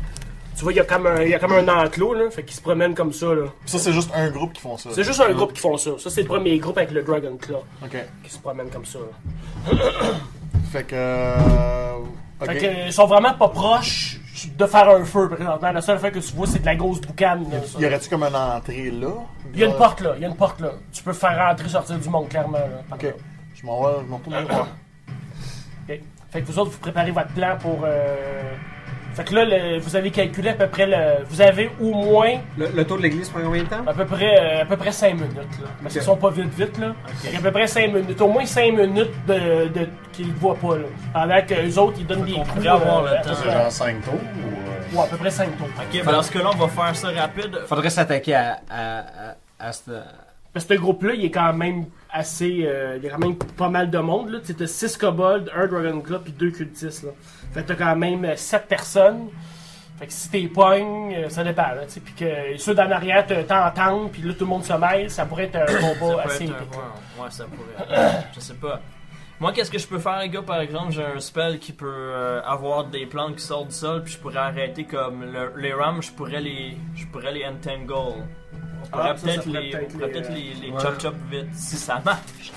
S3: tu vois, il y, a comme un- il y a comme un enclos, là, fait qu'ils se promènent comme ça. Là.
S6: Ça, c'est juste un groupe qui font ça.
S3: C'est juste un groupe qui font ça. Ça, c'est le premier groupe avec le Dragon Claw
S6: Ok.
S3: qui se promène comme ça. là.
S6: Fait que. euh, Ok.
S3: Fait qu'ils sont vraiment pas proches de faire un feu présentement. La seule fois que tu vois, c'est de la grosse boucane. là, ça.
S6: Y aurait-tu comme une entrée là
S3: Il y a une porte là, il y a une porte là. Tu peux faire rentrer, sortir du monde, clairement. Là, par
S6: Ok.
S3: là.
S6: Je m'en vais, je m'en retourne voir.
S3: Ok. Fait que vous autres, vous préparez votre plan pour. euh, Fait que là, le- vous avez calculé à peu près le. Vous avez au moins
S4: Le, le tour de l'église prend combien de temps?
S3: à peu près, euh, à peu près 5 minutes. Là, parce qu'ils sont pas vite, vite. Là. Fait qu'à peu près 5 minutes. Au moins 5 minutes de, de... qu'ils ne voient pas. Là. Pendant qu'eux autres, ils donnent des
S5: qu'on
S3: coups.
S5: pourrait avoir
S3: euh,
S5: le temps.
S7: C'est genre 5 tours ou. euh,
S3: Ouais, à peu près 5 tours.
S5: Ok, ben dans ce cas-là, on va faire ça rapide.
S4: Faudrait s'attaquer à, à, à, à cette...
S3: Mais ce groupe-là, il est quand même assez. euh, il y a quand même pas mal de monde. Là. Tu sais, T'as 6 kobolds, 1 dragon claw puis 2 cultistes. Là. Fait que t'as quand même 7 personnes. Fait que si t'es pogne, euh, ça dépend. Là, tu sais. puis que ceux d'en arrière te- t'entendent, puis là tout le monde se mêle, ça pourrait être un
S5: Ça
S3: combat
S5: peut
S3: assez
S5: être un-
S3: épique. là.
S5: ouais, ouais, ça pourrait. je sais pas. Moi, qu'est-ce que je peux faire, les gars, par exemple, j'ai un spell qui peut euh, avoir des plantes qui sortent du sol, puis je pourrais arrêter comme le- les rams, je pourrais les, je pourrais les entangle. On pourrait
S3: Ah, ça, ça
S5: peut-être
S3: pourrait
S5: les,
S3: peut-être
S5: on pourrait
S3: les, euh,
S5: peut-être les, euh, les
S4: ouais.
S5: chop chop vite, si ça marche.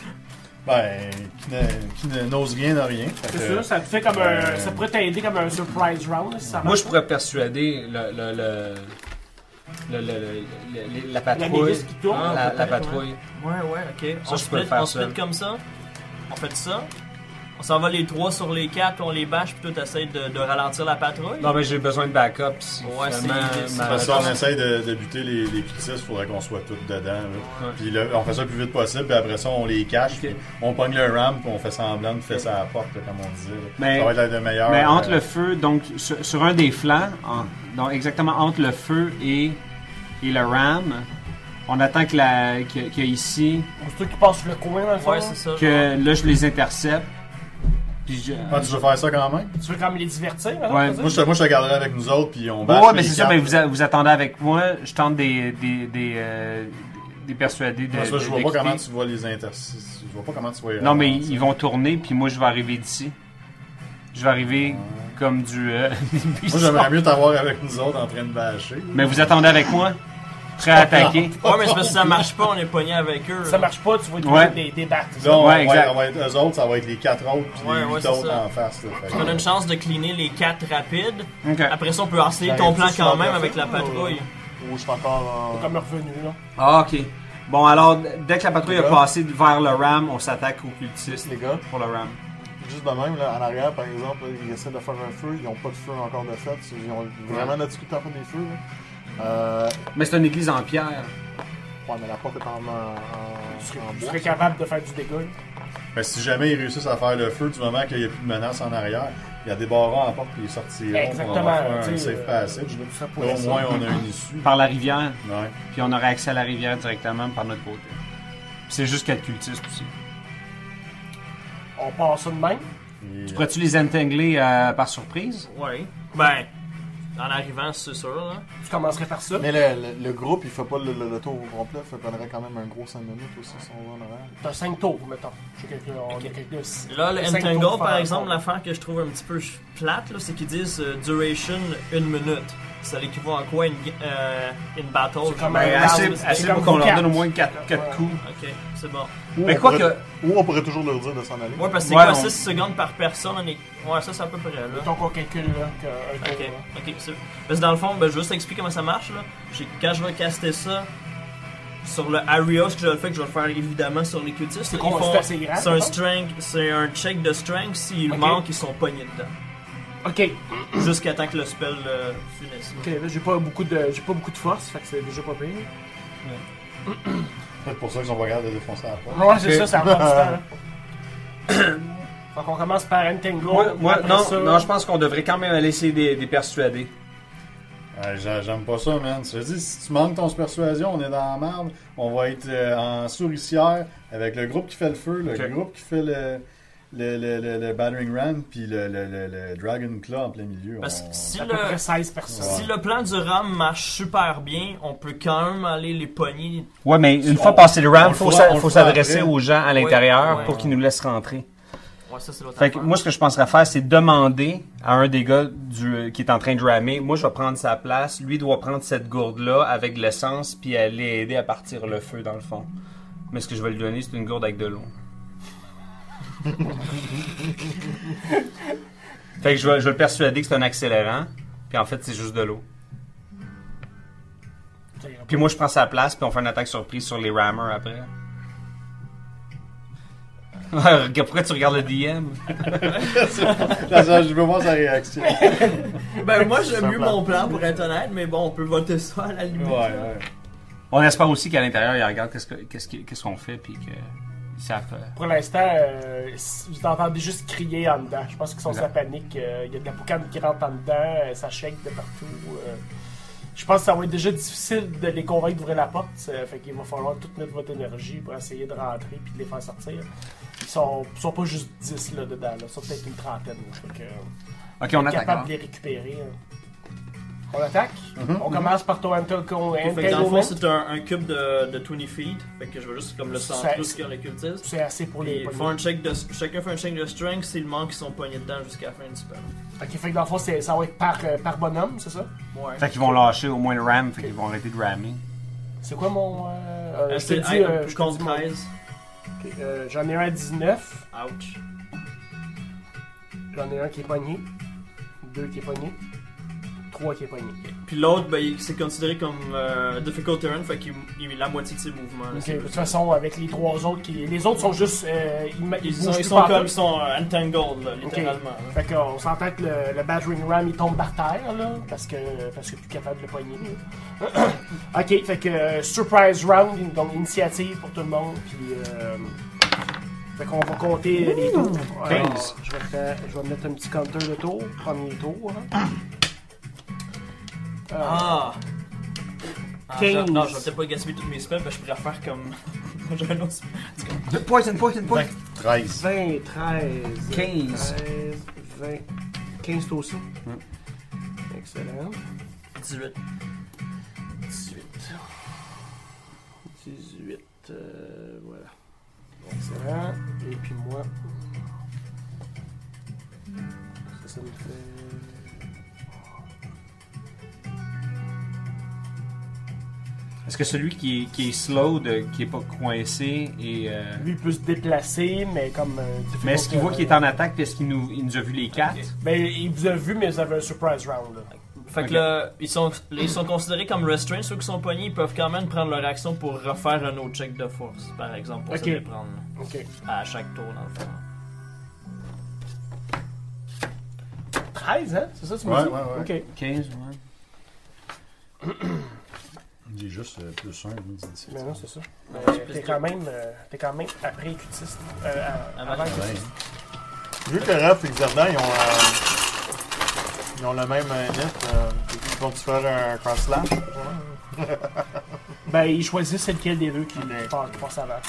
S7: Ben, qui ne- qui ne- n'ose rien n'a rien. Fait
S3: C'est
S7: que-
S3: ça, ça te fait comme un. Ça pourrait t'aider comme un surprise round là, si ça
S4: Moi,
S3: marche.
S4: je pourrais persuader le, le, le, le- le- le- le- le- la
S3: La
S4: patrouille.
S3: milice qui tourne,
S4: Ah, la, la
S3: peut-être,
S4: patrouille.
S5: Ouais, ouais, ok.
S4: Ça,
S5: on
S4: je peux le
S5: split,
S4: faire
S5: on split
S4: seul.
S5: comme ça. On fait ça. On s'en va les trois sur les quatre, puis on les bâche, puis tout essaye de, de ralentir la patrouille.
S4: Non, mais j'ai besoin de backup. Si
S5: Ouais, c'est
S4: finalement,
S5: l'idée, c'est
S4: ma-
S7: De toute façon, Ben, on essaye de, de buter les, les il faudrait qu'on soit tous dedans. là. Puis là, on fait ça le plus vite possible, puis après ça, on les cache, puis on pogne le ramp, puis on fait semblant de faire ça à la porte, là, comme on disait. là.
S9: Mais-
S7: ça va être la de meilleure.
S9: Mais entre
S7: euh,
S9: le feu, donc sur, sur un des flancs, en- donc exactement entre le feu et, et le ram, on attend que la que, que ici
S3: Ou ceux qui passent sur le coin dans le fond,
S5: Ouais,
S3: là.
S5: c'est ça. genre.
S9: que là je les intercepte. Puis je...
S7: Ah, tu veux faire ça quand même?
S3: Tu veux quand même les divertir, hein, là,
S9: Ouais,
S3: tu veux
S7: Moi, je, te- moi, je te garderai avec nous autres, puis on
S9: Ouais,
S7: va.
S9: ouais, mais c'est ça, mais vous, a- vous attendez avec moi, je tente des des des, euh, des persuadés de,
S7: je vois
S9: de-
S7: pas comment
S9: d'équiper.
S7: tu vois les inter... Je vois pas comment tu vois les
S9: Non mais
S7: ralentir.
S9: ils ils vont tourner puis moi je vais arriver d'ici. Je vais arriver comme du euh, des
S7: Moi,
S9: buissons.
S7: j'aimerais mieux t'avoir avec nous autres en train de bâcher.
S9: Mais vous attendez avec moi prêt à attaquer.
S5: Ouais, mais c'est parce que ça marche pas, on est pogné avec eux.
S3: Si ça marche pas, tu vas
S9: Ouais.
S3: des, des battes.
S7: Là, on,
S9: Ouais,
S7: va-
S9: exact.
S7: on va être eux autres, ça va être les quatre autres, puis
S5: Ouais,
S7: les huit
S5: ouais, c'est
S7: autres
S5: ça.
S7: en face. là. Fait que-
S5: On a une chance de cleaner les quatre rapides.
S9: OK.
S5: Après ça, on peut essayer
S6: Ben,
S5: ton plan
S6: tu
S5: quand
S6: vas
S5: même
S6: faire
S5: avec
S6: ça,
S5: la patrouille.
S6: Ou je suis encore.
S3: Comme revenu, là.
S9: Ah, ok. Bon, alors, dès que la patrouille a passé vers le ram, on s'attaque aux cultistes
S6: en- Les gars,
S9: pour le ram.
S6: juste de même, là, en arrière, par exemple, là, ils essaient de faire un feu, ils n'ont pas de feu encore de fait. Ils ont vraiment de la difficulté à faire des feux. là. Euh,
S9: Mais c'est une église en pierre.
S6: ouais, mais la porte est en, en,
S3: Tu serais,
S6: en, en
S3: tu
S6: bois.
S3: serais capable de faire du dégât. là.
S7: Mais si jamais ils réussissent à faire le feu du moment qu'il n'y a plus de menace en arrière, il y a des barrants à la porte puis ils sortiront.
S3: Exactement,
S7: On va faire
S3: tu sais,
S7: un safe
S3: euh,
S7: passage. là.
S3: ça
S7: Là,
S3: pourrait
S7: au
S3: ça.
S7: moins, on a une issue.
S9: Par la rivière,
S7: Ouais.
S9: puis on aurait accès à la rivière directement par notre côté. Puis C'est juste quatre cultistes aussi.
S3: On part ça de même.
S7: Et,
S9: Pourrais-tu les entangler euh, par surprise?
S5: Ouais. Ben, en arrivant, c'est sûr. Là.
S3: Tu commencerais par ça.
S6: Mais le, le- le groupe, il fait pas le, le- le tour au complet. Fait qu'on aurait quand même un gros 5 minutes aussi si on va en avant.
S3: T'as 5 tours, mettons. Je sais quelqu'un- on a quelqu'un de six-
S5: Là, le
S3: cinq tours
S5: Entangle,
S3: pour
S5: par
S3: faire
S5: exemple,
S3: un tour.
S5: l'affaire que je trouve un petit peu ch- plate, là, c'est qu'ils disent euh, duration une minute. Ça l'équivaut à quoi une, ga- euh, une battle?
S3: C'est comme
S5: genre?
S3: un
S4: Ben,
S3: round,
S4: assez
S3: c'est
S4: assez
S3: comme
S4: pour qu'on leur
S3: quatre.
S4: donne au moins 4
S3: Ouais.
S4: coups.
S5: Ok, c'est bon.
S6: Ou,
S4: Mais
S6: on
S4: quoi
S6: pourrait,
S4: que.
S6: ou on pourrait toujours leur dire de s'en aller.
S5: Ouais, parce que c'est
S4: Ouais,
S5: quoi,
S4: on-
S5: 6 secondes par personne? on est- Ouais, ça, c'est à peu près, là.
S3: Mettons qu'on calcule, là, qu'un tour.
S5: Ok,
S3: là.
S5: ok, c'est Parce que dans le fond, ben, je vais juste expliquer comment ça marche. Là. J'ai- Quand je vais caster ça sur le Arios que je le fais, que je vais le faire évidemment sur les cultistes, ils
S3: quoi,
S5: font-
S3: c'est assez grand,
S5: c'est un
S3: ça?
S5: strength, c'est un check de strength. S'ils
S3: Ok.
S5: manquent, ils sont pognés dedans.
S3: Ok,
S5: Jusqu'à temps que le spell euh, finisse.
S3: ok, là, j'ai pas, beaucoup de, j'ai pas beaucoup de force, fait que c'est déjà pas pire.
S7: Peut-être pour ça qu'ils ont pas regardé de défoncer à la porte.
S3: Ouais, c'est ça, ça prend du temps. Fait qu'on commence par Entangle.
S4: Moi, moi,
S3: après
S4: non,
S3: ça-
S4: non, je pense qu'on devrait quand même aller essayer de les persuader.
S7: Ouais, j'a- J'aime pas ça, man. Je te dis, si tu manques ton persuasion, on est dans la merde. On va être euh, en souricière avec le groupe qui fait le feu, le
S4: Ok.
S7: groupe qui fait le, le, le, le- le Battering Ram, puis le, le, le- le Dragon Claw en plein milieu.
S5: Parce que
S7: On-
S5: si
S3: à peu
S5: le,
S3: près 16 personnes.
S5: si le plan du RAM marche super bien, on peut quand même aller les pogner.
S4: Ouais, mais une
S7: fois
S4: passé le
S7: round, on le faut fera- s'a- on le faut fera s'adresser après.
S4: aux gens à
S5: l'intérieur ouais. pour qu'ils
S4: nous laissent rentrer.
S5: Ouais, ça, c'est l'autre
S4: Fait que
S5: affaire.
S4: moi, ce que je penserais faire, c'est demander à un des gars du, qui est en train de ramer. Moi, je vais prendre sa place. Lui doit prendre cette gourde-là avec de l'essence puis aller aider à partir le feu, dans le fond. Mais ce que je vais lui donner, c'est une gourde avec de l'eau. fait que je vais, je vais le persuader que c'est un accélérant. Puis en fait, c'est juste de l'eau.
S3: Ça ira pas.
S4: Puis moi, je prends sa place, puis on fait une attaque surprise sur les rammers après. Pourquoi tu regardes le DM?
S7: Là, je veux voir sa réaction. ouais,
S5: ben, moi, j'aime mieux
S7: plan.
S5: mon plan pour être honnête, mais bon, on peut voter ça à la limite.
S7: ouais.
S4: On espère aussi qu'à l'intérieur, ils regardent qu'est-ce que- qu'est-ce que- qu'est-ce qu'on fait, puis qu'ils savent. euh,
S3: Pour l'instant, euh, si- vous entendez juste crier en dedans. Je pense qu'ils sont sur la
S4: Ouais.
S3: panique. euh, Il y a de la poucane qui rentre en dedans, euh, ça shake de partout. euh. je pense que ça va être déjà difficile de les convaincre d'ouvrir la porte. ça fait qu'il va falloir toute notre votre énergie pour essayer de rentrer puis de les faire sortir. Ils sont, ils sont pas juste 10 là, dedans, là. ils sont peut-être une trentaine. là. Fait que, euh,
S4: Ok, on attaque.
S3: capable
S4: alors.
S3: de les récupérer. hein. On attaque. On commence par ton Entangle-
S5: Fait que dans le fond,
S3: Entanglement.
S5: c'est un, un cube de, de 20 feet. Fait que je veux juste comme le
S3: Ça-
S5: centre ce qu'il y a le cultiste.
S3: C'est assez pour les.
S5: Puis
S3: pour les-
S5: font un check de, chacun fait un check de strength, s'il manque, ils sont pognés dedans jusqu'à la fin du spell.
S3: Ok, fait que dans le fond, c'est- ça va être par, euh, par bonhomme, c'est ça?
S5: Ouais.
S4: Fait qu'ils vont lâcher au moins le ram, fait qu'ils vont arrêter de rammer.
S3: C'est quoi mon. euh, euh,
S5: Euh,
S3: je te
S5: c'est
S3: le dis,
S5: hey,
S3: euh, je
S5: je
S3: te le
S5: compte
S3: dis, mon-
S5: 13.
S3: ok, euh, J'en ai un à 19,
S5: Ouch.
S3: j'en ai un qui est pogné, deux qui est pogné, trois qui est pogné.
S5: Puis l'autre, ben, il- c'est considéré comme euh, difficult terrain, fait qu'il il, la moitié de ses mouvements. là,
S3: Ok,
S5: c'est
S3: De
S5: plus-
S3: toute façon, avec les trois autres, qui, les autres sont juste. euh, ils, ma-
S5: Ils
S3: bougent
S5: sont,
S3: plus
S5: ils sont
S3: partout.
S5: comme, ils sont euh, entangled, là, littéralement. là.
S3: Fait qu'on s'entend que le, le Battering Ram il tombe par terre, là, parce que parce que plus capable de le poigner. là. ok, fait que euh, Surprise Round, donc initiative pour tout le monde, puis. euh, fait qu'on va compter les tours. Alors,
S4: 15.
S3: je, vais faire- je vais mettre un petit counter de tour, premier tour. hein. Euh,
S5: Ah! Ah, je-
S3: 15.
S5: non, je vais peut-être pas gaspiller toutes mes spells, parce que je pourrais faire comme. J'ai un autre spell.
S7: 13.
S3: 20, 13. 13,
S4: 15.
S3: 20. 15 tours aussi. Excellent.
S5: 18.
S3: 18. 18, euh, voilà. Excellent. Et puis moi. Ça, ça me fait.
S4: Est-ce que celui qui est, qui est slow, de- qui est pas coincé, et. euh,
S3: Lui, il peut se déplacer, mais comme. euh,
S4: Mais est-ce qu'il voit qu'il est en attaque, puis est-ce qu'il nous, il nous a vu les quatre?
S3: Ben, il vous a vu, mais vous avez un surprise round, là.
S5: Fait que
S4: Ok.
S5: là, ils sont, ils sont considérés comme restraints. Ceux qui sont pognés, ils peuvent quand même prendre leur action pour refaire un autre check de force, par exemple, pour
S3: Ok.
S5: se les prendre
S3: Ok.
S5: à chaque tour, dans le fond.
S3: 13, hein C'est ça, que tu
S7: Ouais,
S3: me dis
S7: ouais,
S3: Ok.
S4: 15, ouais.
S7: J'ai juste euh, plus 1, d'ici.
S3: Mais non, c'est ça.
S5: Ouais,
S3: Euh,
S5: c'est plus
S3: T'es
S5: de-
S3: quand, même, euh, t'es quand même après cultiste. Euh, à-
S5: Avant
S3: avant
S5: cultiste.
S3: cultiste.
S6: Vu que Raph et Xerdan, ils ont, euh, ils ont le même euh, net, euh, ils vont-tu faire un cross slash?
S3: Ben, ils choisissent lequel des deux qui,
S6: Ok.
S3: qui part- qui passe avant.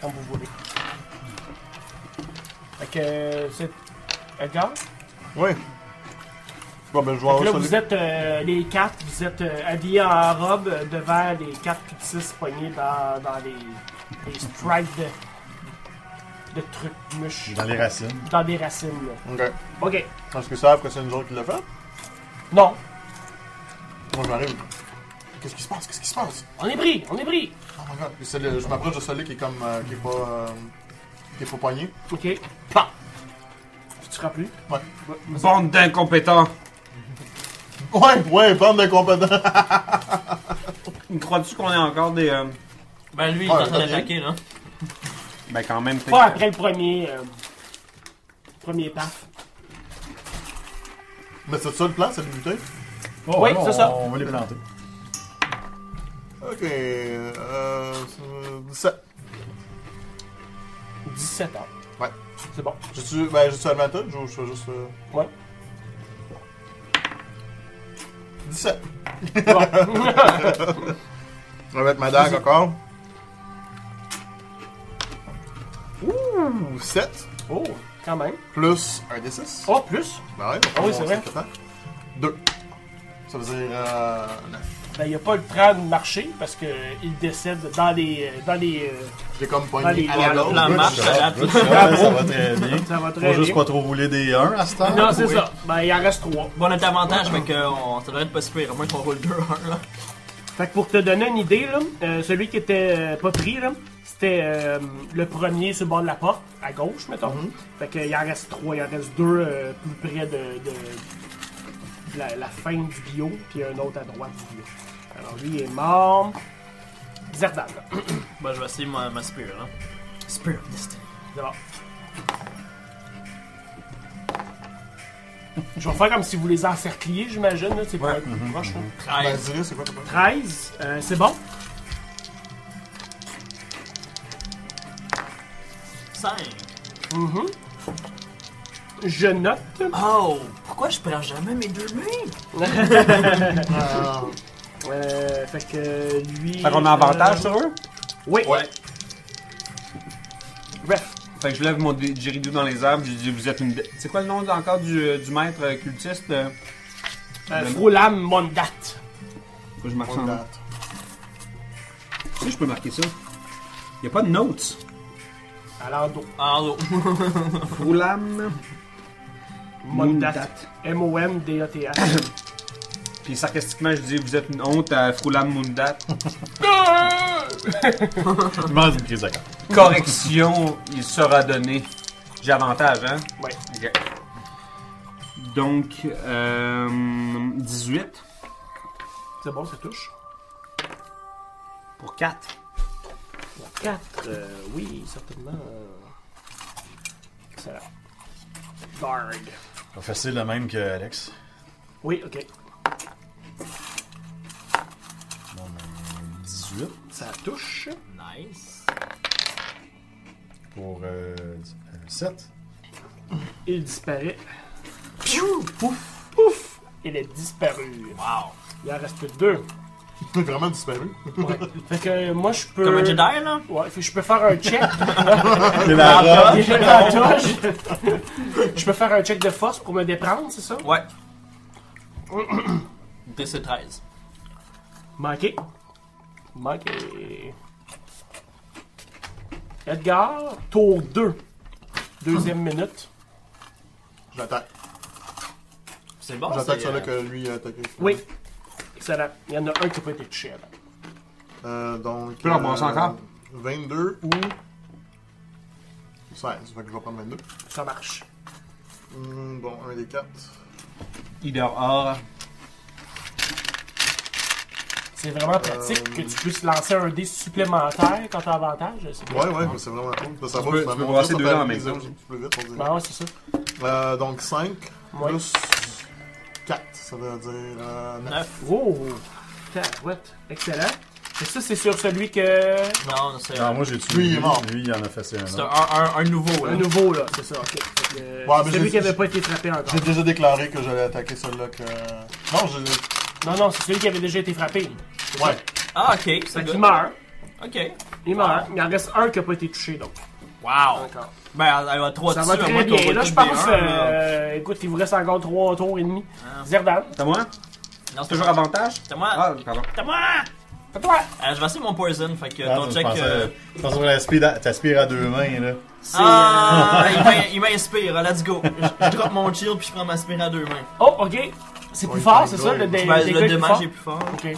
S3: Comme vous voulez. Fait que euh, c'est. Edgar
S6: Oui. Bon, ben, je vais
S3: Fait que là,
S6: sonner-
S3: vous êtes euh, les quatre, vous êtes euh, habillés en robe euh, devant les quatre puis six poignées dans, dans les, les stripes de, de trucs mouches.
S7: Dans les racines.
S3: Dans des racines. là.
S6: Ok.
S3: Ok.
S6: Est-ce que ça, après, c'est une autres qui l'a fait
S3: Non,
S6: Moi, je m'arrive. Qu'est-ce qui se passe Qu'est-ce qui se passe
S3: on est pris, on est pris.
S6: Oh my god. Puis c'est le- je m'approche de celui qui est comme. euh, qui est pas. euh, qui est pas poigné.
S3: Ok. Pam. Tu te rappelles?
S4: Bande d'incompétents.
S6: Ouais, ouais, bande d'incompétents.
S4: Crois-tu qu'on est encore des. euh,
S5: Ben lui, il est
S6: Ouais,
S5: en train
S6: ok.
S5: d'attaquer, là.
S4: Ben, quand même,
S3: Pas
S4: peut-être.
S3: après le premier. euh, premier paf.
S6: Mais c'est ça le hein. plan, c'est de buter
S7: Oh,
S3: Oui,
S7: non,
S3: c'est ça.
S7: On va les planter.
S6: Ok. Euh. c'est- 17.
S3: 17 ans.
S6: Ouais.
S3: C'est bon.
S6: J'ai-tu. Ben, j'ai-tu advantage ou je fais juste. euh,
S3: Ouais.
S6: 17.
S3: Bon.
S6: Je vais mettre ma dague encore. Ouh, 7
S3: oh, quand même.
S6: plus 1 des 6.
S3: Oh, plus.
S6: Bah ouais,
S3: Ah oui, c'est vrai.
S6: 2. Ça veut dire euh, 9.
S3: Ben, il a pas le train de marcher parce qu'il décède dans les. Dans les euh,
S6: J'ai comme
S3: dans les
S6: poigné.
S3: dans
S5: La, la marche à la
S7: Good job, ça va très bien.
S3: Ça va très
S7: Faut
S3: bien.
S7: juste pas trop rouler des 1 à ce temps.
S3: Non, c'est ça. Ben, il en reste trois.
S5: Bon, on a avantage, fait que on- ça devrait être pas si pire, à moins qu'on roule 2-1, là.
S3: Fait que pour te donner une idée, là, euh, celui qui était euh, pas pris, là, c'était euh, le premier sur le bord de la porte, à gauche, mettons. Fait qu'il en reste trois, il en reste deux euh, plus près de, de- de la, la fin du bio, puis un autre à droite du bio. Alors lui, il est mort. Zerdan, là.
S5: Ben, je vais essayer ma, ma spear, là. Spear of Destiny.
S3: C'est bon. Je vais faire comme si vous les encercliez, j'imagine, là, c'est pour être
S4: Mhm.
S3: plus proche. là.
S5: 13.
S6: Vas-y, c'est quoi ton
S3: 13, euh, c'est bon.
S5: 5.
S3: Mhm. Je note.
S4: Ah.
S5: Oh, pourquoi je prends jamais mes deux mains?
S3: Euh, fait que lui.
S4: Fait qu'on a avantage
S3: euh,
S4: sur eux.
S3: Oui.
S4: Ouais.
S3: Bref.
S4: Fait que je lève mon dé- Jiridou dans les arbres. Je dis, vous êtes une. dé- C'est quoi le nom encore du, euh, du maître euh, cultiste euh?
S3: Euh, Froulam Mondat.
S4: Faut que je marque ça en-
S6: date?
S4: Tu sais, je peux marquer ça. Y a pas de notes.
S3: Alors, donc,
S5: Arlo.
S4: Froulam.
S3: Mondat. M-O-N-D-A-T-H.
S4: Puis sarcastiquement, je dis, vous êtes une honte à Froulam Mundat.
S7: Tu manges une crise de cœur.
S4: Correction, il sera donné. J'ai avantage, hein?
S3: Ouais.
S4: Ok. Donc, euh, 18
S3: C'est bon, ça touche.
S4: pour 4.
S3: 4. oui, certainement. euh, Excellent. Guard.
S7: Pas facile le même que Alex.
S3: Oui, ok.
S7: 18
S3: Ça touche.
S5: Nice.
S7: pour euh, 7.
S3: Il disparaît. Piou! Pouf! Pouf! Il est disparu.
S5: Wow.
S3: Il en reste deux.
S6: T'es vraiment disparu.
S3: Fait que moi, je peux.
S5: Comme un Jedi, là?
S3: Ouais, fait que je peux faire un check.
S7: C'est la robe.
S3: J'ai la touche. je peux faire un check de force pour me déprendre, c'est ça?
S5: Ouais. DC 13.
S3: Manqué. Manqué. Edgar, tour 2. Deuxième minute.
S6: Je l'attaque.
S3: Ah,
S5: C'est bon,
S6: J'attaque
S5: c'est,
S6: celui
S5: euh,
S6: que lui a attaqué.
S3: Oui. Excellent. Il y en a un qui peut être touché. Là.
S6: Euh, donc.
S4: peux l'embrasser encore?
S6: 22 ou. 16. Fait que je vais prendre 22.
S3: Ça marche.
S6: Hum, bon, un des 4.
S4: Il Ah, dehors.
S3: C'est vraiment pratique que tu puisses lancer un dé supplémentaire quand t'as avantage. c'est bien.
S6: Ouais, ouais, mais c'est vraiment cool. Ça
S4: peux- tu peux brasser deux dans la même chose.
S6: Plus vite, on dirait.
S3: Ben ouais, c'est ça.
S6: Euh, donc 5
S3: Ouais.
S6: plus 4, ça veut dire euh, 9.
S5: Neuf.
S3: Oh! Tarouette. Excellent. Et ça, c'est sur celui que.
S5: Non, c'est
S7: Non,
S5: euh,
S7: Ah, moi j'ai tué.
S6: Lui, il est mort.
S7: Lui, il en a fait un.
S5: c'est un,
S7: autre.
S5: un, un nouveau, là.
S3: Un nouveau, là. C'est ça, ok. Fait que, euh,
S6: Ouais, mais
S3: celui
S6: j'ai-
S3: qui n'avait pas été frappé encore.
S6: J'ai déjà déclaré que j'allais attaquer celui-là que. Non, j'ai.
S3: Non, non, c'est celui qui avait déjà été frappé.
S6: Ouais.
S5: Ah, ok. C'est
S3: Fait qu'il
S5: good.
S3: meurt.
S5: Ok.
S3: Il meurt. Il en reste un qui n'a pas été touché, donc.
S5: Wow! Ben, elle a 3
S3: Ça va très bien. Là, je pense. euh, écoute, il vous reste encore 3 tours et demi. Zerdan.
S4: C'est à moi?
S5: Non, c'est
S4: Toujours avantage?
S5: C'est à moi.
S4: Ah, pardon.
S5: C'est à moi.
S3: C'est toi.
S5: Euh, je vais essayer mon poison, fait que
S7: Ah,
S5: ton
S7: je
S5: check.
S7: pensais-
S5: euh,
S7: Je pense que l'aspire à- t'aspires à deux mains, là.
S5: Ah, il m'in- il m'inspire, let's go. Je, je drop mon chill puis je prends ma spire à deux mains.
S3: Oh, ok. C'est plus fort, c'est ça, Ben, le dé-
S5: Je baisse
S3: dégât est
S5: le
S3: plus fort?
S5: dommage est plus fort.
S3: Ok.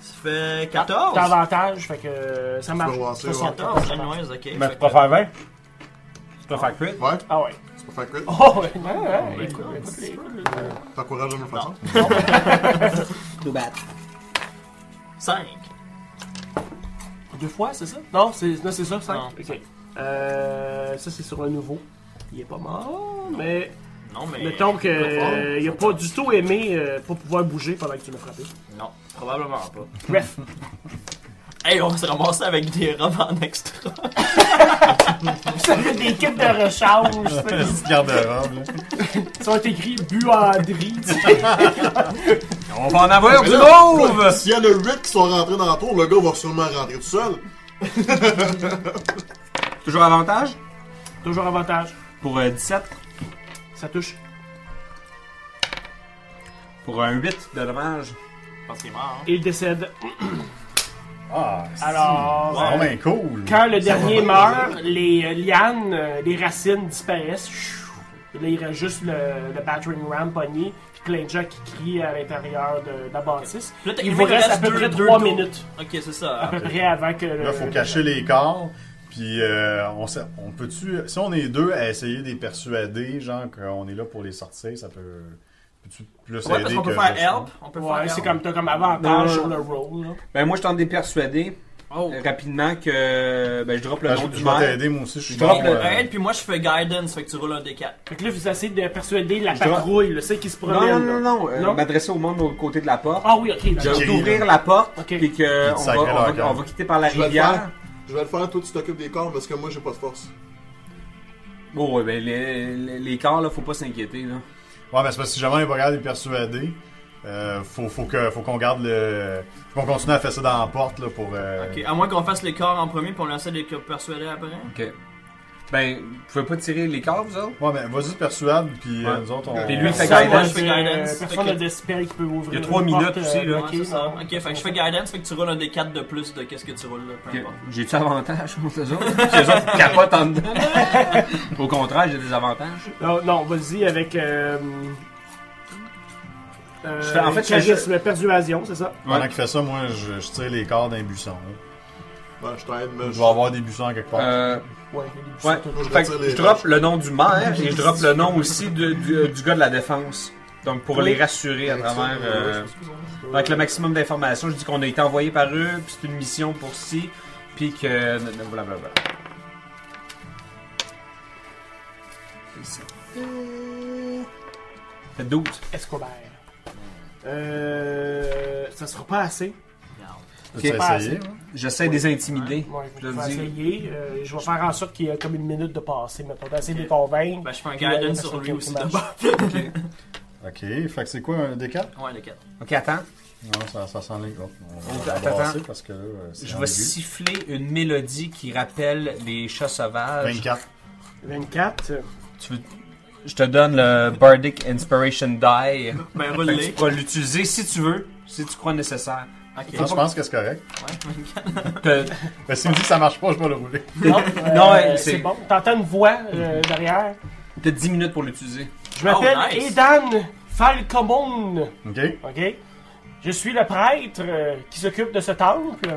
S5: Ça fait
S3: T'as
S5: 14.
S3: avantage, fait que euh, ça marche.
S6: peux lancer,
S5: 14,
S3: 74.
S5: anyways, ok.
S4: Mais
S5: Fait
S4: tu peux faire 20? Tu peux faire crit?
S6: Ouais,
S3: Ah ouais.
S6: c'est pas faire crit.
S3: Oh, ouais, ouais, ouais. Écoute, écoute, écoute,
S6: T'encourages de me faire ça.
S10: Too bad.
S5: 5.
S3: Deux fois, c'est ça? Non, c'est non, c'est ça, cinq.
S5: Non.
S3: Ok. Euh, ça, c'est sur un nouveau. Il est pas mort, mais
S5: Non, mais.
S3: mettons que
S5: Pas
S3: euh, il a pas du tout aimé euh, pas pouvoir bouger pendant que tu l'as frappé.
S5: fort. Non, probablement pas.
S3: Bref.
S5: Hey, on va se ramasser avec des robes en extra.
S3: ça fait des kits de recharge. ça fait des-
S7: Petite garde-robe, là.
S3: Ils sont écrits buanderie. tu sais.
S4: On va en avoir du
S6: Ouais,
S4: mauve!
S6: S'il y en a 8 qui sont rentrés dans la tour, le gars va sûrement rentrer tout seul.
S4: Toujours avantage?
S3: Toujours avantage.
S4: Pour euh, 17.
S3: Ça touche.
S4: Pour un 8 de dommage.
S5: Je pense qu'il est mort. hein.
S3: Et il décède.
S7: Ah, c'est
S3: Alors, euh,
S7: vraiment cool.
S3: quand le dernier meurt, les euh, lianes, euh, les racines disparaissent. Chou. Et là, il reste juste le, le battering ram pogné. Puis Clinja qui crie à l'intérieur de, de la bâtisse.
S5: Là, t'as-
S3: Il vous
S5: me
S3: reste à peu
S5: deux-
S3: près
S5: deux
S3: 3
S5: tours.
S3: minutes.
S5: Ok, c'est
S3: À
S5: ça.
S3: peu près avant que.
S7: Là, faut cacher les corps. Puis, euh, on, sait- on peut-tu. Si on est deux à essayer de les persuader, genre qu'on est là pour les sortir, ça peut. Peux-tu plus
S5: Ouais,
S7: aider
S5: parce qu'on peut
S7: que-
S5: faire help. On peut faire
S3: Ouais, c'est
S5: help.
S3: comme t'as comme avantage sur le roll. là.
S4: Ben moi je tente de les persuader
S5: Oh.
S4: euh, rapidement que ben, je drop le
S7: Ah,
S4: nom
S7: je,
S4: du
S7: je vais
S4: maire.
S7: t'aider, moi aussi, je suis
S4: Je
S7: bon.
S4: drop le-
S7: euh,
S5: Aide, puis moi je fais guidance, fait que tu roules un D4.
S3: Fait que là, vous essayez de persuader la
S4: Je dois-
S3: patrouille, là, celle qui se
S4: Non,
S3: promène.
S4: non, non,
S3: là.
S4: non. euh,
S3: Non?
S4: M'adresser au monde au côté de la porte.
S3: Ah oui, ok.
S4: Je
S3: d'accord.
S7: Jerry,
S4: vais ouvrir
S7: là.
S4: la porte
S3: Ok.
S4: puis que on va,
S7: sacré
S4: on va-
S7: leur gueule.
S4: on va quitter par la
S6: Je vais le
S4: rivière.
S6: faire. Je vais le faire, toi tu t'occupes des corps parce que moi j'ai pas de force.
S4: Bon, ouais, ben les, les, les corps là, faut pas s'inquiéter là.
S7: Ouais, mais c'est parce que si jamais on est pas capable de les persuader, euh, faut, faut que- faut qu'on garde le. Faut qu'on continue à faire ça dans la porte, là, pour. euh,
S5: Ok, à moins qu'on fasse les corps en premier, puis on essaie de les persuader après.
S4: Ok. Ben vous pouvez pas tirer les corps vous autres.
S7: Ouais, mais vas-y, persuade, puis euh,
S4: Ouais.
S7: nous autres, on.
S4: Puis lui, il fait
S3: Ah, Ça,
S4: guidance,
S3: moi,
S5: je fais
S3: j'ai-
S5: guidance.
S3: Personne
S5: Ok.
S3: n'a d'espérance qui peut ouvrir.
S4: Il y a trois
S3: une
S4: minutes
S3: porte, euh,
S4: aussi, là.
S5: Ouais,
S3: ok,
S5: c'est ça.
S3: non.
S5: Ok, fait que je fais guidance, fait que tu roules un D4 de plus de qu'est-ce que tu roules là, peu
S4: Ok.
S5: importe.
S4: J'ai-tu avantage contre les autres? Parce que les autres ils capotent en dedans. Au contraire, j'ai des avantages.
S3: Non, non, vas-y avec. Euh, euh,
S4: Je fais- en fait, je fais
S3: charisme, persuasion, c'est ça?
S7: Pendant qu'il fait ça, moi, je, je tire les corps d'un buisson. là.
S6: Ben, je t'aide, mais
S7: Je vais avoir des buissons quelque part.
S4: Euh,
S3: Ouais.
S4: ouais.
S6: Moi, je
S4: Fait
S6: retire
S4: que
S6: les
S4: je drop le nom du maire et je drop le nom aussi de- du, du gars de la défense. Donc pour les rassurer à travers. euh, avec le maximum d'informations, je dis qu'on a été envoyé par eux, puis c'est une mission pour ci, puis que. Blablabla. Fait 12.
S3: Escobar. Euh, ça sera pas assez.
S7: Peux-tu
S4: ok,
S3: pas
S7: essayer?
S3: assez.
S4: J'essaie de les intimider.
S3: Ouais,
S4: Je
S3: je
S4: dois
S3: vais
S4: dire-
S3: essayer. euh, je vais faire en sorte qu'il y ait comme une minute de passé, mettons. D'essayer de les convaincre.
S5: Ben, je fais un
S3: Puis, euh,
S5: guidance
S3: personne
S5: sur lui
S3: qui
S5: aussi
S3: marche.
S5: d'abord.
S7: Ok, fait que c'est quoi un D4
S5: Ouais, le 4.
S4: Ok, attends.
S7: Non, ça, ça sent les. Oh, on
S4: Attends,
S7: va
S4: attends.
S7: brasser parce que là, euh, c'est
S4: Je
S7: ambigu.
S4: vais siffler une mélodie qui rappelle les chats sauvages.
S7: 24.
S3: 24.
S4: Tu veux- Je te donne le Bardic Inspiration Die. Fait
S5: Ben,
S4: que tu
S5: roule-les.
S4: pourras l'utiliser si tu veux, si tu crois nécessaire.
S5: Ok.
S7: Ça, je pense que c'est correct. Ben,
S4: Te-
S7: Mais s'il me dit que ça marche pas, je vais le rouler.
S3: Non,
S4: Non,
S3: euh,
S4: ouais,
S3: c'est
S4: c'est-
S3: bon. T'entends une voix euh, derrière.
S4: T'as 10 minutes pour l'utiliser.
S3: Je m'appelle
S5: Oh, nice.
S3: Edan Falcomone.
S7: Ok
S3: OK? Je suis le prêtre euh, qui s'occupe de ce temple.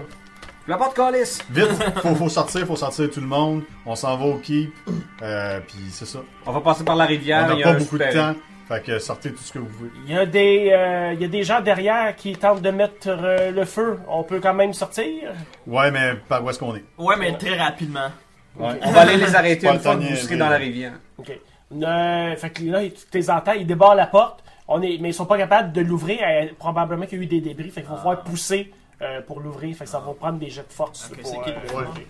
S4: La porte calice!
S7: Vite, faut, faut sortir, faut sortir tout le monde. On s'en va au keep. Euh, puis c'est ça.
S4: On va passer par la rivière.
S7: on
S4: il y
S7: n'a
S4: a
S7: pas
S4: un
S7: beaucoup de
S4: souterrain.
S7: temps. Fait que sortez tout ce que vous voulez.
S3: Il y, a des, euh, il y a des gens derrière qui tentent de mettre euh, le feu. On peut quand même sortir.
S7: Ouais, mais par où est-ce qu'on est
S5: Ouais, mais très rapidement.
S7: Ouais.
S4: On va aller les arrêter
S7: Pas
S4: une
S7: le
S4: fois
S7: temps
S4: que vous
S7: de
S4: serez
S7: niaiser.
S4: dans la rivière.
S3: OK. Euh, fait que là, tu les entends, ils débarrent la porte. On est, mais ils sont pas capables de l'ouvrir. euh, probablement qu'il y a eu des débris. Fait qu'il va falloir pousser euh, pour l'ouvrir. Fait que ça va prendre des jets de force.
S5: Ah. Ok,
S3: pour,
S5: c'est qui
S3: euh,
S5: le
S3: l'ouvrir.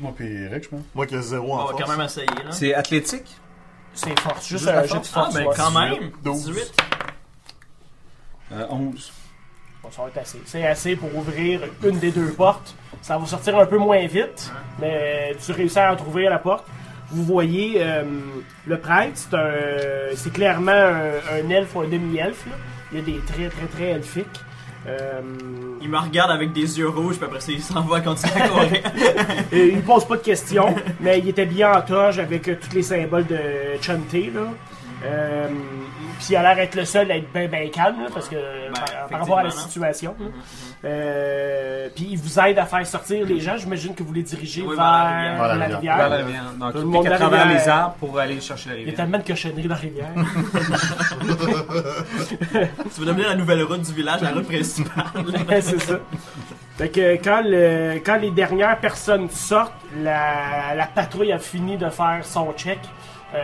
S7: Moi, puis Eric, je pense.
S6: Moi qui ai zéro en
S4: Ah,
S5: On va
S6: force.
S5: quand même essayer, là.
S4: C'est athlétique?
S3: C'est Euh, force. Juste,
S4: Juste la
S5: ben,
S3: un jet de
S4: force?
S5: Ah,
S3: force.
S5: ben
S3: ouais.
S7: Euh,
S5: quand même.
S6: 12.
S5: 18.
S4: 11.
S3: Bon, ça va être assez. C'est assez pour ouvrir une des deux portes. Ça va sortir un peu moins vite, mais tu réussis à trouver la porte. Vous voyez euh, le prêtre, c'est un- c'est clairement un, un elfe ou un demi-elfe. là. Il y a des traits très très elfiques. Euh,
S5: Il me regarde avec des yeux rouges, puis après ça, il s'en va continuer à courir.
S3: Et il pose pas de questions, mais il était bien en toge avec euh, tous les symboles de Chanté. Là. Euh, puis il a l'air d'être le seul à être bien ben Mhm, calme, là, parce que par, par rapport à la
S5: effectivement, non?
S3: situation. là. Euh, puis il vous aide à faire sortir les gens. J'imagine que vous les dirigez
S5: Oui,
S3: vers
S5: vers
S3: la rivière.
S4: Vers la rivière. Donc,
S3: Tout le
S4: il
S3: monde
S4: pique à
S3: la
S4: travers
S3: rivière.
S4: les arbres pour aller chercher la
S3: Il y a
S4: rivière.
S3: tellement de cochonneries dans la rivière.
S5: tu veux devenir la nouvelle route du village, la route principale.
S3: Ouais, c'est ça. Fait que quand, le- quand les dernières personnes sortent, la, la patrouille a fini de faire son check. Euh,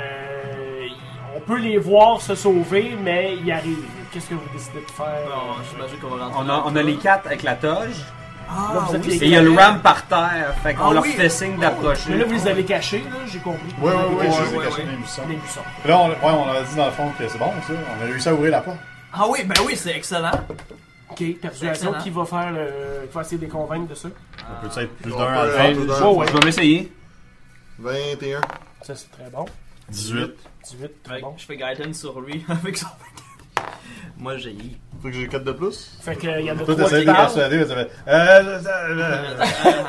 S3: on peut les voir se sauver, mais ils arrivent. Qu'est-ce que vous décidez de faire?
S5: Bon, J'imagine qu'on va rentrer.
S4: On a, on a les quatre avec la toge.
S3: Là, vous êtes les
S4: Et Ah, il y a le
S3: quatre.
S4: ram par terre. Fait qu'on
S5: Ah
S4: leur
S5: oui.
S4: fait signe d'approcher.
S3: Mais là, vous les avez cachés, là, j'ai compris.
S7: Ouais, ouais, ouais,
S5: ouais,
S7: je les ai
S5: ouais,
S7: cachés
S5: ouais.
S7: dans les buissons.
S3: Les buissons.
S7: Là, on, ouais, on leur a dit dans le fond que c'est bon, ça. On a réussi à ouvrir la porte.
S5: Ah oui, ben oui, c'est excellent.
S3: Ok, persuasion
S5: Excellent.
S3: qui va faire le. qui va essayer de les convaincre de ça.
S7: On peut être plus
S6: On
S7: d'un
S6: peut
S7: à
S6: aller
S7: l'autre?
S6: plus d'un.
S3: Oh, ouais.
S4: Je vais m'essayer.
S6: 21.
S3: Ça, c'est très bon.
S7: 18.
S3: 18, très
S5: Fait que
S3: bon.
S5: Je fais Gaiden sur lui avec son Moi, j'ai eu.
S6: Faut que j'ai 4 de plus.
S3: Fait que, il y en a
S7: Toi,
S3: trois
S7: t'essayes
S3: qui
S7: de
S3: parlent.
S7: persuader, mais ça fait. Euh, euh, euh,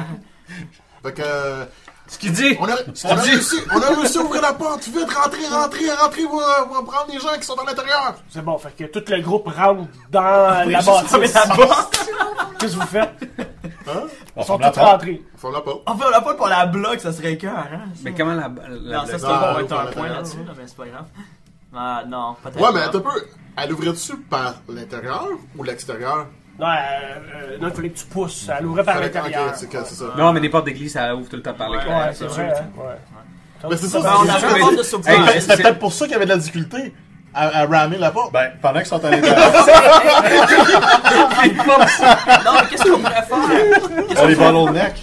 S6: Fait que. euh,
S4: Ce qu'il dit.
S6: On a, on a réussi, on a réussi à ouvrir la porte. Vite, rentrez, rentrez, rentrez. On va prendre les gens qui sont à l'intérieur.
S3: C'est bon, fait que tout le groupe rentre dans la
S5: juste
S3: bâtisse.
S5: dans la
S3: Qu'est-ce que vous faites? Hein?
S7: on
S3: Ils sont
S7: ferme la
S3: tous
S7: porte.
S3: rentrés.
S6: Faut la porte.
S5: Enfin, on l'a pas pour la bloc, ça serait cœur, hein.
S4: Mais comment la. la-
S5: Non, ça, c'est
S6: Non,
S5: bon, on
S6: on
S5: va
S6: va
S5: être un
S6: pas
S5: point
S6: l'intérieur,
S5: là-dessus, là, mais c'est pas grave. Ah, non, peut-être.
S6: Ouais, mais
S5: pas.
S6: attends un peu. Elle ouvrait-tu par l'intérieur ou l'extérieur?
S3: Non, euh, euh, non, il fallait que tu pousses. Elle ouvrait par
S6: Fallait-
S3: l'intérieur.
S6: ok, c'est que- c'est ça.
S4: Non, mais les portes d'église, ça ouvre tout le temps par les
S5: Ouais.
S3: Ouais,
S4: quatre.
S3: c'est vrai. hein, Ouais.
S6: Mais c'est ça,
S5: Ben, on
S6: c'est-
S5: a
S6: c'est-
S5: vraiment
S4: mais-
S5: de surprise.
S4: Hey,
S6: c'est-
S4: mais-
S6: C'était peut-être pour ça qu'il y avait de la difficulté à, à ramer la porte.
S7: Ben, pendant qu'ils sont à
S5: Non,
S7: l'intérieur,
S5: mais qu'est-ce qu'on pourrait faire?
S7: on les ballons de neck.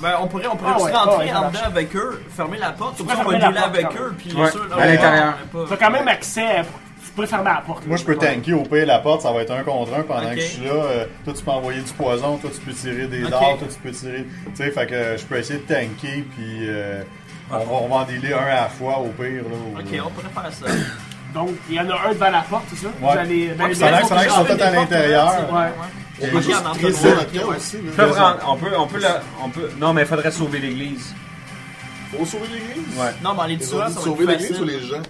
S5: Ben, on pourrait, on pourrait
S3: Ah
S5: juste
S3: ouais, ah ouais,
S5: rentrer
S3: ça
S5: en
S3: marche.
S5: dedans avec eux, fermer la porte, comme ça, on va
S3: fermer la
S5: dealer
S3: porte,
S5: avec
S3: quand
S5: eux, puis
S4: Ouais,
S5: sûr, là,
S4: à
S5: on-
S4: l'intérieur.
S5: on est
S3: Tu as
S5: pas-
S3: quand même accès. à- Tu peux fermer la porte.
S7: Moi, je peux tanker au pire la porte, ça va être un contre un pendant
S5: Ok.
S7: que je suis là. Euh, toi, tu peux envoyer du poison, toi, tu peux tirer des
S5: Ok.
S7: dards, toi, tu peux tirer. Tu sais, fait que euh, je peux essayer de tanker, puis euh, on, va, on va en dealer un à la fois au pire. Là, euh. au-
S5: Ok, on pourrait faire ça.
S3: Donc, il y en a un devant la porte, c'est ça? Vous allez. ben,
S5: Ouais,
S3: ben,
S7: Ça a l'air-
S3: faut
S5: que
S7: ça a l'air qu'ils sont
S5: je
S7: tous à
S5: ferme des
S7: l'intérieur.
S3: Ouais.
S6: On peut
S5: Ok,
S6: juste
S5: on en
S6: tirer
S5: fait
S6: ça
S5: moins,
S6: dans le camp
S5: ok, ouais.
S6: aussi.
S4: Ils
S6: là.
S4: peuvent rentrer- On peut, on peut, la- on peut. Non, mais il faudrait sauver l'église.
S6: Faut sauver l'église.
S4: Ouais.
S5: Non, mais en les
S6: Ils
S5: tuant,
S6: ont
S5: ça
S6: dit
S5: va
S6: sauver
S5: être
S6: l'église ou les
S5: facile.
S6: gens?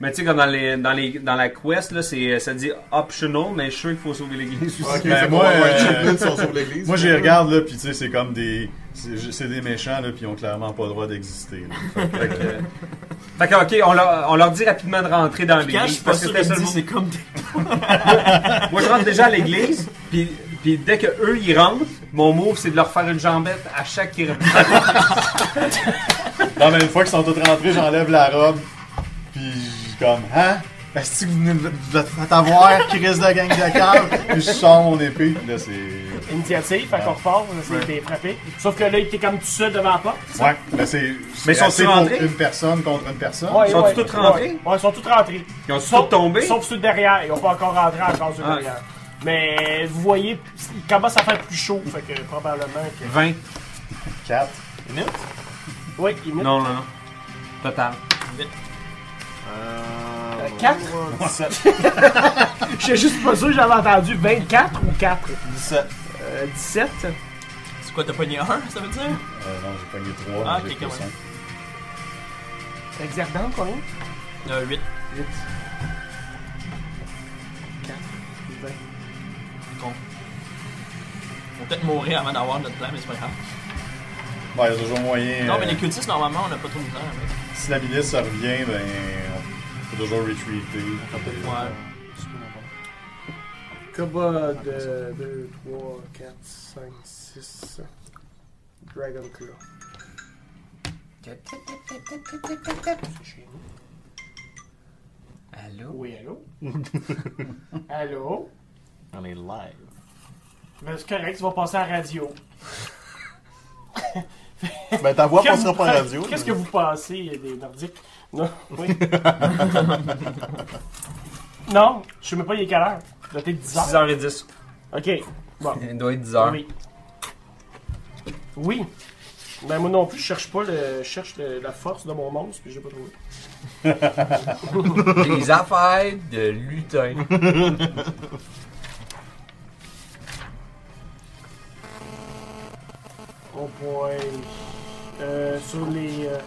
S4: Mais tu sais, comme dans, les, dans, les, dans la quest, là, c'est, ça dit optional, mais je suis sûr qu'il faut sauver l'église aussi.
S6: Ok,
S7: Ben,
S6: c'est
S7: moi,
S6: moi.
S7: euh,
S6: Ils sont sur l'église.
S7: Moi, j'y regarde, là, puis tu sais, c'est comme des. C'est c'est des méchants, là, puis ils ont clairement pas le droit d'exister. là. Fait que, euh,
S4: Fait que, ok, on leur, on leur dit rapidement de rentrer dans
S5: Quand je
S4: l'église.
S5: suis pas
S4: parce que
S5: sûr,
S4: c'était
S5: il me dit,
S4: seulement-
S5: c'est comme des.
S4: Moi, je rentre déjà à l'église, puis, puis dès que eux ils rentrent, mon move c'est de leur faire une jambette à chaque qui rentre.
S7: Non, mais une fois qu'ils sont tous rentrés, j'enlève la robe. Puis, je suis comme, hein? Est-ce que vous venez de de- de t'avoir, Chris de gang de cave? Puis, je sors mon épée. Puis Là, c'est.
S3: Initiative, fait qu'on repart, c'est des frappés. Sauf que là, il était comme tout seul devant la porte.
S7: Ouais, là, c'est.
S4: Mais ils sont
S7: assez
S4: tous
S7: pour
S4: rentrés?
S7: une personne contre une personne.
S3: Ouais,
S4: sont
S3: ouais,
S4: tous rentrés?
S3: Ouais, Ouais, ils sont tous rentrés.
S4: Ils ont tout
S3: Sauf-
S4: tombé.
S3: Sauf ceux de derrière, ils n'ont pas encore rentré encore ceux de
S4: Ah.
S3: derrière. Mais vous voyez, il commence à faire plus chaud, fait que probablement que.
S4: 20.
S7: 4.
S3: Oui, il met
S4: Non, non, non. Total.
S3: 4. Je suis juste pas sûr, j'avais entendu 24 ou 4.
S6: 17.
S3: Euh, 17.
S5: C'est quoi, t'as pogné un, ça veut dire?
S7: Euh, non, j'ai pogné 3.
S5: Ah, ok,
S7: j'ai
S5: quand
S7: fait
S5: même.
S7: cinq.
S3: Exergant, combien
S5: Euh, 8.
S3: 8. 4.
S5: Con. On va peut-être mourir avant d'avoir notre plan, mais c'est pas grave.
S7: Bon, il y a toujours moyen.
S5: Non, mais
S7: euh,
S5: les cultistes, normalement, on a pas trop de temps. hein. mais-
S7: Si la milice revient, ben. On peut toujours retreater.
S5: Ouais.
S3: Cobod, 2, 3, 4, 5, 6. Dragon Claw. C'est chez nous.
S4: Allô?
S3: Oui, allô? allô?
S11: On est live.
S3: Ben, c'est correct, tu vas passer à la radio.
S11: Ben, ta voix
S3: Qu'est-ce
S11: passera pas à la radio.
S3: Qu'est-ce que vous pensez euh, des Nordiques? Non, oui. non, je sais même pas, il est quelle heure. Notez 10 heures.
S4: 6h10.
S3: Ok. Bon.
S4: Il doit être 10h.
S3: Oui. Oui. Ben moi non plus, je cherche pas le, je cherche le- la force de mon monstre, puis j'ai pas trouvé.
S4: Les affaires de lutin.
S3: On boy. Euh, sur les. euh,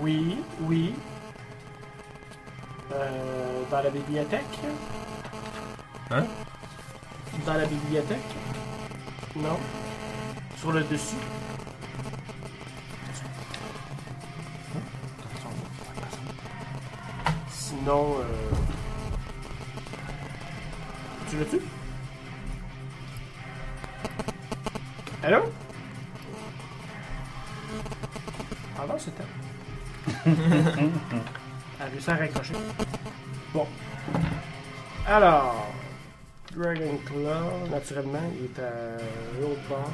S3: Oui, oui. Euh, dans la bibliothèque.
S4: Hein?
S3: Dans la bibliothèque. Non. Sur le dessus. Sinon. euh, Tu le tu Allô? Avant, Ah c'était. Elle a réussi à raccrocher. Bon. Alors. Dragon Claw, naturellement, il est à l'autre bord.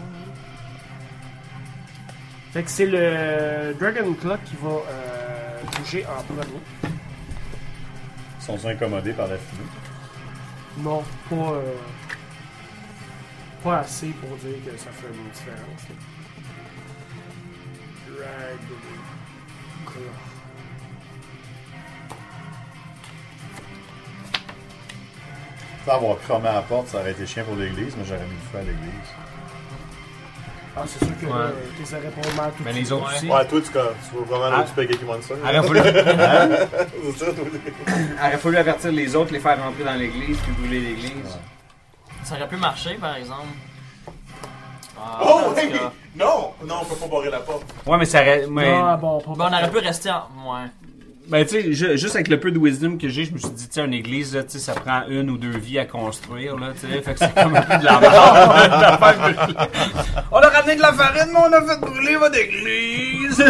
S3: Fait que c'est le Dragon Claw qui va euh, bouger en premier.
S7: Ils sont incommodés par la fumée.
S3: Non, pas. euh, pas assez pour dire que ça fait une différence. là. Dragon Claw.
S7: Faut avoir cramé à la porte, ça aurait été chiant pour l'église, mais j'aurais mis le feu à l'église.
S3: Ah, c'est sûr que
S4: Ouais.
S3: euh, tes arrêts pour mal tout
S4: Mais
S3: de
S4: les
S3: suite.
S4: autres aussi.
S6: Ouais, toi, tu, co- tu veux vraiment
S4: Ah.
S6: aller du Spaghetti Monster.
S4: Aurait voulu, hein?
S6: C'est ça, toi.
S4: Aurait fallu avertir les autres, les faire rentrer dans l'église, puis brûler l'église.
S5: Ça aurait pu marcher, par exemple. Ah,
S6: Oh,
S5: en tout
S6: hey!
S5: cas.
S6: Non! Non, on peut pas barrer la porte.
S4: Ouais, mais ça aurait. mais-
S3: Ah, bon, pas
S5: Bon, on aurait pu rester en. Ouais.
S4: Ben, tu sais, ju- juste avec le peu de wisdom que j'ai, je me suis dit, tu sais, une église, là, tu sais, ça prend une ou deux vies à construire, là, tu sais, fait que c'est comme un peu de la merde. on a ramené de la farine, mais on a fait brûler votre église!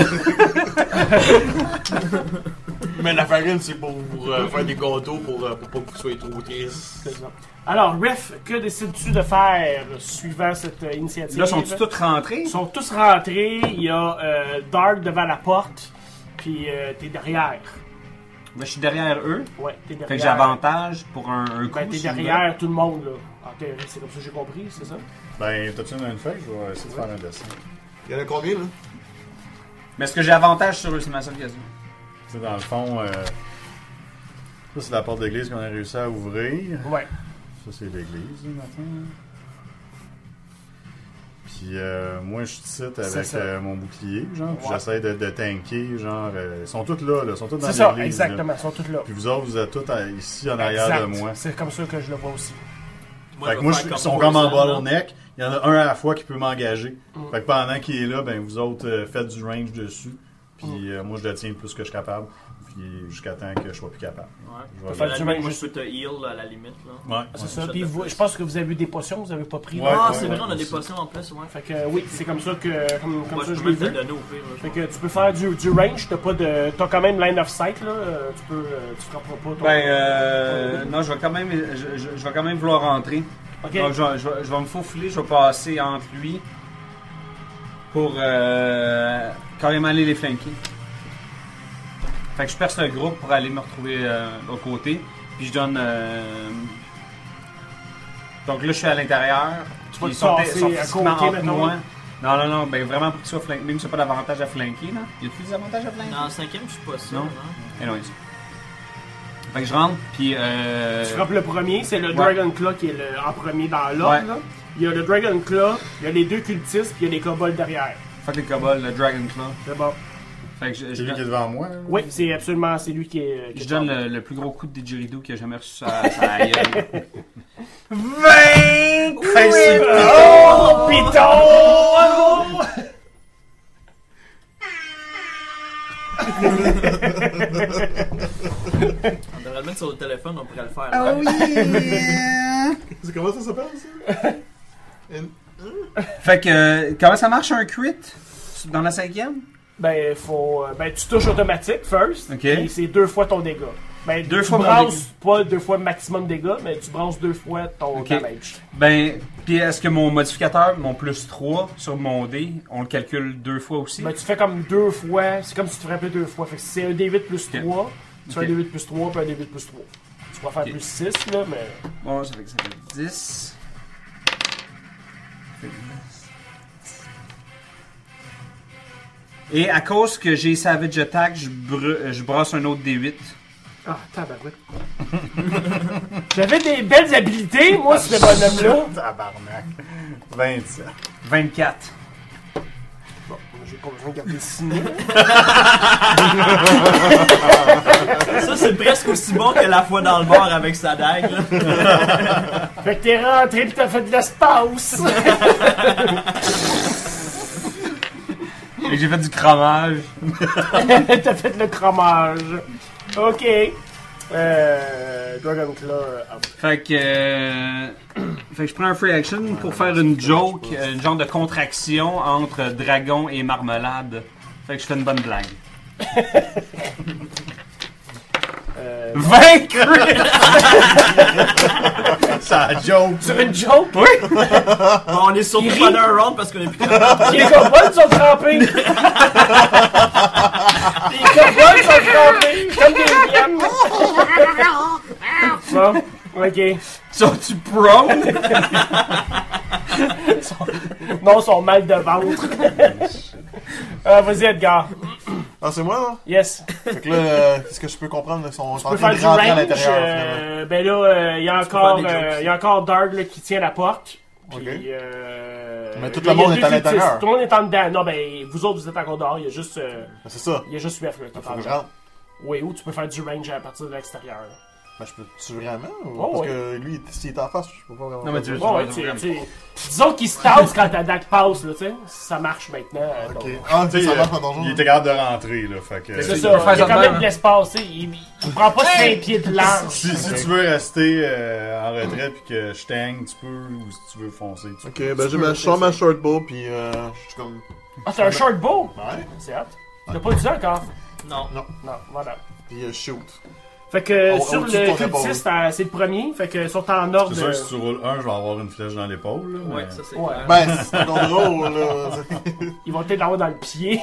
S6: Mais la farine, c'est pour euh, faire des gâteaux pour, euh, pour pas que vous soyez trop tristes.
S3: Excellent. Alors, Ref, que décides-tu de faire suivant cette euh, initiative?
S4: là, sont-ils tous rentrés?
S3: Ils sont tous rentrés. Il y a euh, Dark devant la porte, puis euh, t'es derrière.
S4: Ben, je suis derrière eux,
S3: Ouais, t'es derrière.
S4: fait que j'ai avantage pour un, un coup.
S3: Ben, t'es
S4: si je veux.
S3: derrière tout le monde, là. En théorie, c'est comme ça que j'ai compris, c'est ça?
S7: Ben, t'as-tu une feuille? Je vais essayer de faire un dessin.
S6: Il y en a combien, là?
S4: Mais est-ce que j'ai avantage sur eux? C'est ma seule question.
S7: Tu sais, dans le fond, euh, ça, c'est la porte d'église qu'on a réussi à ouvrir.
S3: Ouais.
S7: Ça, c'est l'église, là, maintenant. Puis euh, moi, je cite
S3: C'est
S7: avec
S3: ça.
S7: euh, mon bouclier, genre, puis
S3: Ouais.
S7: j'essaie de, de tanker, genre, euh, ils sont tous là, là, ils sont tous dans
S3: C'est
S7: l'église.
S3: ça,
S7: là.
S3: exactement. Ils sont tous là.
S7: Puis vous autres, vous êtes tous à- ici, en arrière
S3: Exact.
S7: de moi.
S3: C'est comme ça que je le vois aussi.
S7: fait
S5: je
S7: que
S5: vais
S7: moi,
S5: faire
S7: je, ils sont
S5: Tarzan,
S7: comme en
S5: là.
S7: bottleneck. Il y en a un à la fois qui peut m'engager.
S3: Mm.
S7: Fait que pendant qu'il est là, ben, vous autres, euh, faites du range dessus. Puis
S3: Mm.
S7: euh, moi, je le tiens le plus que je suis capable. Puis jusqu'à temps que je sois plus capable.
S5: Ouais.
S7: Je vais
S5: À
S3: Faire
S5: la
S3: du
S5: limite,
S3: bien
S5: moi, je
S3: juste-
S5: peux te heal à la limite. là.
S7: Ouais,
S3: C'est
S7: ouais.
S3: ça. Puis vous- je pense que vous avez eu des potions, vous avez pas pris.
S7: Ouais,
S5: ah,
S7: ouais,
S5: c'est
S7: ouais,
S5: vrai, on a
S7: aussi.
S5: des potions en plus, ouais.
S3: Fait que euh, oui, c'est comme ça que comme, comme
S5: Moi,
S3: ça
S5: je
S3: je
S5: peux
S3: l'ai
S5: même te
S3: vu.
S5: donner au pire. là, je
S3: Fait que tu peux faire du, du range, t'as pas de. t'as quand même line of sight là, euh, tu peux. euh, tu frapperas pas ton.
S4: Ben, euh, non, je vais quand même, je, je- je vais quand même vouloir rentrer.
S3: Ok.
S4: Donc, je, vais- je vais- je vais me faufiler, je vais passer entre lui pour euh, carrément aller les flanquer. Fait que je perce le groupe pour aller me retrouver euh, de l'autre côté. Puis je donne. euh, Donc là, je suis à l'intérieur.
S3: Tu
S4: Puis
S3: vas
S4: Ils
S3: te
S4: sont,
S3: tasser
S4: sont
S3: à
S4: physiquement
S3: côté,
S4: entre
S3: mettons.
S4: moi. Non, non, non, ben vraiment pour qu'ils soient flanqués. Même s'il n'y a pas d'avantage à flanquer, là. Y a-t-il des avantages à
S5: pense.
S4: flanquer
S5: Dans le cinquième, je suis pas sûr.
S4: Non.
S5: hein.
S4: Anyways. Fait que je rentre, puis. Euh...
S3: Tu frappes le premier, c'est le
S4: Ouais.
S3: Dragon Claw qui est le, en premier dans l'ordre.
S4: Ouais.
S3: là. Il y a le Dragon Claw, il y a les deux cultistes, puis il y a les kobolds derrière.
S4: Fuck le kobold, le Dragon Claw.
S3: C'est bon.
S4: Fait que je, je,
S7: C'est lui qui est devant moi. là.
S3: Oui, c'est absolument c'est lui qui est. euh, qui
S4: je
S3: est
S4: donne
S3: en-
S4: le, le plus gros coup de didgeridoo qu'il a jamais reçu sa, sa gueule.
S7: Hey, c'est-
S3: Oh Python!
S5: On devrait le mettre sur le téléphone, on pourrait le faire.
S4: Ah
S5: là.
S6: C'est comment ça s'appelle, ça? Une-
S4: Fait que, euh, comment ça marche un crit dans la cinquième?
S3: Ben, faut, euh, ben, tu touches automatique first.
S4: Ok.
S3: Et c'est deux fois ton dégât. Ben,
S4: Deux
S3: tu
S4: fois mon
S3: brasses pas deux fois maximum dégâts, mais tu brasses deux fois ton
S4: Ok.
S3: damage.
S4: Ben, puis est-ce que mon modificateur, mon plus 3 sur mon dé, on le calcule deux fois aussi?
S3: Ben, tu fais comme deux fois, c'est comme si tu frappais deux fois. Fait que si c'est un D8 plus
S4: Ok.
S3: 3, Tu fais un D8 plus 3, puis un D8 plus 3. Tu vas faire
S4: Ok.
S3: plus 6, là, mais.
S4: Bon, ça fait que ça fait 10. Ça fait 10. Et à cause que j'ai Savage Attack, je, br- je brasse un autre D8.
S3: Ah, tabarouette. J'avais des belles habilités, moi, ce bonhomme-là.
S7: Tabarnak. 27.
S4: 24.
S3: Bon, j'ai pas besoin de garder le ciné.
S5: Ça, c'est presque aussi bon que la fois dans le bar avec sa dague. là.
S3: Fait que t'es rentré pis t'as fait de l'espace.
S4: Et j'ai fait du cramage.
S3: t'as fait le cramage. Ok. Euh, Dragon Claw. euh, out.
S4: Fait que, euh, fait que je prends un free action pour faire une joke, euh, une genre de contraction entre dragon et marmelade. Fait que je fais une bonne blague.
S3: Euh,
S7: Vaincre! Ça joke.
S3: Sur une joke?
S7: Oui!
S5: Bon, on est surtout
S3: Ah. Il
S5: pas
S3: rit.
S5: d'un round parce qu'on est plus
S3: Les cow-boys sont trempés! Les cow-boys sont trempés! Comme des miams! Bon, ok.
S4: Sont-tu prone?
S3: Non, ils sont mal de ventre. Euh, Vas-y, Edgar.
S6: Ah, c'est moi, là?
S3: Yes.
S6: Fait que là, euh, qu'est-ce que je peux comprendre? Ils sont
S3: On
S6: en
S3: peut faire
S6: train de
S3: du
S6: rentrer à
S3: range.
S6: l'intérieur,
S3: euh, ben là, il y a encore,
S5: faire des jokes.
S3: euh, y a encore Dark là, qui tient la porte. Puis,
S6: Ok.
S3: euh,
S6: Mais tout
S3: là,
S6: le
S3: y a
S6: monde
S3: deux
S6: est à
S3: cultistes.
S6: l'intérieur.
S3: Tout le monde est en dedans. Non, ben, vous autres, vous êtes encore dehors. Il y a juste, euh,
S6: finalement. Ben, C'est ça.
S3: y a juste Wef, là, qui est
S6: Faut
S3: en
S6: que je
S3: dedans.
S6: rentre.
S3: Oui, ou tu peux faire du range à partir de l'extérieur. là.
S6: Ben, je peux-tu vraiment? ou-
S3: Oh,
S6: Parce
S3: ouais.
S6: que lui, s'il est en face, je peux pas vraiment...
S4: Non, mais tu veux-
S3: Bon, ouais, tu- tu- Disons qu'il se tasse quand ta dague passe, là, tu sais. Ça marche maintenant. euh,
S6: Ok.
S3: donc.
S6: Ah,
S7: Tu sais,
S6: ça
S7: euh,
S6: marche en donjon.
S7: il était capable de rentrer, là. Fait que,
S3: C'est
S7: si,
S3: ça, il y a
S4: ça
S3: quand
S4: de
S3: même
S4: même,
S3: de l'espace, tu sais, il, il prend pas 5 pieds de large.
S7: si tu veux rester euh, en retraite puis que je t'aigne, tu peux, ou si tu veux foncer, tu
S6: Ok, ben, je ma- je sors ma short bow, puis euh, je suis comme...
S3: Ah, c'est un short bow!
S6: Ouais.
S3: C'est hot. T'as pas dit encore?
S5: Non.
S3: Non, voilà.
S6: Puis euh, shoot.
S3: Fait que
S6: On-
S3: sur
S6: on tue
S3: le
S6: ton
S3: cultiste, euh, c'est le premier. Fait que sur ton ordre.
S7: peux. C'est sûr,
S3: euh,
S7: si tu roules un, je vais avoir une flèche dans l'épaule, là.
S5: Ouais,
S7: mais-
S5: ça c'est
S3: Ouais.
S5: clair.
S6: Ben, c'est encore drôle, là.
S3: Ils vont peut-être l'avoir dans le pied.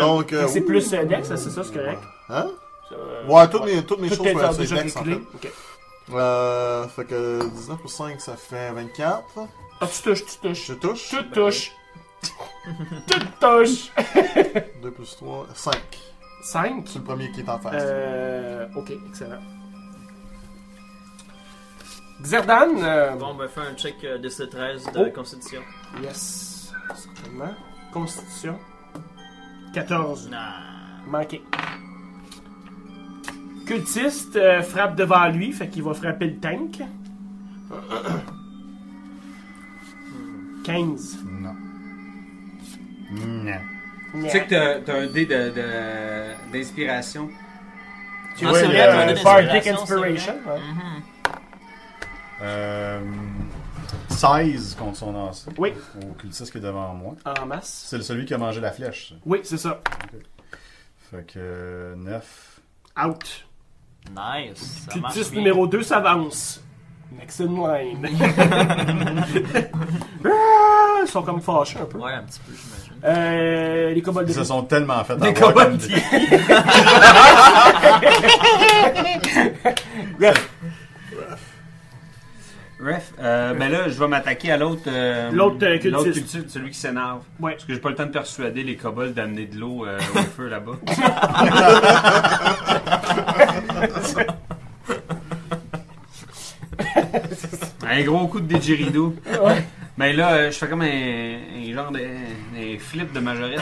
S6: Donc, euh,
S3: c'est plus euh, Dex, c'est ça, c'est correct.
S6: Hein?
S3: Euh,
S6: Ouais, toutes mes, toutes mes
S3: Toutes
S6: choses
S3: tes
S6: peuvent
S3: ordres
S6: être
S3: déjà
S6: dex, en fait.
S3: calculées. Ok.
S6: Euh, fait que 19 plus 5, ça fait 24.
S3: Ah, tu touches, tu touches.
S6: Je touche.
S3: Tu touches. tu touches.
S6: 2 plus 3, 5.
S3: 5.
S6: C'est le premier qui est en face.
S3: Euh, ok, excellent. Xerdan. euh,
S5: Bon, ben fais un check euh, de C13 de
S3: Oh.
S5: constitution.
S3: Yes, certainement. Constitution. 14. Manqué. Cultiste euh, frappe devant lui, fait qu'il va frapper le tank. 15.
S7: Non. Non.
S4: Tu sais que t'as- t'as un dé de- de- d'inspiration.
S5: Non,
S7: Ouais,
S5: c'est vrai,
S7: euh,
S5: t'as un dé
S3: Bardic
S5: d'inspiration, c'est vrai.
S3: Inspiration. ouais.
S7: Euh, 16 contre son lancer.
S3: Oui.
S7: Au cultiste qui est devant moi.
S3: En masse.
S7: C'est celui qui a mangé la flèche, ça.
S3: Oui, c'est ça.
S7: Fait que euh, 9.
S3: Out.
S5: Nice. Ça marche
S3: Cultiste
S5: bien.
S3: numéro 2 s'avance. Next in line. Ah, Ils sont comme fâchés un peu.
S5: Ouais, un petit peu, j'imagine.
S3: Euh, les kobolds de
S7: Ils se sont tellement fait
S4: Des
S7: avoir comme
S4: cobolds.
S7: des-
S4: Ref, euh, ben là, je vais m'attaquer à l'autre. euh,
S3: L'autre, euh, cultiste.
S4: l'autre cultiste, celui qui s'énerve.
S3: Ouais.
S4: Parce que j'ai pas le temps de persuader les kobolds d'amener de l'eau euh, au feu là-bas. un gros coup de didgeridoo. Mais là, euh, je fais comme un, un genre de un flip de majorette.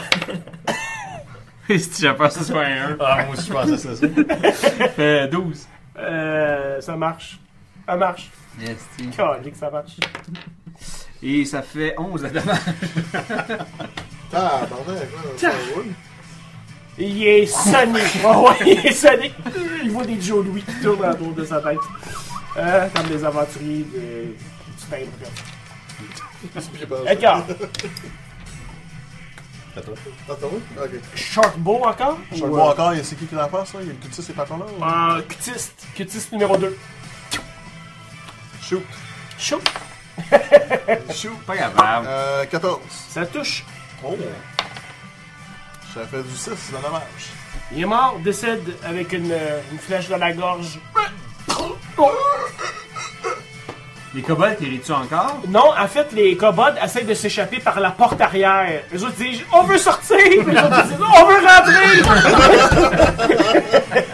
S4: si j'ai peur que ce soit un 1.
S7: Ah, moi aussi, je pensais que c'était ça.
S4: Fait 12.
S3: Euh, ça marche. Ça marche.
S4: Esti.
S3: Calique, ça marche.
S4: Et ça fait 11 à devant.
S6: Ah, pardon, là, ça roule.
S3: Il est sonné. Oh ouais, il est sonné. Il voit des Joe Louis qui tournent autour de sa tête. Euh, comme des aventuriers de... du timbre.
S6: J'ai pas-
S3: D'accord.
S7: C'est à toi.
S6: Ah, t'as roule? Ok.
S3: Sharkbow encore?
S6: Je
S3: Ou,
S6: le vois encore, il y a- c'est qui qui est en face, là? Il y a le cultiste, ces patons-là?
S3: euh, euh, cutiste. Cutiste numéro 2.
S6: Shoot.
S3: Chou.
S6: Shoot.
S4: Pas grave.
S6: Euh, 14.
S3: Ça touche.
S6: Oh! Ça fait du 6, c'est dommage.
S3: Il est mort, décède avec une, euh, une flèche dans la gorge.
S4: Les kobolds, t'es tu encore?
S3: Non, en fait, les kobolds essayent de s'échapper par la porte arrière. Les autres disent On veut sortir Puis Les autres disent On veut rentrer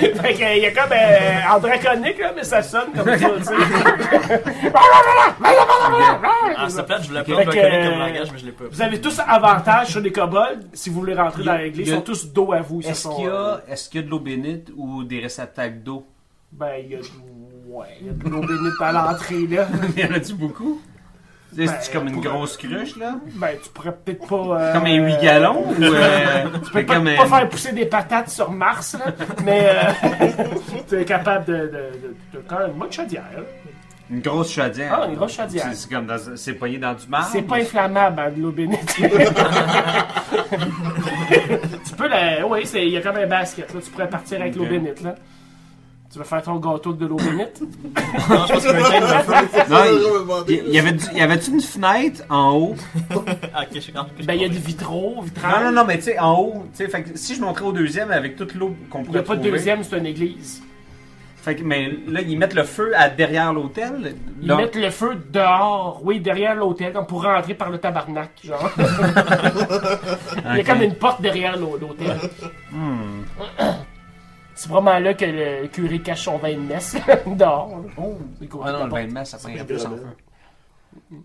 S3: Fait que, il y a comme euh, en draconique, là, mais ça sonne comme ça, tu sais.
S5: Ah, ça plate, je voulais
S3: Ok.
S5: prendre
S3: Fait que,
S5: reconnaître comme
S3: euh,
S5: langage, mais je l'ai pas.
S3: Vous avez tous avantage sur les kobolds si vous voulez rentrer
S4: Il y a-
S3: dans l'église.
S4: il y
S3: Ils
S4: a-
S3: sont tous dos à vous. ils se
S4: Est-ce
S3: sont,
S4: qu'il y,
S3: euh,
S4: a- est-ce qu'il y a de l'eau bénite ou des réceptacles d'eau?
S3: Ben, il y a du. Ouais, il y a de l'eau bénite à l'entrée, là.
S4: Il y en a-tu beaucoup? C'est
S3: Ben,
S4: comme une
S3: pour-
S4: grosse cruche, là?
S3: Ben, tu pourrais peut-être pas. euh,
S4: Comme un 8 gallons? ou, euh,
S3: Tu peux pas,
S4: comme
S3: pas
S4: un-
S3: faire pousser des patates sur Mars, là, mais euh, tu es capable de, de, de- de- quand même une bonne chaudière. là.
S4: Une grosse chaudière.
S3: Ah, une grosse chaudière.
S4: C'est- C'est comme dans, c'est poigné dans du marbre.
S3: C'est pas inflammable, hein, de l'eau bénite. tu peux la. Oui, il y a comme un basket, là. Tu pourrais partir avec
S4: Ok.
S3: l'eau bénite, là. Tu veux faire ton gâteau de l'eau bénite?
S5: Non, je pense que
S4: Non, il-
S6: Je me demandais.
S4: il- il y avait du- il y avait-tu une fenêtre en haut?
S5: Ah, ok, je comprends.
S3: Ben, il y a des vitraux, vitrages.
S4: Non, non, non, mais tu sais, en haut. tu sais, fait que si je montrais au deuxième avec toute l'eau qu'on
S3: Il n'y
S4: pourrait
S3: a pas de
S4: trouver-
S3: deuxième, c'est une église.
S4: Fait que, mais là, ils mettent le feu à derrière l'hôtel.
S3: Ils
S4: Donc,
S3: mettent le feu dehors, oui, derrière l'hôtel, comme pour rentrer par le tabarnak, genre. Il y a
S4: ok.
S3: comme une porte derrière l'hô- l'hôtel.
S4: Hmm.
S3: C'est vraiment là que le curé cache son vin de messe dehors. là.
S4: Oh.
S3: C'est quoi,
S4: Ah non,
S3: la
S4: le
S3: porte.
S4: bain de masse, ça prend
S6: bien
S4: un peu sans
S6: grave.
S4: feu.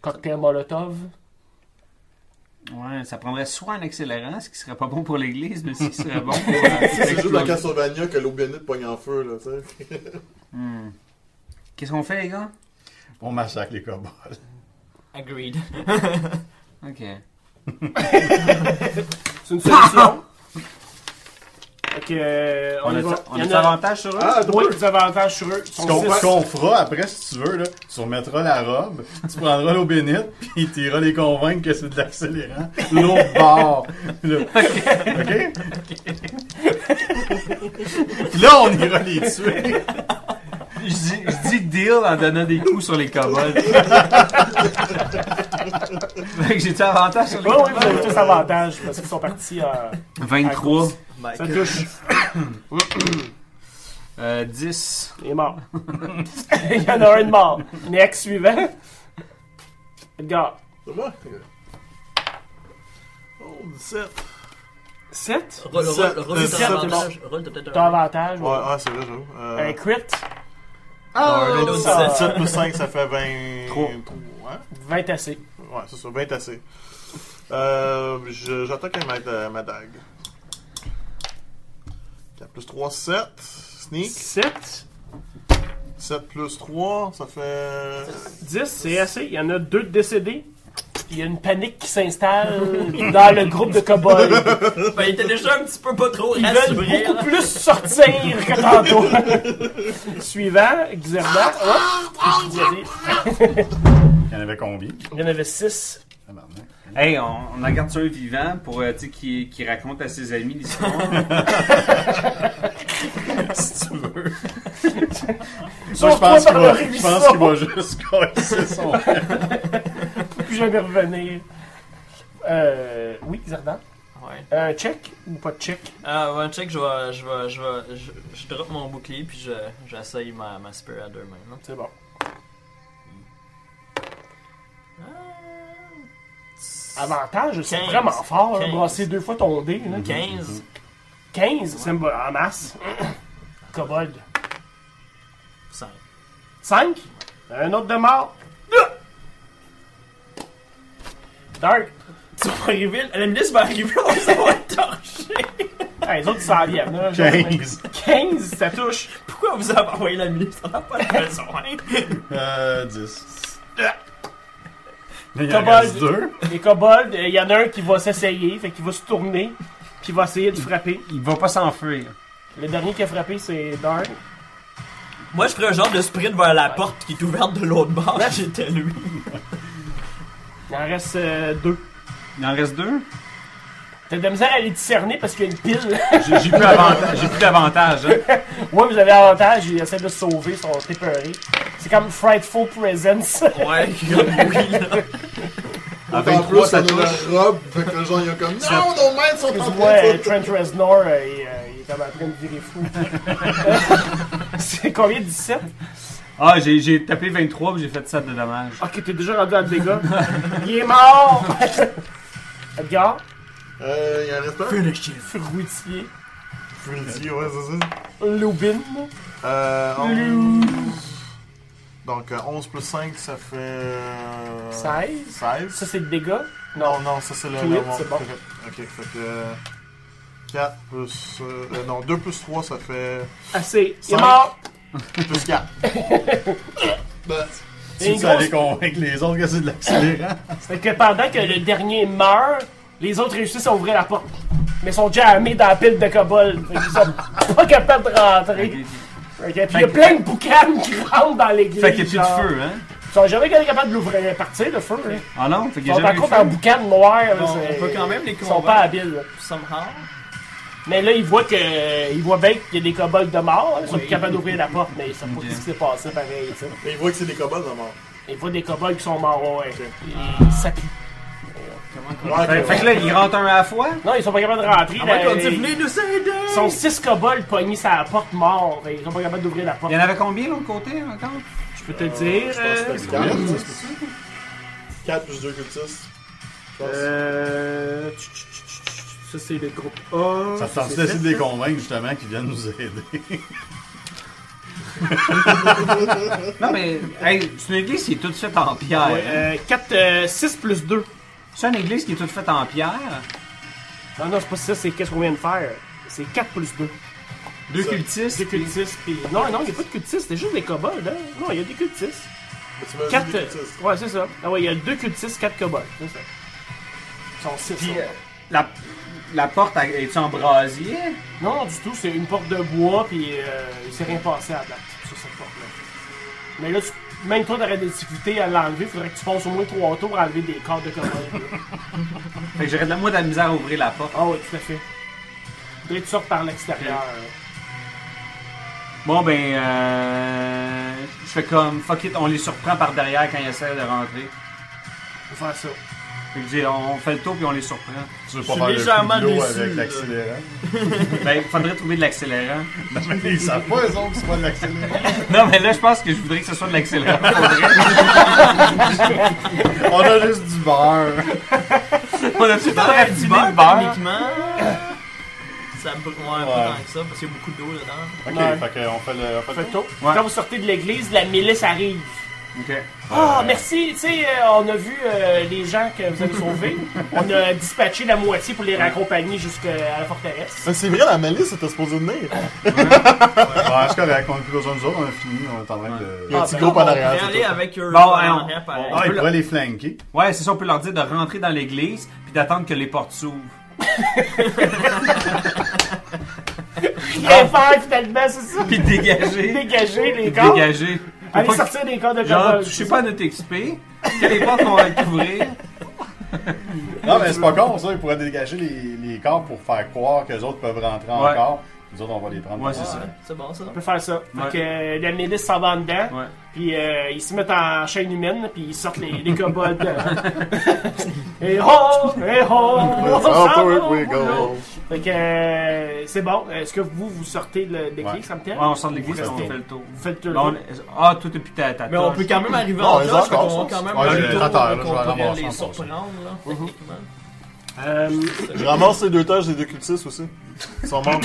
S3: Cocktail Molotov.
S4: Ouais, ça prendrait soit un accélérant, ce qui serait pas bon pour l'église, mais ce qui serait bon pour. euh,
S6: C'est juste dans Castlevania que l'eau bénite pogne en feu, là, tu sais.
S4: Hmm. Qu'est-ce qu'on fait, les gars?
S7: On massacre les kobolds.
S5: Agreed.
S4: Ok.
S3: C'est une solution. Fait que, euh, on,
S4: On
S3: y
S4: a,
S3: va. Il
S4: on a
S3: y en
S4: des
S3: a-
S4: avantages sur eux?
S6: Ah,
S3: Oui,
S6: drôle!
S3: vous avez avantage sur eux. Ils
S7: Ce
S3: sont
S7: qu'on
S3: six.
S7: ce qu'on fera après, si tu veux, là, tu remettras la robe, tu prendras l'eau bénite, puis tu iras les convaincre que c'est de l'accélérant. L'autre bord. Là. OK? Puis là, on ira les tuer.
S4: Je dis, je dis deal en donnant des coups sur les kobolds. fait que j'ai-tu avantage sur les
S3: Oui, oui, vous
S4: kobolds?
S3: avez tous avantage parce qu'ils sont partis. euh,
S4: 23.
S11: Mike.
S3: Ça touche.
S4: Euh, 10.
S3: Il est mort. Il y en a un de mort. Next suivant. Edgar.
S6: C'est moi? Oh, 17.
S3: 7.
S5: Roll,
S6: Ça-
S5: roll, roll,
S6: ça-
S5: t'as avantage. Roll, t'as peut-être
S3: T'as
S5: un.
S3: avantage.
S6: Ouais,
S3: ouais.
S6: ah, c'est vrai, j'avoue.
S3: Un
S6: Euh,
S3: crit.
S5: Un autre
S3: ça-
S5: 17.
S6: 7 Ah, plus 5, ça fait 20.
S4: Trois.
S6: Hein?
S3: 20 assez.
S6: Ouais, c'est ça, 20 assez. Euh, je- J'attaque avec ma, ma dague. 4 plus 3, 7. Sneak.
S3: 7.
S6: 7 plus 3, ça fait.
S3: 10, c'est assez. Il y en a deux de décédés. Il y a une panique qui s'installe dans le groupe de cow-boys.
S5: Ben, il était déjà un petit peu pas trop
S3: Ils veulent
S5: rassuré.
S3: beaucoup plus sortir que tantôt. Suivant, Xerda. Hop, qu'est-ce que vous avez?
S7: Il y en avait combien?
S3: Il y en avait 6.
S7: Tabarnak.
S4: Hey, on, on en garde sur un vivant pour euh, tu sais, qui, qui raconte à ses amis l'histoire.
S7: Si tu veux.
S3: Sauf
S7: Moi, je pense
S3: toi,
S7: qu'il va,
S3: Marguerite
S7: je pense qu'il va juste coincer son
S3: Plus jamais revenir. Euh, oui, Xerda.
S5: Ouais.
S3: Un check ou pas de check?
S5: Ah, ouais, check, je vais. Je vais. Je vais. Je, je drop mon bouclier, puis je, j'essaye ma, ma spear à deux mains. là.
S3: C'est bon.
S5: Euh,
S3: Avantage, c'est
S5: 15.
S3: vraiment fort. là,
S5: 15.
S3: Brasser deux fois ton dé. là.
S5: 15.
S3: 15, c'est en masse. Kobold.
S5: Cinq.
S3: 5. Un autre de mort. Ah! Dark.
S5: Tu vas arriver, la ministre va arriver, on va avoir torché.
S3: Hey, Ah, les autres, ils s'en viennent. là.
S7: 15.
S3: 15, ça touche.
S5: Pourquoi vous avez envoyé la ministre? On n'a pas de raison, hein?
S7: Euh, 10. Là, il en
S3: Cobalt.
S7: reste deux.
S3: Les kobolds, il y en a un qui va s'essayer, fait qu'il va se tourner, puis il va essayer de frapper.
S4: Il va pas s'enfuir.
S3: Le dernier qui a frappé, c'est Dark.
S5: Moi, je ferais un genre de sprint vers la porte qui est ouverte de l'autre bord. J'étais lui.
S3: Il en reste euh, deux.
S4: Il en reste deux?
S3: T'as de la misère à les discerner parce qu'il y a une pile.
S4: J'ai j'ai plus avantage- j'ai plus d'avantage. hein.
S3: Moi, vous avez avantage, il essaie de se sauver, ils sont épeurés. C'est comme Frightful Presence.
S5: Ouais, comme oui, là.
S7: À
S6: Puis en
S7: 23,
S6: plus,
S7: ça
S6: on a
S7: touche.
S6: la robe, fait que les gens, ils ont comme, non, nos mains sont en
S3: Tu vois,
S6: train de
S3: euh,
S6: foutre.
S3: Trent Reznor, euh, il, euh, il est comme en train de virer fou. c'est combien 17
S4: Ah, j'ai- j'ai tapé 23 puis j'ai fait 7 de dommages.
S3: Ok, t'es déjà rendu à des gars. il est mort Edgar,
S6: Euh, il en reste un?
S12: Finish
S3: Fruitier,
S6: Freddy, ouais, c'est
S3: Lubin.
S6: ça. Euh, on-
S3: Lou.
S6: Donc, euh, 11 plus 5, ça fait... euh,
S3: 16.
S6: 16.
S3: Ça, c'est le dégât.
S6: Non, non, ça c'est le...
S3: Tout
S6: le-
S3: huit, c'est bon.
S6: Ok, fait que... 4 plus... euh, euh, non, 2 plus 3, ça fait...
S3: Assez. Il est
S6: Cinq.
S3: mort
S6: Plus 4.
S3: Et
S7: Si vous
S3: une grosse-
S7: allez convaincre les autres que c'est de l'accélérant.
S3: Fait que pendant que le dernier meurt, les autres réussissent à ouvrir la porte. Mais sont déjà armés dans la pile de cobol. Fait qu'ils sont pas capables de rentrer. Fait que- puis il y a plein de boucanes qui rentrent dans l'église.
S4: Fait qu'il n'y a
S3: genre.
S4: plus de feu, hein?
S3: Ils sont jamais capables de l'ouvrir, partir le feu. hein.
S4: Ah non? Fait qu'il
S3: Ils
S4: n'y a
S3: sont
S4: jamais eu de
S3: encore dans
S4: feu.
S3: le boucan noir. là,
S5: Bon,
S3: c'est-
S5: on peut quand même les
S3: Ils sont pas
S5: convaincre,
S3: habiles. là.
S5: somehow.
S3: Mais là, ils voient que, ils voient bien qu'il y a des kobolds de mort. hein. Ils sont
S5: Oui.
S3: plus capables d'ouvrir la porte, mais ils savent pas
S4: Ok.
S3: ce qui s'est passé pareil. tu sais.
S6: Mais il voit que c'est des kobolds, la mort.
S3: Ils voient des kobolds qui sont morts. Ouais.
S5: Ah.
S3: Ils- Ça pue.
S6: Ouais,
S4: Fait que là, il rentre un à la fois.
S3: Non, ils sont pas capables de rentrer.
S6: Ah
S3: là,
S12: Quand
S3: ils-
S12: tu venais nous aider!
S3: Ils sont six kobolds pognés sur la porte mort. Ils sont pas capables d'ouvrir la porte.
S4: Il y en avait combien de l'autre côté encore?
S3: Je peux te le dire.
S6: Je
S3: euh,
S6: pense que 4, 4 plus 2 cultistes. Je pense.
S3: Euh. tch, tch, tch, tch, tch, Ça, c'est le groupe A.
S7: Ça te tente d'essayer de les convaincre justement qu'ils viennent nous aider.
S4: Non, mais, hey, c'est une église qui est toute faite en pierre. hein.
S3: euh, 4, 6 plus 2.
S4: C'est une église qui est toute faite en pierre.
S3: Non, non, c'est pas ça, c'est qu'est-ce qu'on vient de faire. C'est 4 plus 2.
S4: Deux
S6: Ça-
S4: cultistes.
S3: Deux cultistes, pis. Non, non, il n'y a pas de cultistes, c'est juste des kobolds, hein. Non, il y a des cultistes.
S6: Mais tu m'as dit
S3: 4.
S6: des cultistes.
S3: Ouais, c'est ça. Ah ouais, il y a deux cultistes, 4 kobolds. C'est ça. Ils sont 6.
S4: Puis, euh, la, la porte elle- est-tu en brasier?
S3: Non, non, du tout, c'est une porte de bois, puis euh, il s'est rien passé à la date sur cette porte-là. Mais là, tu- même toi, t'aurais des difficultés à l'enlever, faudrait que tu passes au moins trois tours à enlever des cordes de commande.
S4: Fait que j'aurais de la, moi de la misère à ouvrir la porte.
S3: Ah oui, tout à fait. Faudrait que tu sortes par l'extérieur.
S4: Bon, ben, euh, je fais comme, fuck it, on les surprend par derrière quand ils essaient de rentrer.
S3: Faut faire ça.
S4: Fait que je dis, on fait le tour puis on les surprend.
S7: Tu veux pas
S5: suis
S7: faire
S5: légèrement
S7: le coup de l'eau
S5: déçu, là.
S7: avec l'accélérant.
S4: Ben, faudrait trouver de l'accélérant.
S7: Non, mais ils savent pas, eux autres, que c'est pas de l'accélérant.
S4: Non, mais là, je pense que je voudrais que ce soit de l'accélérant. Faudrait-
S7: On a juste du beurre.
S4: On a-tu pas raffiné le beurre?
S5: Techniquement, ça me brûle ouais. pas tant que ça parce qu'il y a beaucoup d'eau dedans.
S7: Ok,
S3: Ouais.
S7: fait qu'on fait le. on fait le
S3: Fait que toi,
S4: Ouais.
S3: quand vous sortez de l'église, la milice arrive.
S4: Ok.
S3: Ah, merci! Tu sais, euh, on a vu euh, les gens que vous avez sauvés. on a dispatché la moitié pour les raccompagner jusqu'à la forteresse.
S6: Mais Ah, c'est vrai, la malice était supposée venir.
S7: Ouais, c'est correct, on a plus besoin de nous autres, on a fini, on est en train de.
S6: Il y a un
S3: Ah,
S6: petit
S3: ben,
S6: groupe en
S5: On
S6: arrière.
S5: va
S6: c'est
S5: aller
S6: tout.
S5: avec eux
S4: Bon,
S5: en
S4: hein,
S5: arrière,
S4: on-
S5: pareil.
S7: Ah, ils pourraient les flanquer.
S4: Ouais, c'est ça, on peut leur dire de rentrer dans l'église puis d'attendre que les portes s'ouvrent. Ah.
S3: Rien faire finalement, c'est ça!
S4: Puis de dégager.
S3: Dégager les cordes.
S4: dégager.
S3: Allez
S4: Faut pas que-
S3: sortir des cordes de
S4: Genre,
S3: cobalt.
S4: touchez pas à notre XP, que les portes vont être ouvertes.
S7: Non, mais c'est pas con, ça, ils pourraient dégager les, les corps pour faire croire que les autres peuvent rentrer
S4: Ouais.
S7: encore. Nous autres, on va les prendre.
S4: Ouais, c'est ça.
S5: C'est bon ça.
S3: On peut faire ça. Fait
S4: Ouais.
S3: que euh, la milice s'en va en dedans,
S4: Ouais.
S3: puis euh, ils se mettent en chaîne humaine, puis ils sortent les, les kobolds. et ho! Et ho! on s'en
S6: Outward
S3: va,
S6: we
S3: voilà.
S6: Ah, go.
S3: Fait que euh, c'est bon. Est-ce que vous, vous sortez le déclic,
S7: Ouais.
S3: ça me
S4: Ouais,
S3: tient?
S4: on sort de l'église,
S3: Vous
S4: on
S3: restez.
S4: fait le tour.
S3: Vous faites le
S4: Là, on- Ah, toi, t'as plus ta ta
S5: Mais on
S4: torche.
S5: peut quand même arriver
S6: Non,
S5: en
S6: les
S5: place, fait
S6: encore,
S5: qu'on va
S6: ça.
S5: quand même
S7: Ah, Ouais, Ah,
S5: avoir
S7: j'ai
S5: le
S7: le
S5: tour
S7: tracteur,
S5: pour
S7: là,
S5: qu'on
S7: je vais
S5: pourrait
S7: ramasser
S5: les
S7: en
S5: surprendre, là, techniquement.
S3: Euh,
S6: Je ramasse les deux tâches des deux cultistes aussi. Ils sont morts.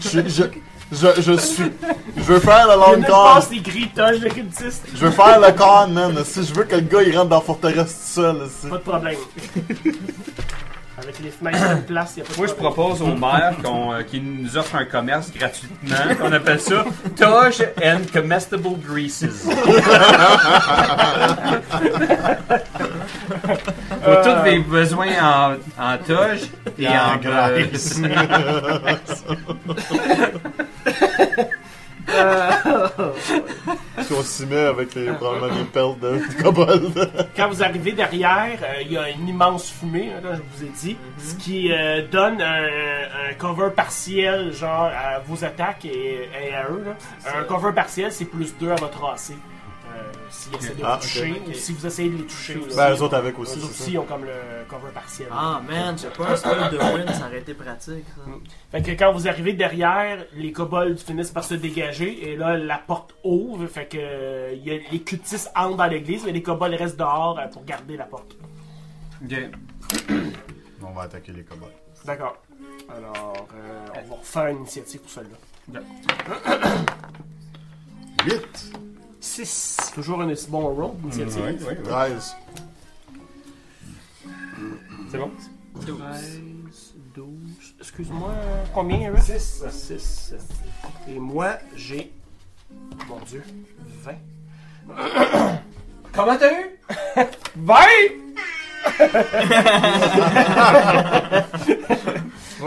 S6: je, je, je, je suis. Je veux faire le
S3: il y en a
S6: long
S3: qui
S6: con.
S3: passent les gritages de cultistes.
S6: Je veux faire le con, man. Si je veux que le gars il rentre dans la forteresse tout seul. si.
S3: Pas de problème. Avec les fenêtres en place, il n'y a pas de
S4: Moi, je
S3: problème.
S4: propose au maire qu'on, euh, qu'il nous offre un commerce gratuitement. On appelle ça Toge and Comestible Greases. Pour tous les besoins en, en toge et, en, graisse.
S6: Si on s'y met avec les, probablement les perles de de kobold.
S3: Quand vous arrivez derrière, euh, il y a une immense fumée, hein, comme je vous ai dit, ce qui euh, donne un, un cover partiel, genre à vos attaques et, et à eux. là. Un cover partiel, c'est plus 2 à votre AC. Euh, s'ils essaient de
S11: Ah,
S3: vous toucher
S11: ok.
S3: ou si vous essayez de les toucher. là,
S11: Ben,
S3: aussi,
S11: eux autres avec aussi,
S3: Eux
S11: c'est
S3: autres
S11: ça.
S3: aussi, ils ont comme le cover partiel.
S5: Ah man, j'ai pas un spell de win, ça aurait été pratique. ça.
S3: Mm. Fait que quand vous arrivez derrière, les kobolds finissent par se dégager et là la porte ouvre. Fait que euh, il y a- les cultistes entrent dans l'église, mais les kobolds restent dehors euh, pour garder la porte.
S7: On va attaquer les cobayes.
S3: D'accord. Alors, euh, on va refaire une initiative pour celle-là.
S7: 8!
S3: 6. Toujours un aussi bon roll d'initiative.
S7: Oui, oui, oui.
S6: 13.
S4: C'est bon?
S3: 13, 12. Excuse-moi, euh, combien, Eric 6. 6. Et moi, j'ai. Mon Dieu, 20.
S4: Comment t'as eu?
S3: 20
S6: Ouais,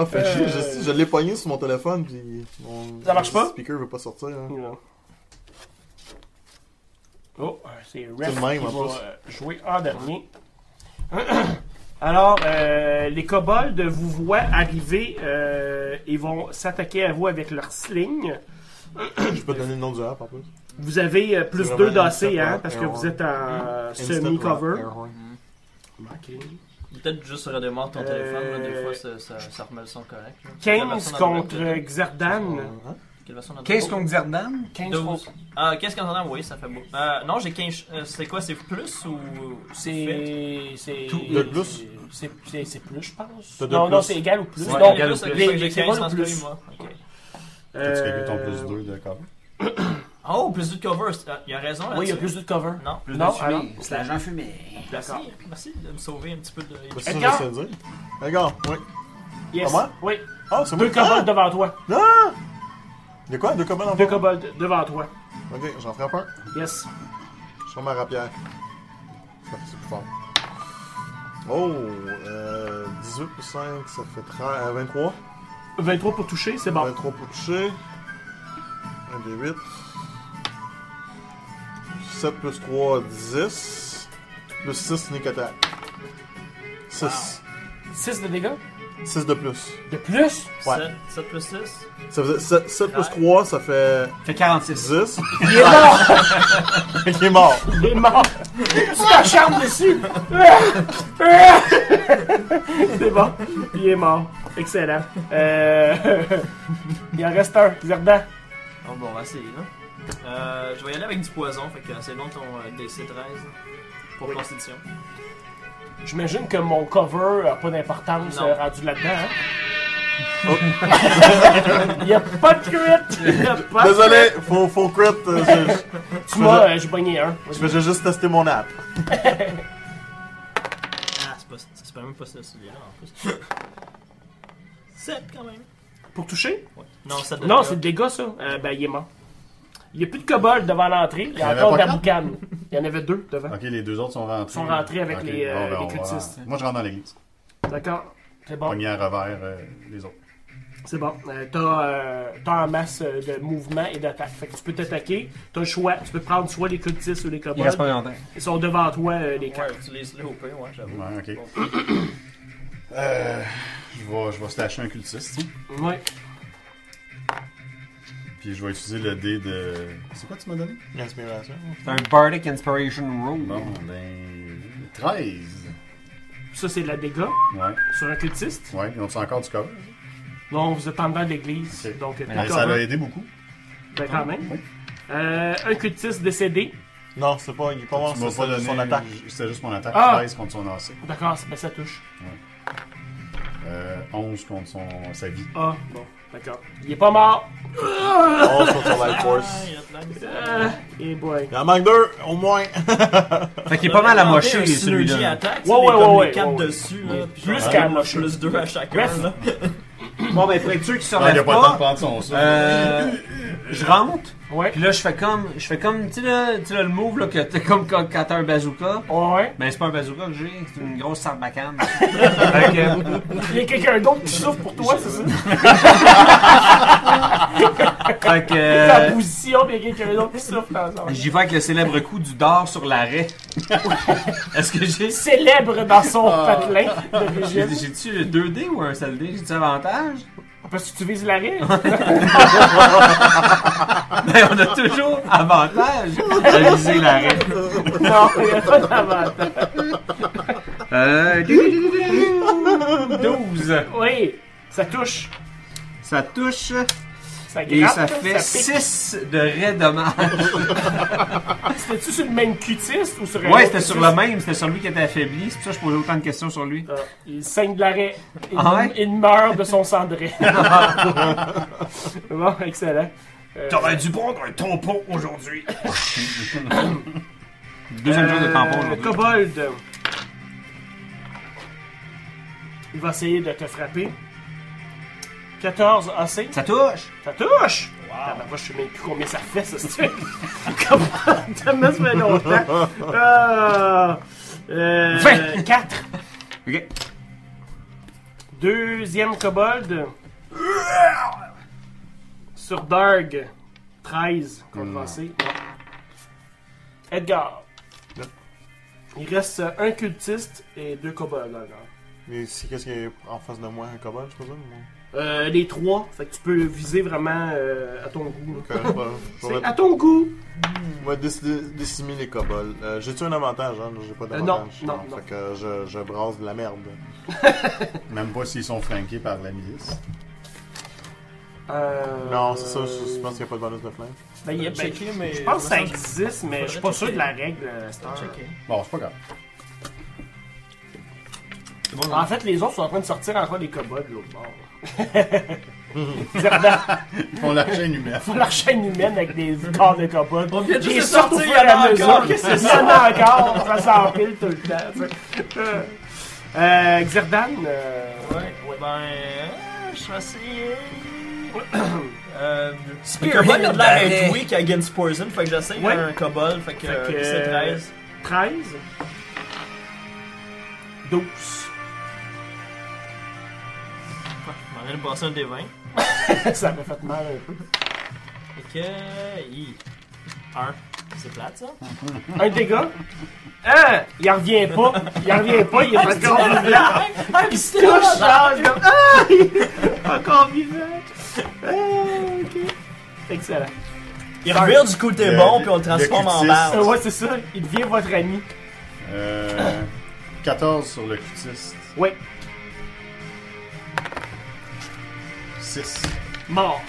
S6: Ah, fait que je- je, je l'ai pogné sur mon téléphone, puis mon
S3: Euh. Ça marche pas?
S6: Le speaker veut pas sortir. hein.
S3: Non. Oh, euh, c'est Ref
S6: C'est le même,
S3: qui
S6: en
S3: va
S6: plus.
S3: euh, jouer en dernier. Alors, euh, les kobolds vous voient arriver euh, et vont s'attaquer à vous avec leur sling.
S6: Je peux te donner le nom du app en plus.
S3: Vous avez euh, plus
S6: C'est
S3: 2
S6: vraiment une Mm-hmm.
S3: d'AC, hein,
S6: separate
S3: parce que
S6: error.
S3: vous êtes en euh,
S6: Instant
S3: semi-cover.
S6: Rock Airhorn.
S3: Manqué.
S5: Peut-être juste redémarre ton
S3: Euh,
S5: téléphone, là, des fois ça, ça, ça remet le son correct. là. Quelle
S3: 15
S5: version d'Android
S3: contre
S5: t'as?
S3: Xerdan.
S6: Hein?
S5: Quelle version d'Android?
S4: Qu'est-ce qu'on dit dedans?
S3: 15
S5: 12.
S3: contre.
S5: Ah, qu'est-ce qu'on entend? Oui, ça fait beau. Euh, non, j'ai 15. euh, c'est quoi? C'est plus ou. fait?
S3: C'est. C'est.
S6: Tout- le plus?
S3: c'est- C'est c'est plus, je pense.
S6: T'as deux
S3: Non, non,
S6: plus.
S3: c'est égal ou plus.
S5: Ouais,
S3: Non,
S5: égal ou
S3: les-
S5: plus. Fait que
S3: les
S5: J'ai 15
S3: symboles
S5: dans
S3: ou
S5: ce
S3: plus.
S5: cas-là, moi. Ok.
S7: T'as-tu calculé ton
S3: Euh,
S7: plus 2 de cover?
S5: Oh, plus de cover. c'est- ah, Il y a raison là
S3: Oui, il y a plus de cover.
S5: Non,
S4: Plus
S3: Non,
S4: de
S3: alors,
S4: fumée. C'est l'agent fumée.
S5: merci,
S3: D'accord.
S5: merci de me sauver un petit peu de.
S6: C'est ça que
S3: Edgar?
S6: j'essaie de dire. Regarde, oui.
S3: Yes.
S6: Comment?
S3: Oui.
S6: Ah,
S3: Oh,
S6: c'est moi
S3: Deux
S6: qui- Ah!
S3: kobolds devant toi.
S6: De quoi Deux cobayes en
S3: Deux
S6: plus
S3: kobolds devant toi.
S6: Ok, j'en frappe un.
S3: Yes.
S6: Je prends ma rapière. Ah, C'est plus fort. Oh, euh, 18 plus 5, ça fait 13, euh, 23.
S3: 23 pour toucher, c'est bon.
S6: 23 pour toucher. 1 des 8. 7 plus 3, 10. Plus 6, sneak attack. 6.
S3: 6 de dégâts.
S6: 6 de plus.
S3: De plus?
S5: 7, 7 plus 6.
S6: Ça faisait 7, plus
S5: Ouais.
S6: 3, ça fait
S4: Fait 46.
S6: 10. Il est mort! Il est mort.
S3: Il est mort. tu t'acharnes dessus. c'est bon. Il est mort. Excellent. Euh... il en reste un. Zerdan.
S5: Oh, bon, on va essayer là. Euh, je vais y aller avec du poison, fait que c'est long ton euh, DC 13 pour constitution.
S3: J'imagine que mon cover a pas d'importance
S5: Non.
S3: euh, rendu là-dedans. Hein? Oh. Il y a pas de crit! Il y a pas de
S6: Désolé, faut, faut crit. euh, je-
S3: crit. Tu m'as, euh, j'ai pogné un.
S6: Je vais juste tester mon app.
S5: Ah, c'est pas, c'est pas même pas ça, celui-là en plus. 7 quand même.
S3: Pour toucher?
S5: Ouais. Non, 7 de
S3: Non,
S5: dégâts.
S3: c'est des gars, ça. Euh, ben, il est mort. Il n'y a plus de kobold devant l'entrée. Il y a
S7: Il y en
S3: encore de
S7: avait
S3: la
S7: pas
S3: boucane. Il y en avait deux devant.
S7: Ok, les deux autres sont rentrés.
S3: Sont rentrés avec
S7: Ok,
S3: les, euh,
S7: bon, ben,
S3: les
S7: on va-
S3: cultistes.
S7: Moi, je rentre dans l'église.
S3: D'accord. C'est bon.
S7: Pogné à revers euh, les autres.
S3: C'est bon. Euh, t'as, euh, t'as en masse euh, de mouvement et d'attaque. Fait que tu peux t'attaquer. T'as le choix. Tu peux prendre soit les cultistes ou les
S4: Il
S3: kobolds.
S4: reste pas longtemps.
S3: Ils sont devant toi, euh, les quatre.
S5: Ouais, utilise-le au pire, ouais, j'avoue.
S7: Ouais, ok. Euh, je vais, je vais slasher un cultiste, tiens.
S3: Ouais.
S7: Puis je vais utiliser le dé de. C'est quoi que tu m'as donné
S6: Inspiration.
S4: C'est un Bardic Inspiration Roll.
S7: Bon, ben. 13.
S3: Ça, c'est de la dégâts
S7: Ouais,
S3: sur un cultiste.
S7: ouais. Ils ont-tu encore du cover
S3: Non, vous êtes en dedans de l'église.
S7: Ok.
S3: Donc, euh, t'es
S7: Ben, Ça l'a
S3: cover.
S7: aidé beaucoup.
S3: Ben, quand même.
S7: Oui.
S3: Euh, un cultiste décédé.
S6: Non, c'est pas, il est pas mort,
S7: Tu
S6: c'est
S7: m'as pas
S6: son,
S7: donné.
S6: Ah, son attaque.
S7: C'était juste mon attaque.
S3: Ah!
S7: 13 contre son AC.
S3: D'accord, c'est- ben, ça touche.
S7: Euh, 11 contre son, sa vie.
S3: Ah, bon, d'accord. Il est pas mort.
S6: Oh, sur son life force.
S5: Ah, il y a plein de-
S3: Euh, eh boy.
S6: Il en manque deux, au moins.
S4: Fait qu'il est pas mal
S5: Inventé
S4: amoché
S5: un synergy
S4: celui-là.
S5: attaque,
S3: Ouais,
S5: ouais,
S3: ouais,
S5: ouais, comme
S3: ouais,
S5: les quatre
S3: ouais, ouais.
S5: dessus, là, puis
S3: Plus
S5: genre,
S3: qu'à
S5: un
S3: mocher.
S5: plus deux à chacun,
S3: Bref.
S5: là.
S4: Bon, ben, pour être sûr qu'il s'en
S7: Ah, il a
S4: relève
S7: pas le temps
S4: pas,
S7: de prendre son ça.
S4: euh, je rentre.
S3: Ouais.
S4: Puis là, je fais comme, je fais comme, tu sais, là, tu sais, là, le move, là, que t'es comme quand, quand t'as un bazooka.
S3: Ouais.
S4: Ben, c'est pas un bazooka que j'ai, c'est une grosse sarbacane. fait que,
S3: Il y a quelqu'un d'autre qui souffre pour toi, c'est ça?
S4: fait que,
S3: Ta
S4: euh,
S3: position, puis il y a quelqu'un d'autre qui souffre dans ça.
S4: j'y vais avec le célèbre coup du dard sur l'arrêt. Est-ce que j'ai,
S3: Célèbre dans son patelin de
S4: Ah. j'ai-
S3: régime.
S4: j'ai-tu le 2D ou un seul D? J'ai-tu avantage?
S3: Parce que tu vises l'arrêt.
S4: Ben, on a toujours avantage à viser l'arrêt.
S3: Non, il n'y a pas d'avantage.
S4: Euh, 12.
S3: Oui, ça touche.
S4: Ça touche.
S3: Ça
S4: Et
S3: gratte,
S4: ça fait
S3: pique.
S4: 6 de raies dommages.
S3: C'était-tu sur le même cutiste ou sur un
S4: Ouais,
S3: autre
S4: c'était sur
S3: cutiste?
S4: le même, c'était sur lui qui était affaibli. C'est pour ça que je posais autant de questions sur lui.
S3: Ah, Il saigne de l'arrêt. Il,
S4: Ah ouais?
S3: il meurt de son cendré. bon, excellent. Euh,
S13: T'aurais dû prendre un tampon aujourd'hui.
S4: Deuxième
S3: Euh,
S4: jour de tampon
S3: Le
S4: aujourd'hui.
S3: kobold. Il va essayer de te frapper. 14 AC.
S4: Ça touche.
S3: Ça touche! Ah, bah, moi, je sais même plus combien ça fait, ça, c'est Comment tellement ça fait longtemps? Ah, euh, 4.
S4: Ok.
S3: Deuxième kobold. Sur Darg. 13 contre
S4: Hmm.
S3: lancé. Edgar. Il reste euh, un cultiste et deux kobolds encore.
S6: Mais c'est qu'est-ce qu'il y a en face de moi, un cobalt, je présume? ou-
S3: Euh, les trois, fait que tu peux viser vraiment euh, à ton goût. là.
S6: Que je vais- je vais-
S3: C'est à ton goût!
S6: On va décider décimer les kobolds. Euh, J'ai-tu un avantage? Hein? J'ai pas d'avantage.
S3: Euh, non, non, non.
S6: Fait que je, je brasse de la merde.
S7: Même pas s'ils sont flanqués par la milice.
S3: Euh,
S6: Non, c'est ça, je, je pense qu'il n'y a pas de bonus de flingue.
S3: Ben, il y a
S5: Ben,
S3: checké.
S5: mais
S3: Je pense que ça
S5: me semble-
S3: existe, mais je suis pas sûr de la règle. euh, c'est un-
S5: Checker.
S7: Bon, c'est pas grave.
S3: En fait, les autres sont en train de sortir encore des kobolds de l'autre bord. Zerdan,
S7: On l'achète une humaine.
S3: la chaîne humaine avec des corps de kobolds.
S5: On vient juste
S3: Ils
S5: de
S3: sortent au
S5: sortir,
S3: fur et à
S5: il y en a
S3: mesure.
S5: encore.
S3: Qu'est-ce que c'est ça? Il y en a encore, ça s'empile tout le temps. tu sais. Euh, Euh, Xerdan, euh,
S5: Ouais, ouais. Ben, euh, je vais essayer. euh,
S4: Spearhead
S5: le kobold a de l'air
S4: d'arrêt.
S5: être weak against poison, fait que j'essaie
S3: Ouais.
S5: un kobold, fait que,
S3: Fait que,
S5: euh, c'est 13.
S3: 13, 12.
S5: Je m'en viens de passer un des 20.
S3: ça m'a fait mal un peu.
S5: Fait que. euh, hi. Un. C'est plate ça?
S3: Un dégât. Hein? Il en revient pas. Il en revient pas. Il est encore vivant. Il se touche. genre, il est comme, Ah! Il est encore vivant. Ah, ok. Excellent.
S5: Il revient du côté
S7: Le-
S5: bon, puis on le
S7: le
S5: transforme en
S7: cultiste.
S5: barbe.
S3: Euh, ouais, c'est ça. Il devient votre ami.
S7: Euh, 14 sur le cutiste.
S3: Ouais.
S7: 6.
S3: Mort.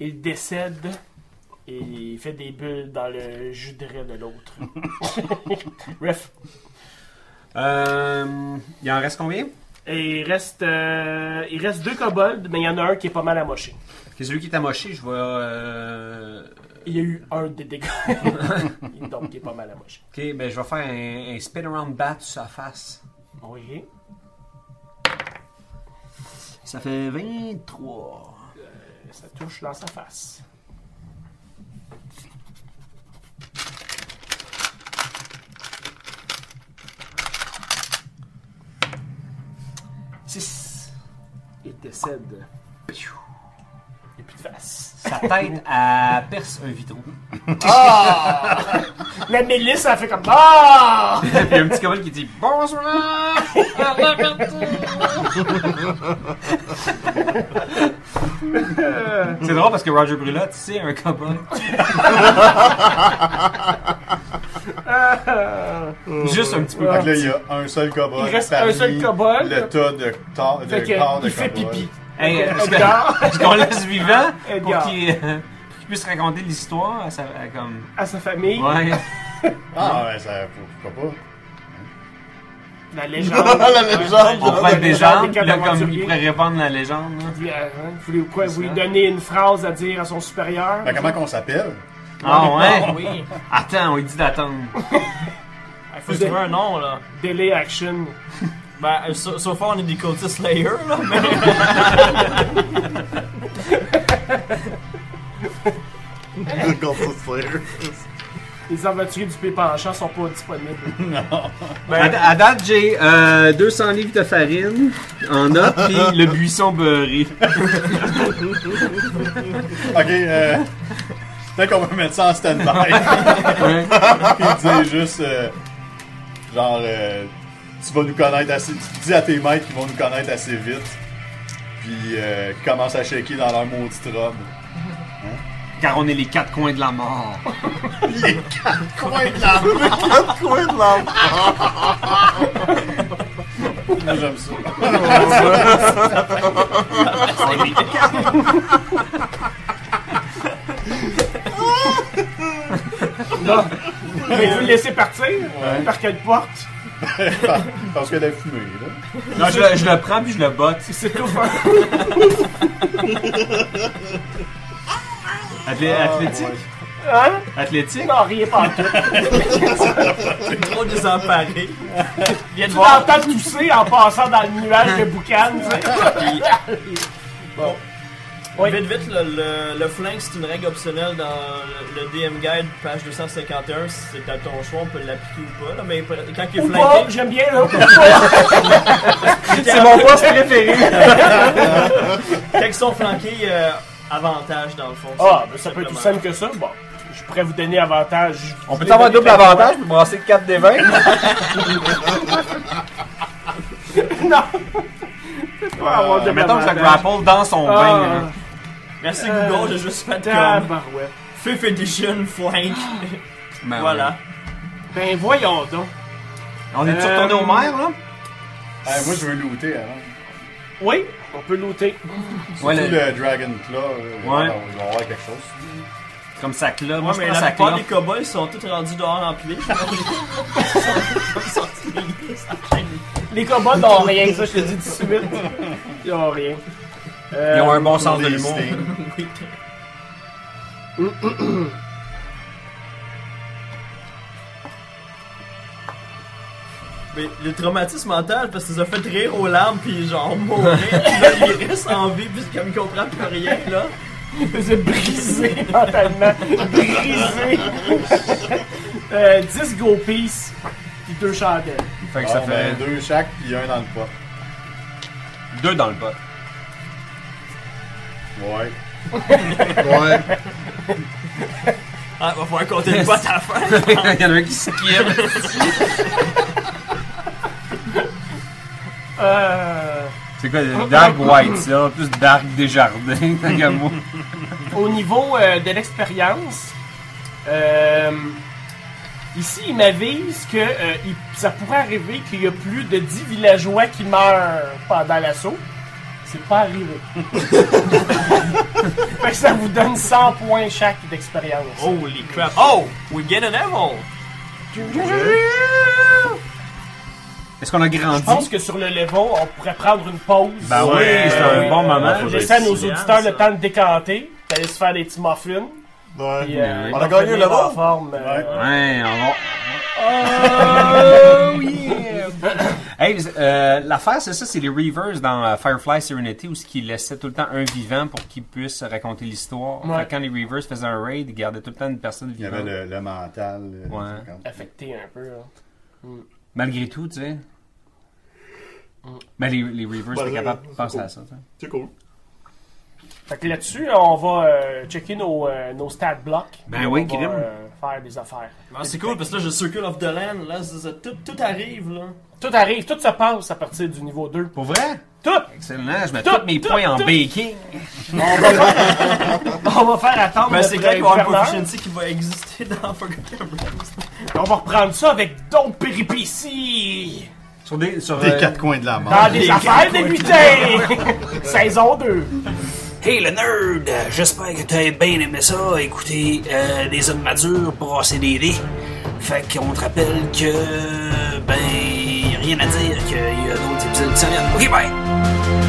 S3: Il décède et il fait des bulles dans le jus de raie de l'autre. Ref.
S4: Euh, il en reste combien
S3: Et il reste, euh, il reste deux kobolds, mais il y en a un qui est pas mal amoché.
S4: Ok, celui qui est amoché, je vais. euh,
S3: Il y a eu un des dégâts. Donc, il est pas mal amoché.
S4: Ok, ben je vais faire un, un spin around bat sur sa face.
S3: Oui.
S4: Ça fait 23.
S3: Ça touche dans sa face. Six. Il décède. Il n'y a plus de face.
S4: Sa tête, elle perce un vitro.
S3: La Mélisse, elle fait comme Ah!
S4: Puis il y a un petit cavalier qui dit Bonsoir C'est drôle parce que Roger Brulotte, c'est un cowboy. Juste un petit peu.
S7: Fait que là, il y a un seul kobold.
S3: Ah. Il reste un seul kobold.
S7: Le tas de, tar- de
S3: Fait que,
S7: corps de
S3: il fait
S7: kobold.
S3: pipi.
S4: Hey, est-ce que-
S3: Edgar,
S4: est-ce qu'on laisse vivant pour
S3: Edgar.
S4: qu'il euh, pour qu'il puisse raconter l'histoire à sa. à comme...
S3: à sa famille,
S4: Ouais.
S7: Ah, ouais, ça, pourquoi pas?
S3: la légende.
S6: la légende!
S4: On prête des
S3: Genre des
S4: jambes,
S3: quatre
S4: là, comme
S3: aventuriers.
S4: il pourrait répandre la légende. là.
S3: Puis, euh, hein, Vous voulez quoi? Vous lui donner une phrase à dire à son supérieur?
S7: Fait comment qu'on s'appelle?
S4: Ah ouais?
S5: Oui.
S4: Attends, on lui dit d'attendre.
S3: Il faut
S5: Faut se trouver
S3: dé-
S5: un nom là.
S3: Delay action.
S5: Ben, euh, so, so far on est des cultistes slayer là, mais.
S3: Les aventuriers du pays penchant sont pas disponibles. Ben,
S4: À, à date, j'ai euh, 200 livres de farine en note, puis le buisson beurré.
S7: Ok, euh. Peut-être qu'on va mettre ça en stand-by. Puis dire juste. euh, genre, euh, tu vas nous connaître assez. Tu dis à tes maîtres qu'ils vont nous connaître assez vite. puis euh, commencent à shaker dans leur Hein? maudite robe.
S4: Car on est les quatre coins de la mort.
S7: les quatre coins de la mort.
S14: Les quatre coins de la mort.
S7: Moi, j'aime ça.
S14: C'est les
S3: quatre. Non. Mais vous le laisser partir?
S7: Ouais.
S3: Par quelle porte?
S7: Parce qu'elle a fumé, là.
S4: Non, je, le- je le prends puis je le botte.
S3: C'est tout.
S4: Athlé-
S3: Ah,
S4: athlétique?
S3: Hein?
S4: Athlétique?
S3: Non, riez pas en tout.
S5: Trop désemparé.
S3: Tu l'entends tousser en passant dans le nuage de boucan, tu sais. Bon.
S5: Vite, vite, le, le- le flingue, c'est une règle optionnelle dans le, le DM Guide, page 251. Si c'est à ton choix, on peut l'appliquer ou pas. là, mais quand il est
S3: Ou
S5: flingué.
S3: pas, j'aime bien, là.
S5: C'est mon poste préféré. Quand ils sont flanqués, euh, avantage dans le fond.
S3: Ah, ben, ça peut être aussi simple que ça. Bon, je pourrais vous donner avantage.
S4: On peut avoir double avantage puis brasser 4 des 20?
S3: non! C'est pas avoir double
S4: Euh, mettons que ça hein.
S3: avantage.
S4: grapple dans son
S3: Ah.
S4: bain. là.
S5: Merci
S3: Euh,
S5: Google, j'ai juste fait comme.
S3: tabarouette.
S5: Fifth Edition flank.
S3: Ah,
S4: Ben
S5: voilà.
S3: Ben voyons donc.
S4: On est-tu
S3: Euh,
S4: retourné au maire, là?
S7: Eh, moi, je veux looter avant.
S3: Euh, Oui, on peut looter.
S7: Surtout
S4: Ouais, le-
S7: le Dragon Claw. euh,
S4: Ouais.
S7: alors, Il va y avoir quelque chose.
S4: Comme ça là.
S5: Moi,
S4: Moi, je
S5: mais
S4: prends
S5: la
S4: sa
S5: plupart
S4: clope.
S5: des cow-boys sont tous rendus dehors en pile.
S3: Les combats n'ont rien, ça je te dis tout de suite. Ils n'ont rien. Euh,
S4: Ils ont un bon sens de
S7: Des
S4: l'humour.
S7: stings.
S5: Mais le traumatisme mental, parce que ça fait rire aux larmes, puis genre mourir, puis là, il reste en vie, puis comme il comprend plus rien, là.
S3: Ils faisaient briser mentalement. Briser. euh, 10 go piece puis 2 chandelles.
S4: Fait que
S7: Ah,
S4: ça fait
S7: ben, deux chaque, puis un dans le pot.
S4: deux dans le pot.
S7: Ouais.
S6: Ouais.
S5: Ah, va falloir compter une boîte à la fin.
S4: Il y en a un qui se kiffe.
S3: Euh,
S4: C'est quoi, le Dark White, ça? Plus Dark Desjardins, tant qu'à moi.
S3: au niveau euh, de l'expérience, euh, ici, il m'avise que euh, il- ça pourrait arriver qu'il y a plus de 10 villageois qui meurent pendant l'assaut. C'est pas arrivé. fait que ça vous donne 100 points chaque d'expérience.
S5: Holy crap. Oh! We get an ammo!
S4: Est-ce qu'on a
S3: Je pense
S4: grandi?
S3: que sur le level, on pourrait prendre une pause.
S4: Ben oui, c'est un bon moment.
S3: On laisse à nos
S5: Bien,
S3: auditeurs
S5: ça.
S3: le temps de décanter, d'aller se faire des petits muffins.
S6: Ouais.
S3: puis, euh,
S6: On a gagné le
S3: revenir en
S6: level?
S3: forme. euh,
S4: Ouais, on va. Oh yeah! hey, euh, l'affaire, c'est ça, c'est les Reavers dans euh, Firefly Serenity où ce qu'ils laissaient tout le temps un vivant pour qu'il puisse raconter l'histoire.
S3: Ouais.
S4: Fait que Quand les Reavers faisaient un raid, ils gardaient tout le temps une personne
S7: Il y
S4: vivante.
S7: avait le, le mental. euh,
S4: Ouais.
S7: quand-
S3: Affecté un peu. hein.
S4: Malgré tout, tu sais.
S3: Mm.
S4: Mais les, les Reavers
S6: Bah,
S4: étaient
S6: là,
S4: capables de
S6: c'est
S4: penser
S6: cool.
S4: à ça. tu sais.
S6: C'est cool.
S3: Fait que là-dessus, on va euh, checker nos, euh, nos stat blocks.
S4: Ben
S3: Et
S4: oui,
S3: on va,
S4: Grim.
S3: euh, faire des affaires.
S5: Ah, c'est cool, parce que là, je Circle of the Land, là, ça- ça- tout, tout arrive, là.
S3: Tout arrive, tout se passe à partir du niveau 2.
S4: Pour vrai?
S3: Tout!
S4: Excellent, je mets
S3: Tout,
S4: tous mes
S3: tout,
S4: points en
S3: tout.
S4: baking.
S3: On va faire attendre
S5: Ben,
S3: notre,
S5: c'est clair
S3: euh,
S5: qu'il va y avoir un
S3: gouverneur.
S5: proficiency qui va exister dans Forgotten Realms.
S3: On va reprendre ça avec d'autres péripéties!
S4: Sur des. Sur,
S7: Des
S4: euh,
S7: quatre coins de la mort.
S3: Dans des affaires de lutin! Saison 2!
S2: Hey le nerd, euh, j'espère que t'as bien aimé ça, écouter euh, des hommes matures brasser des dés. Fait qu'on te rappelle que, ben, y a rien à dire, qu'il y a d'autres épisodes qui s'en viennent. Ok, bye!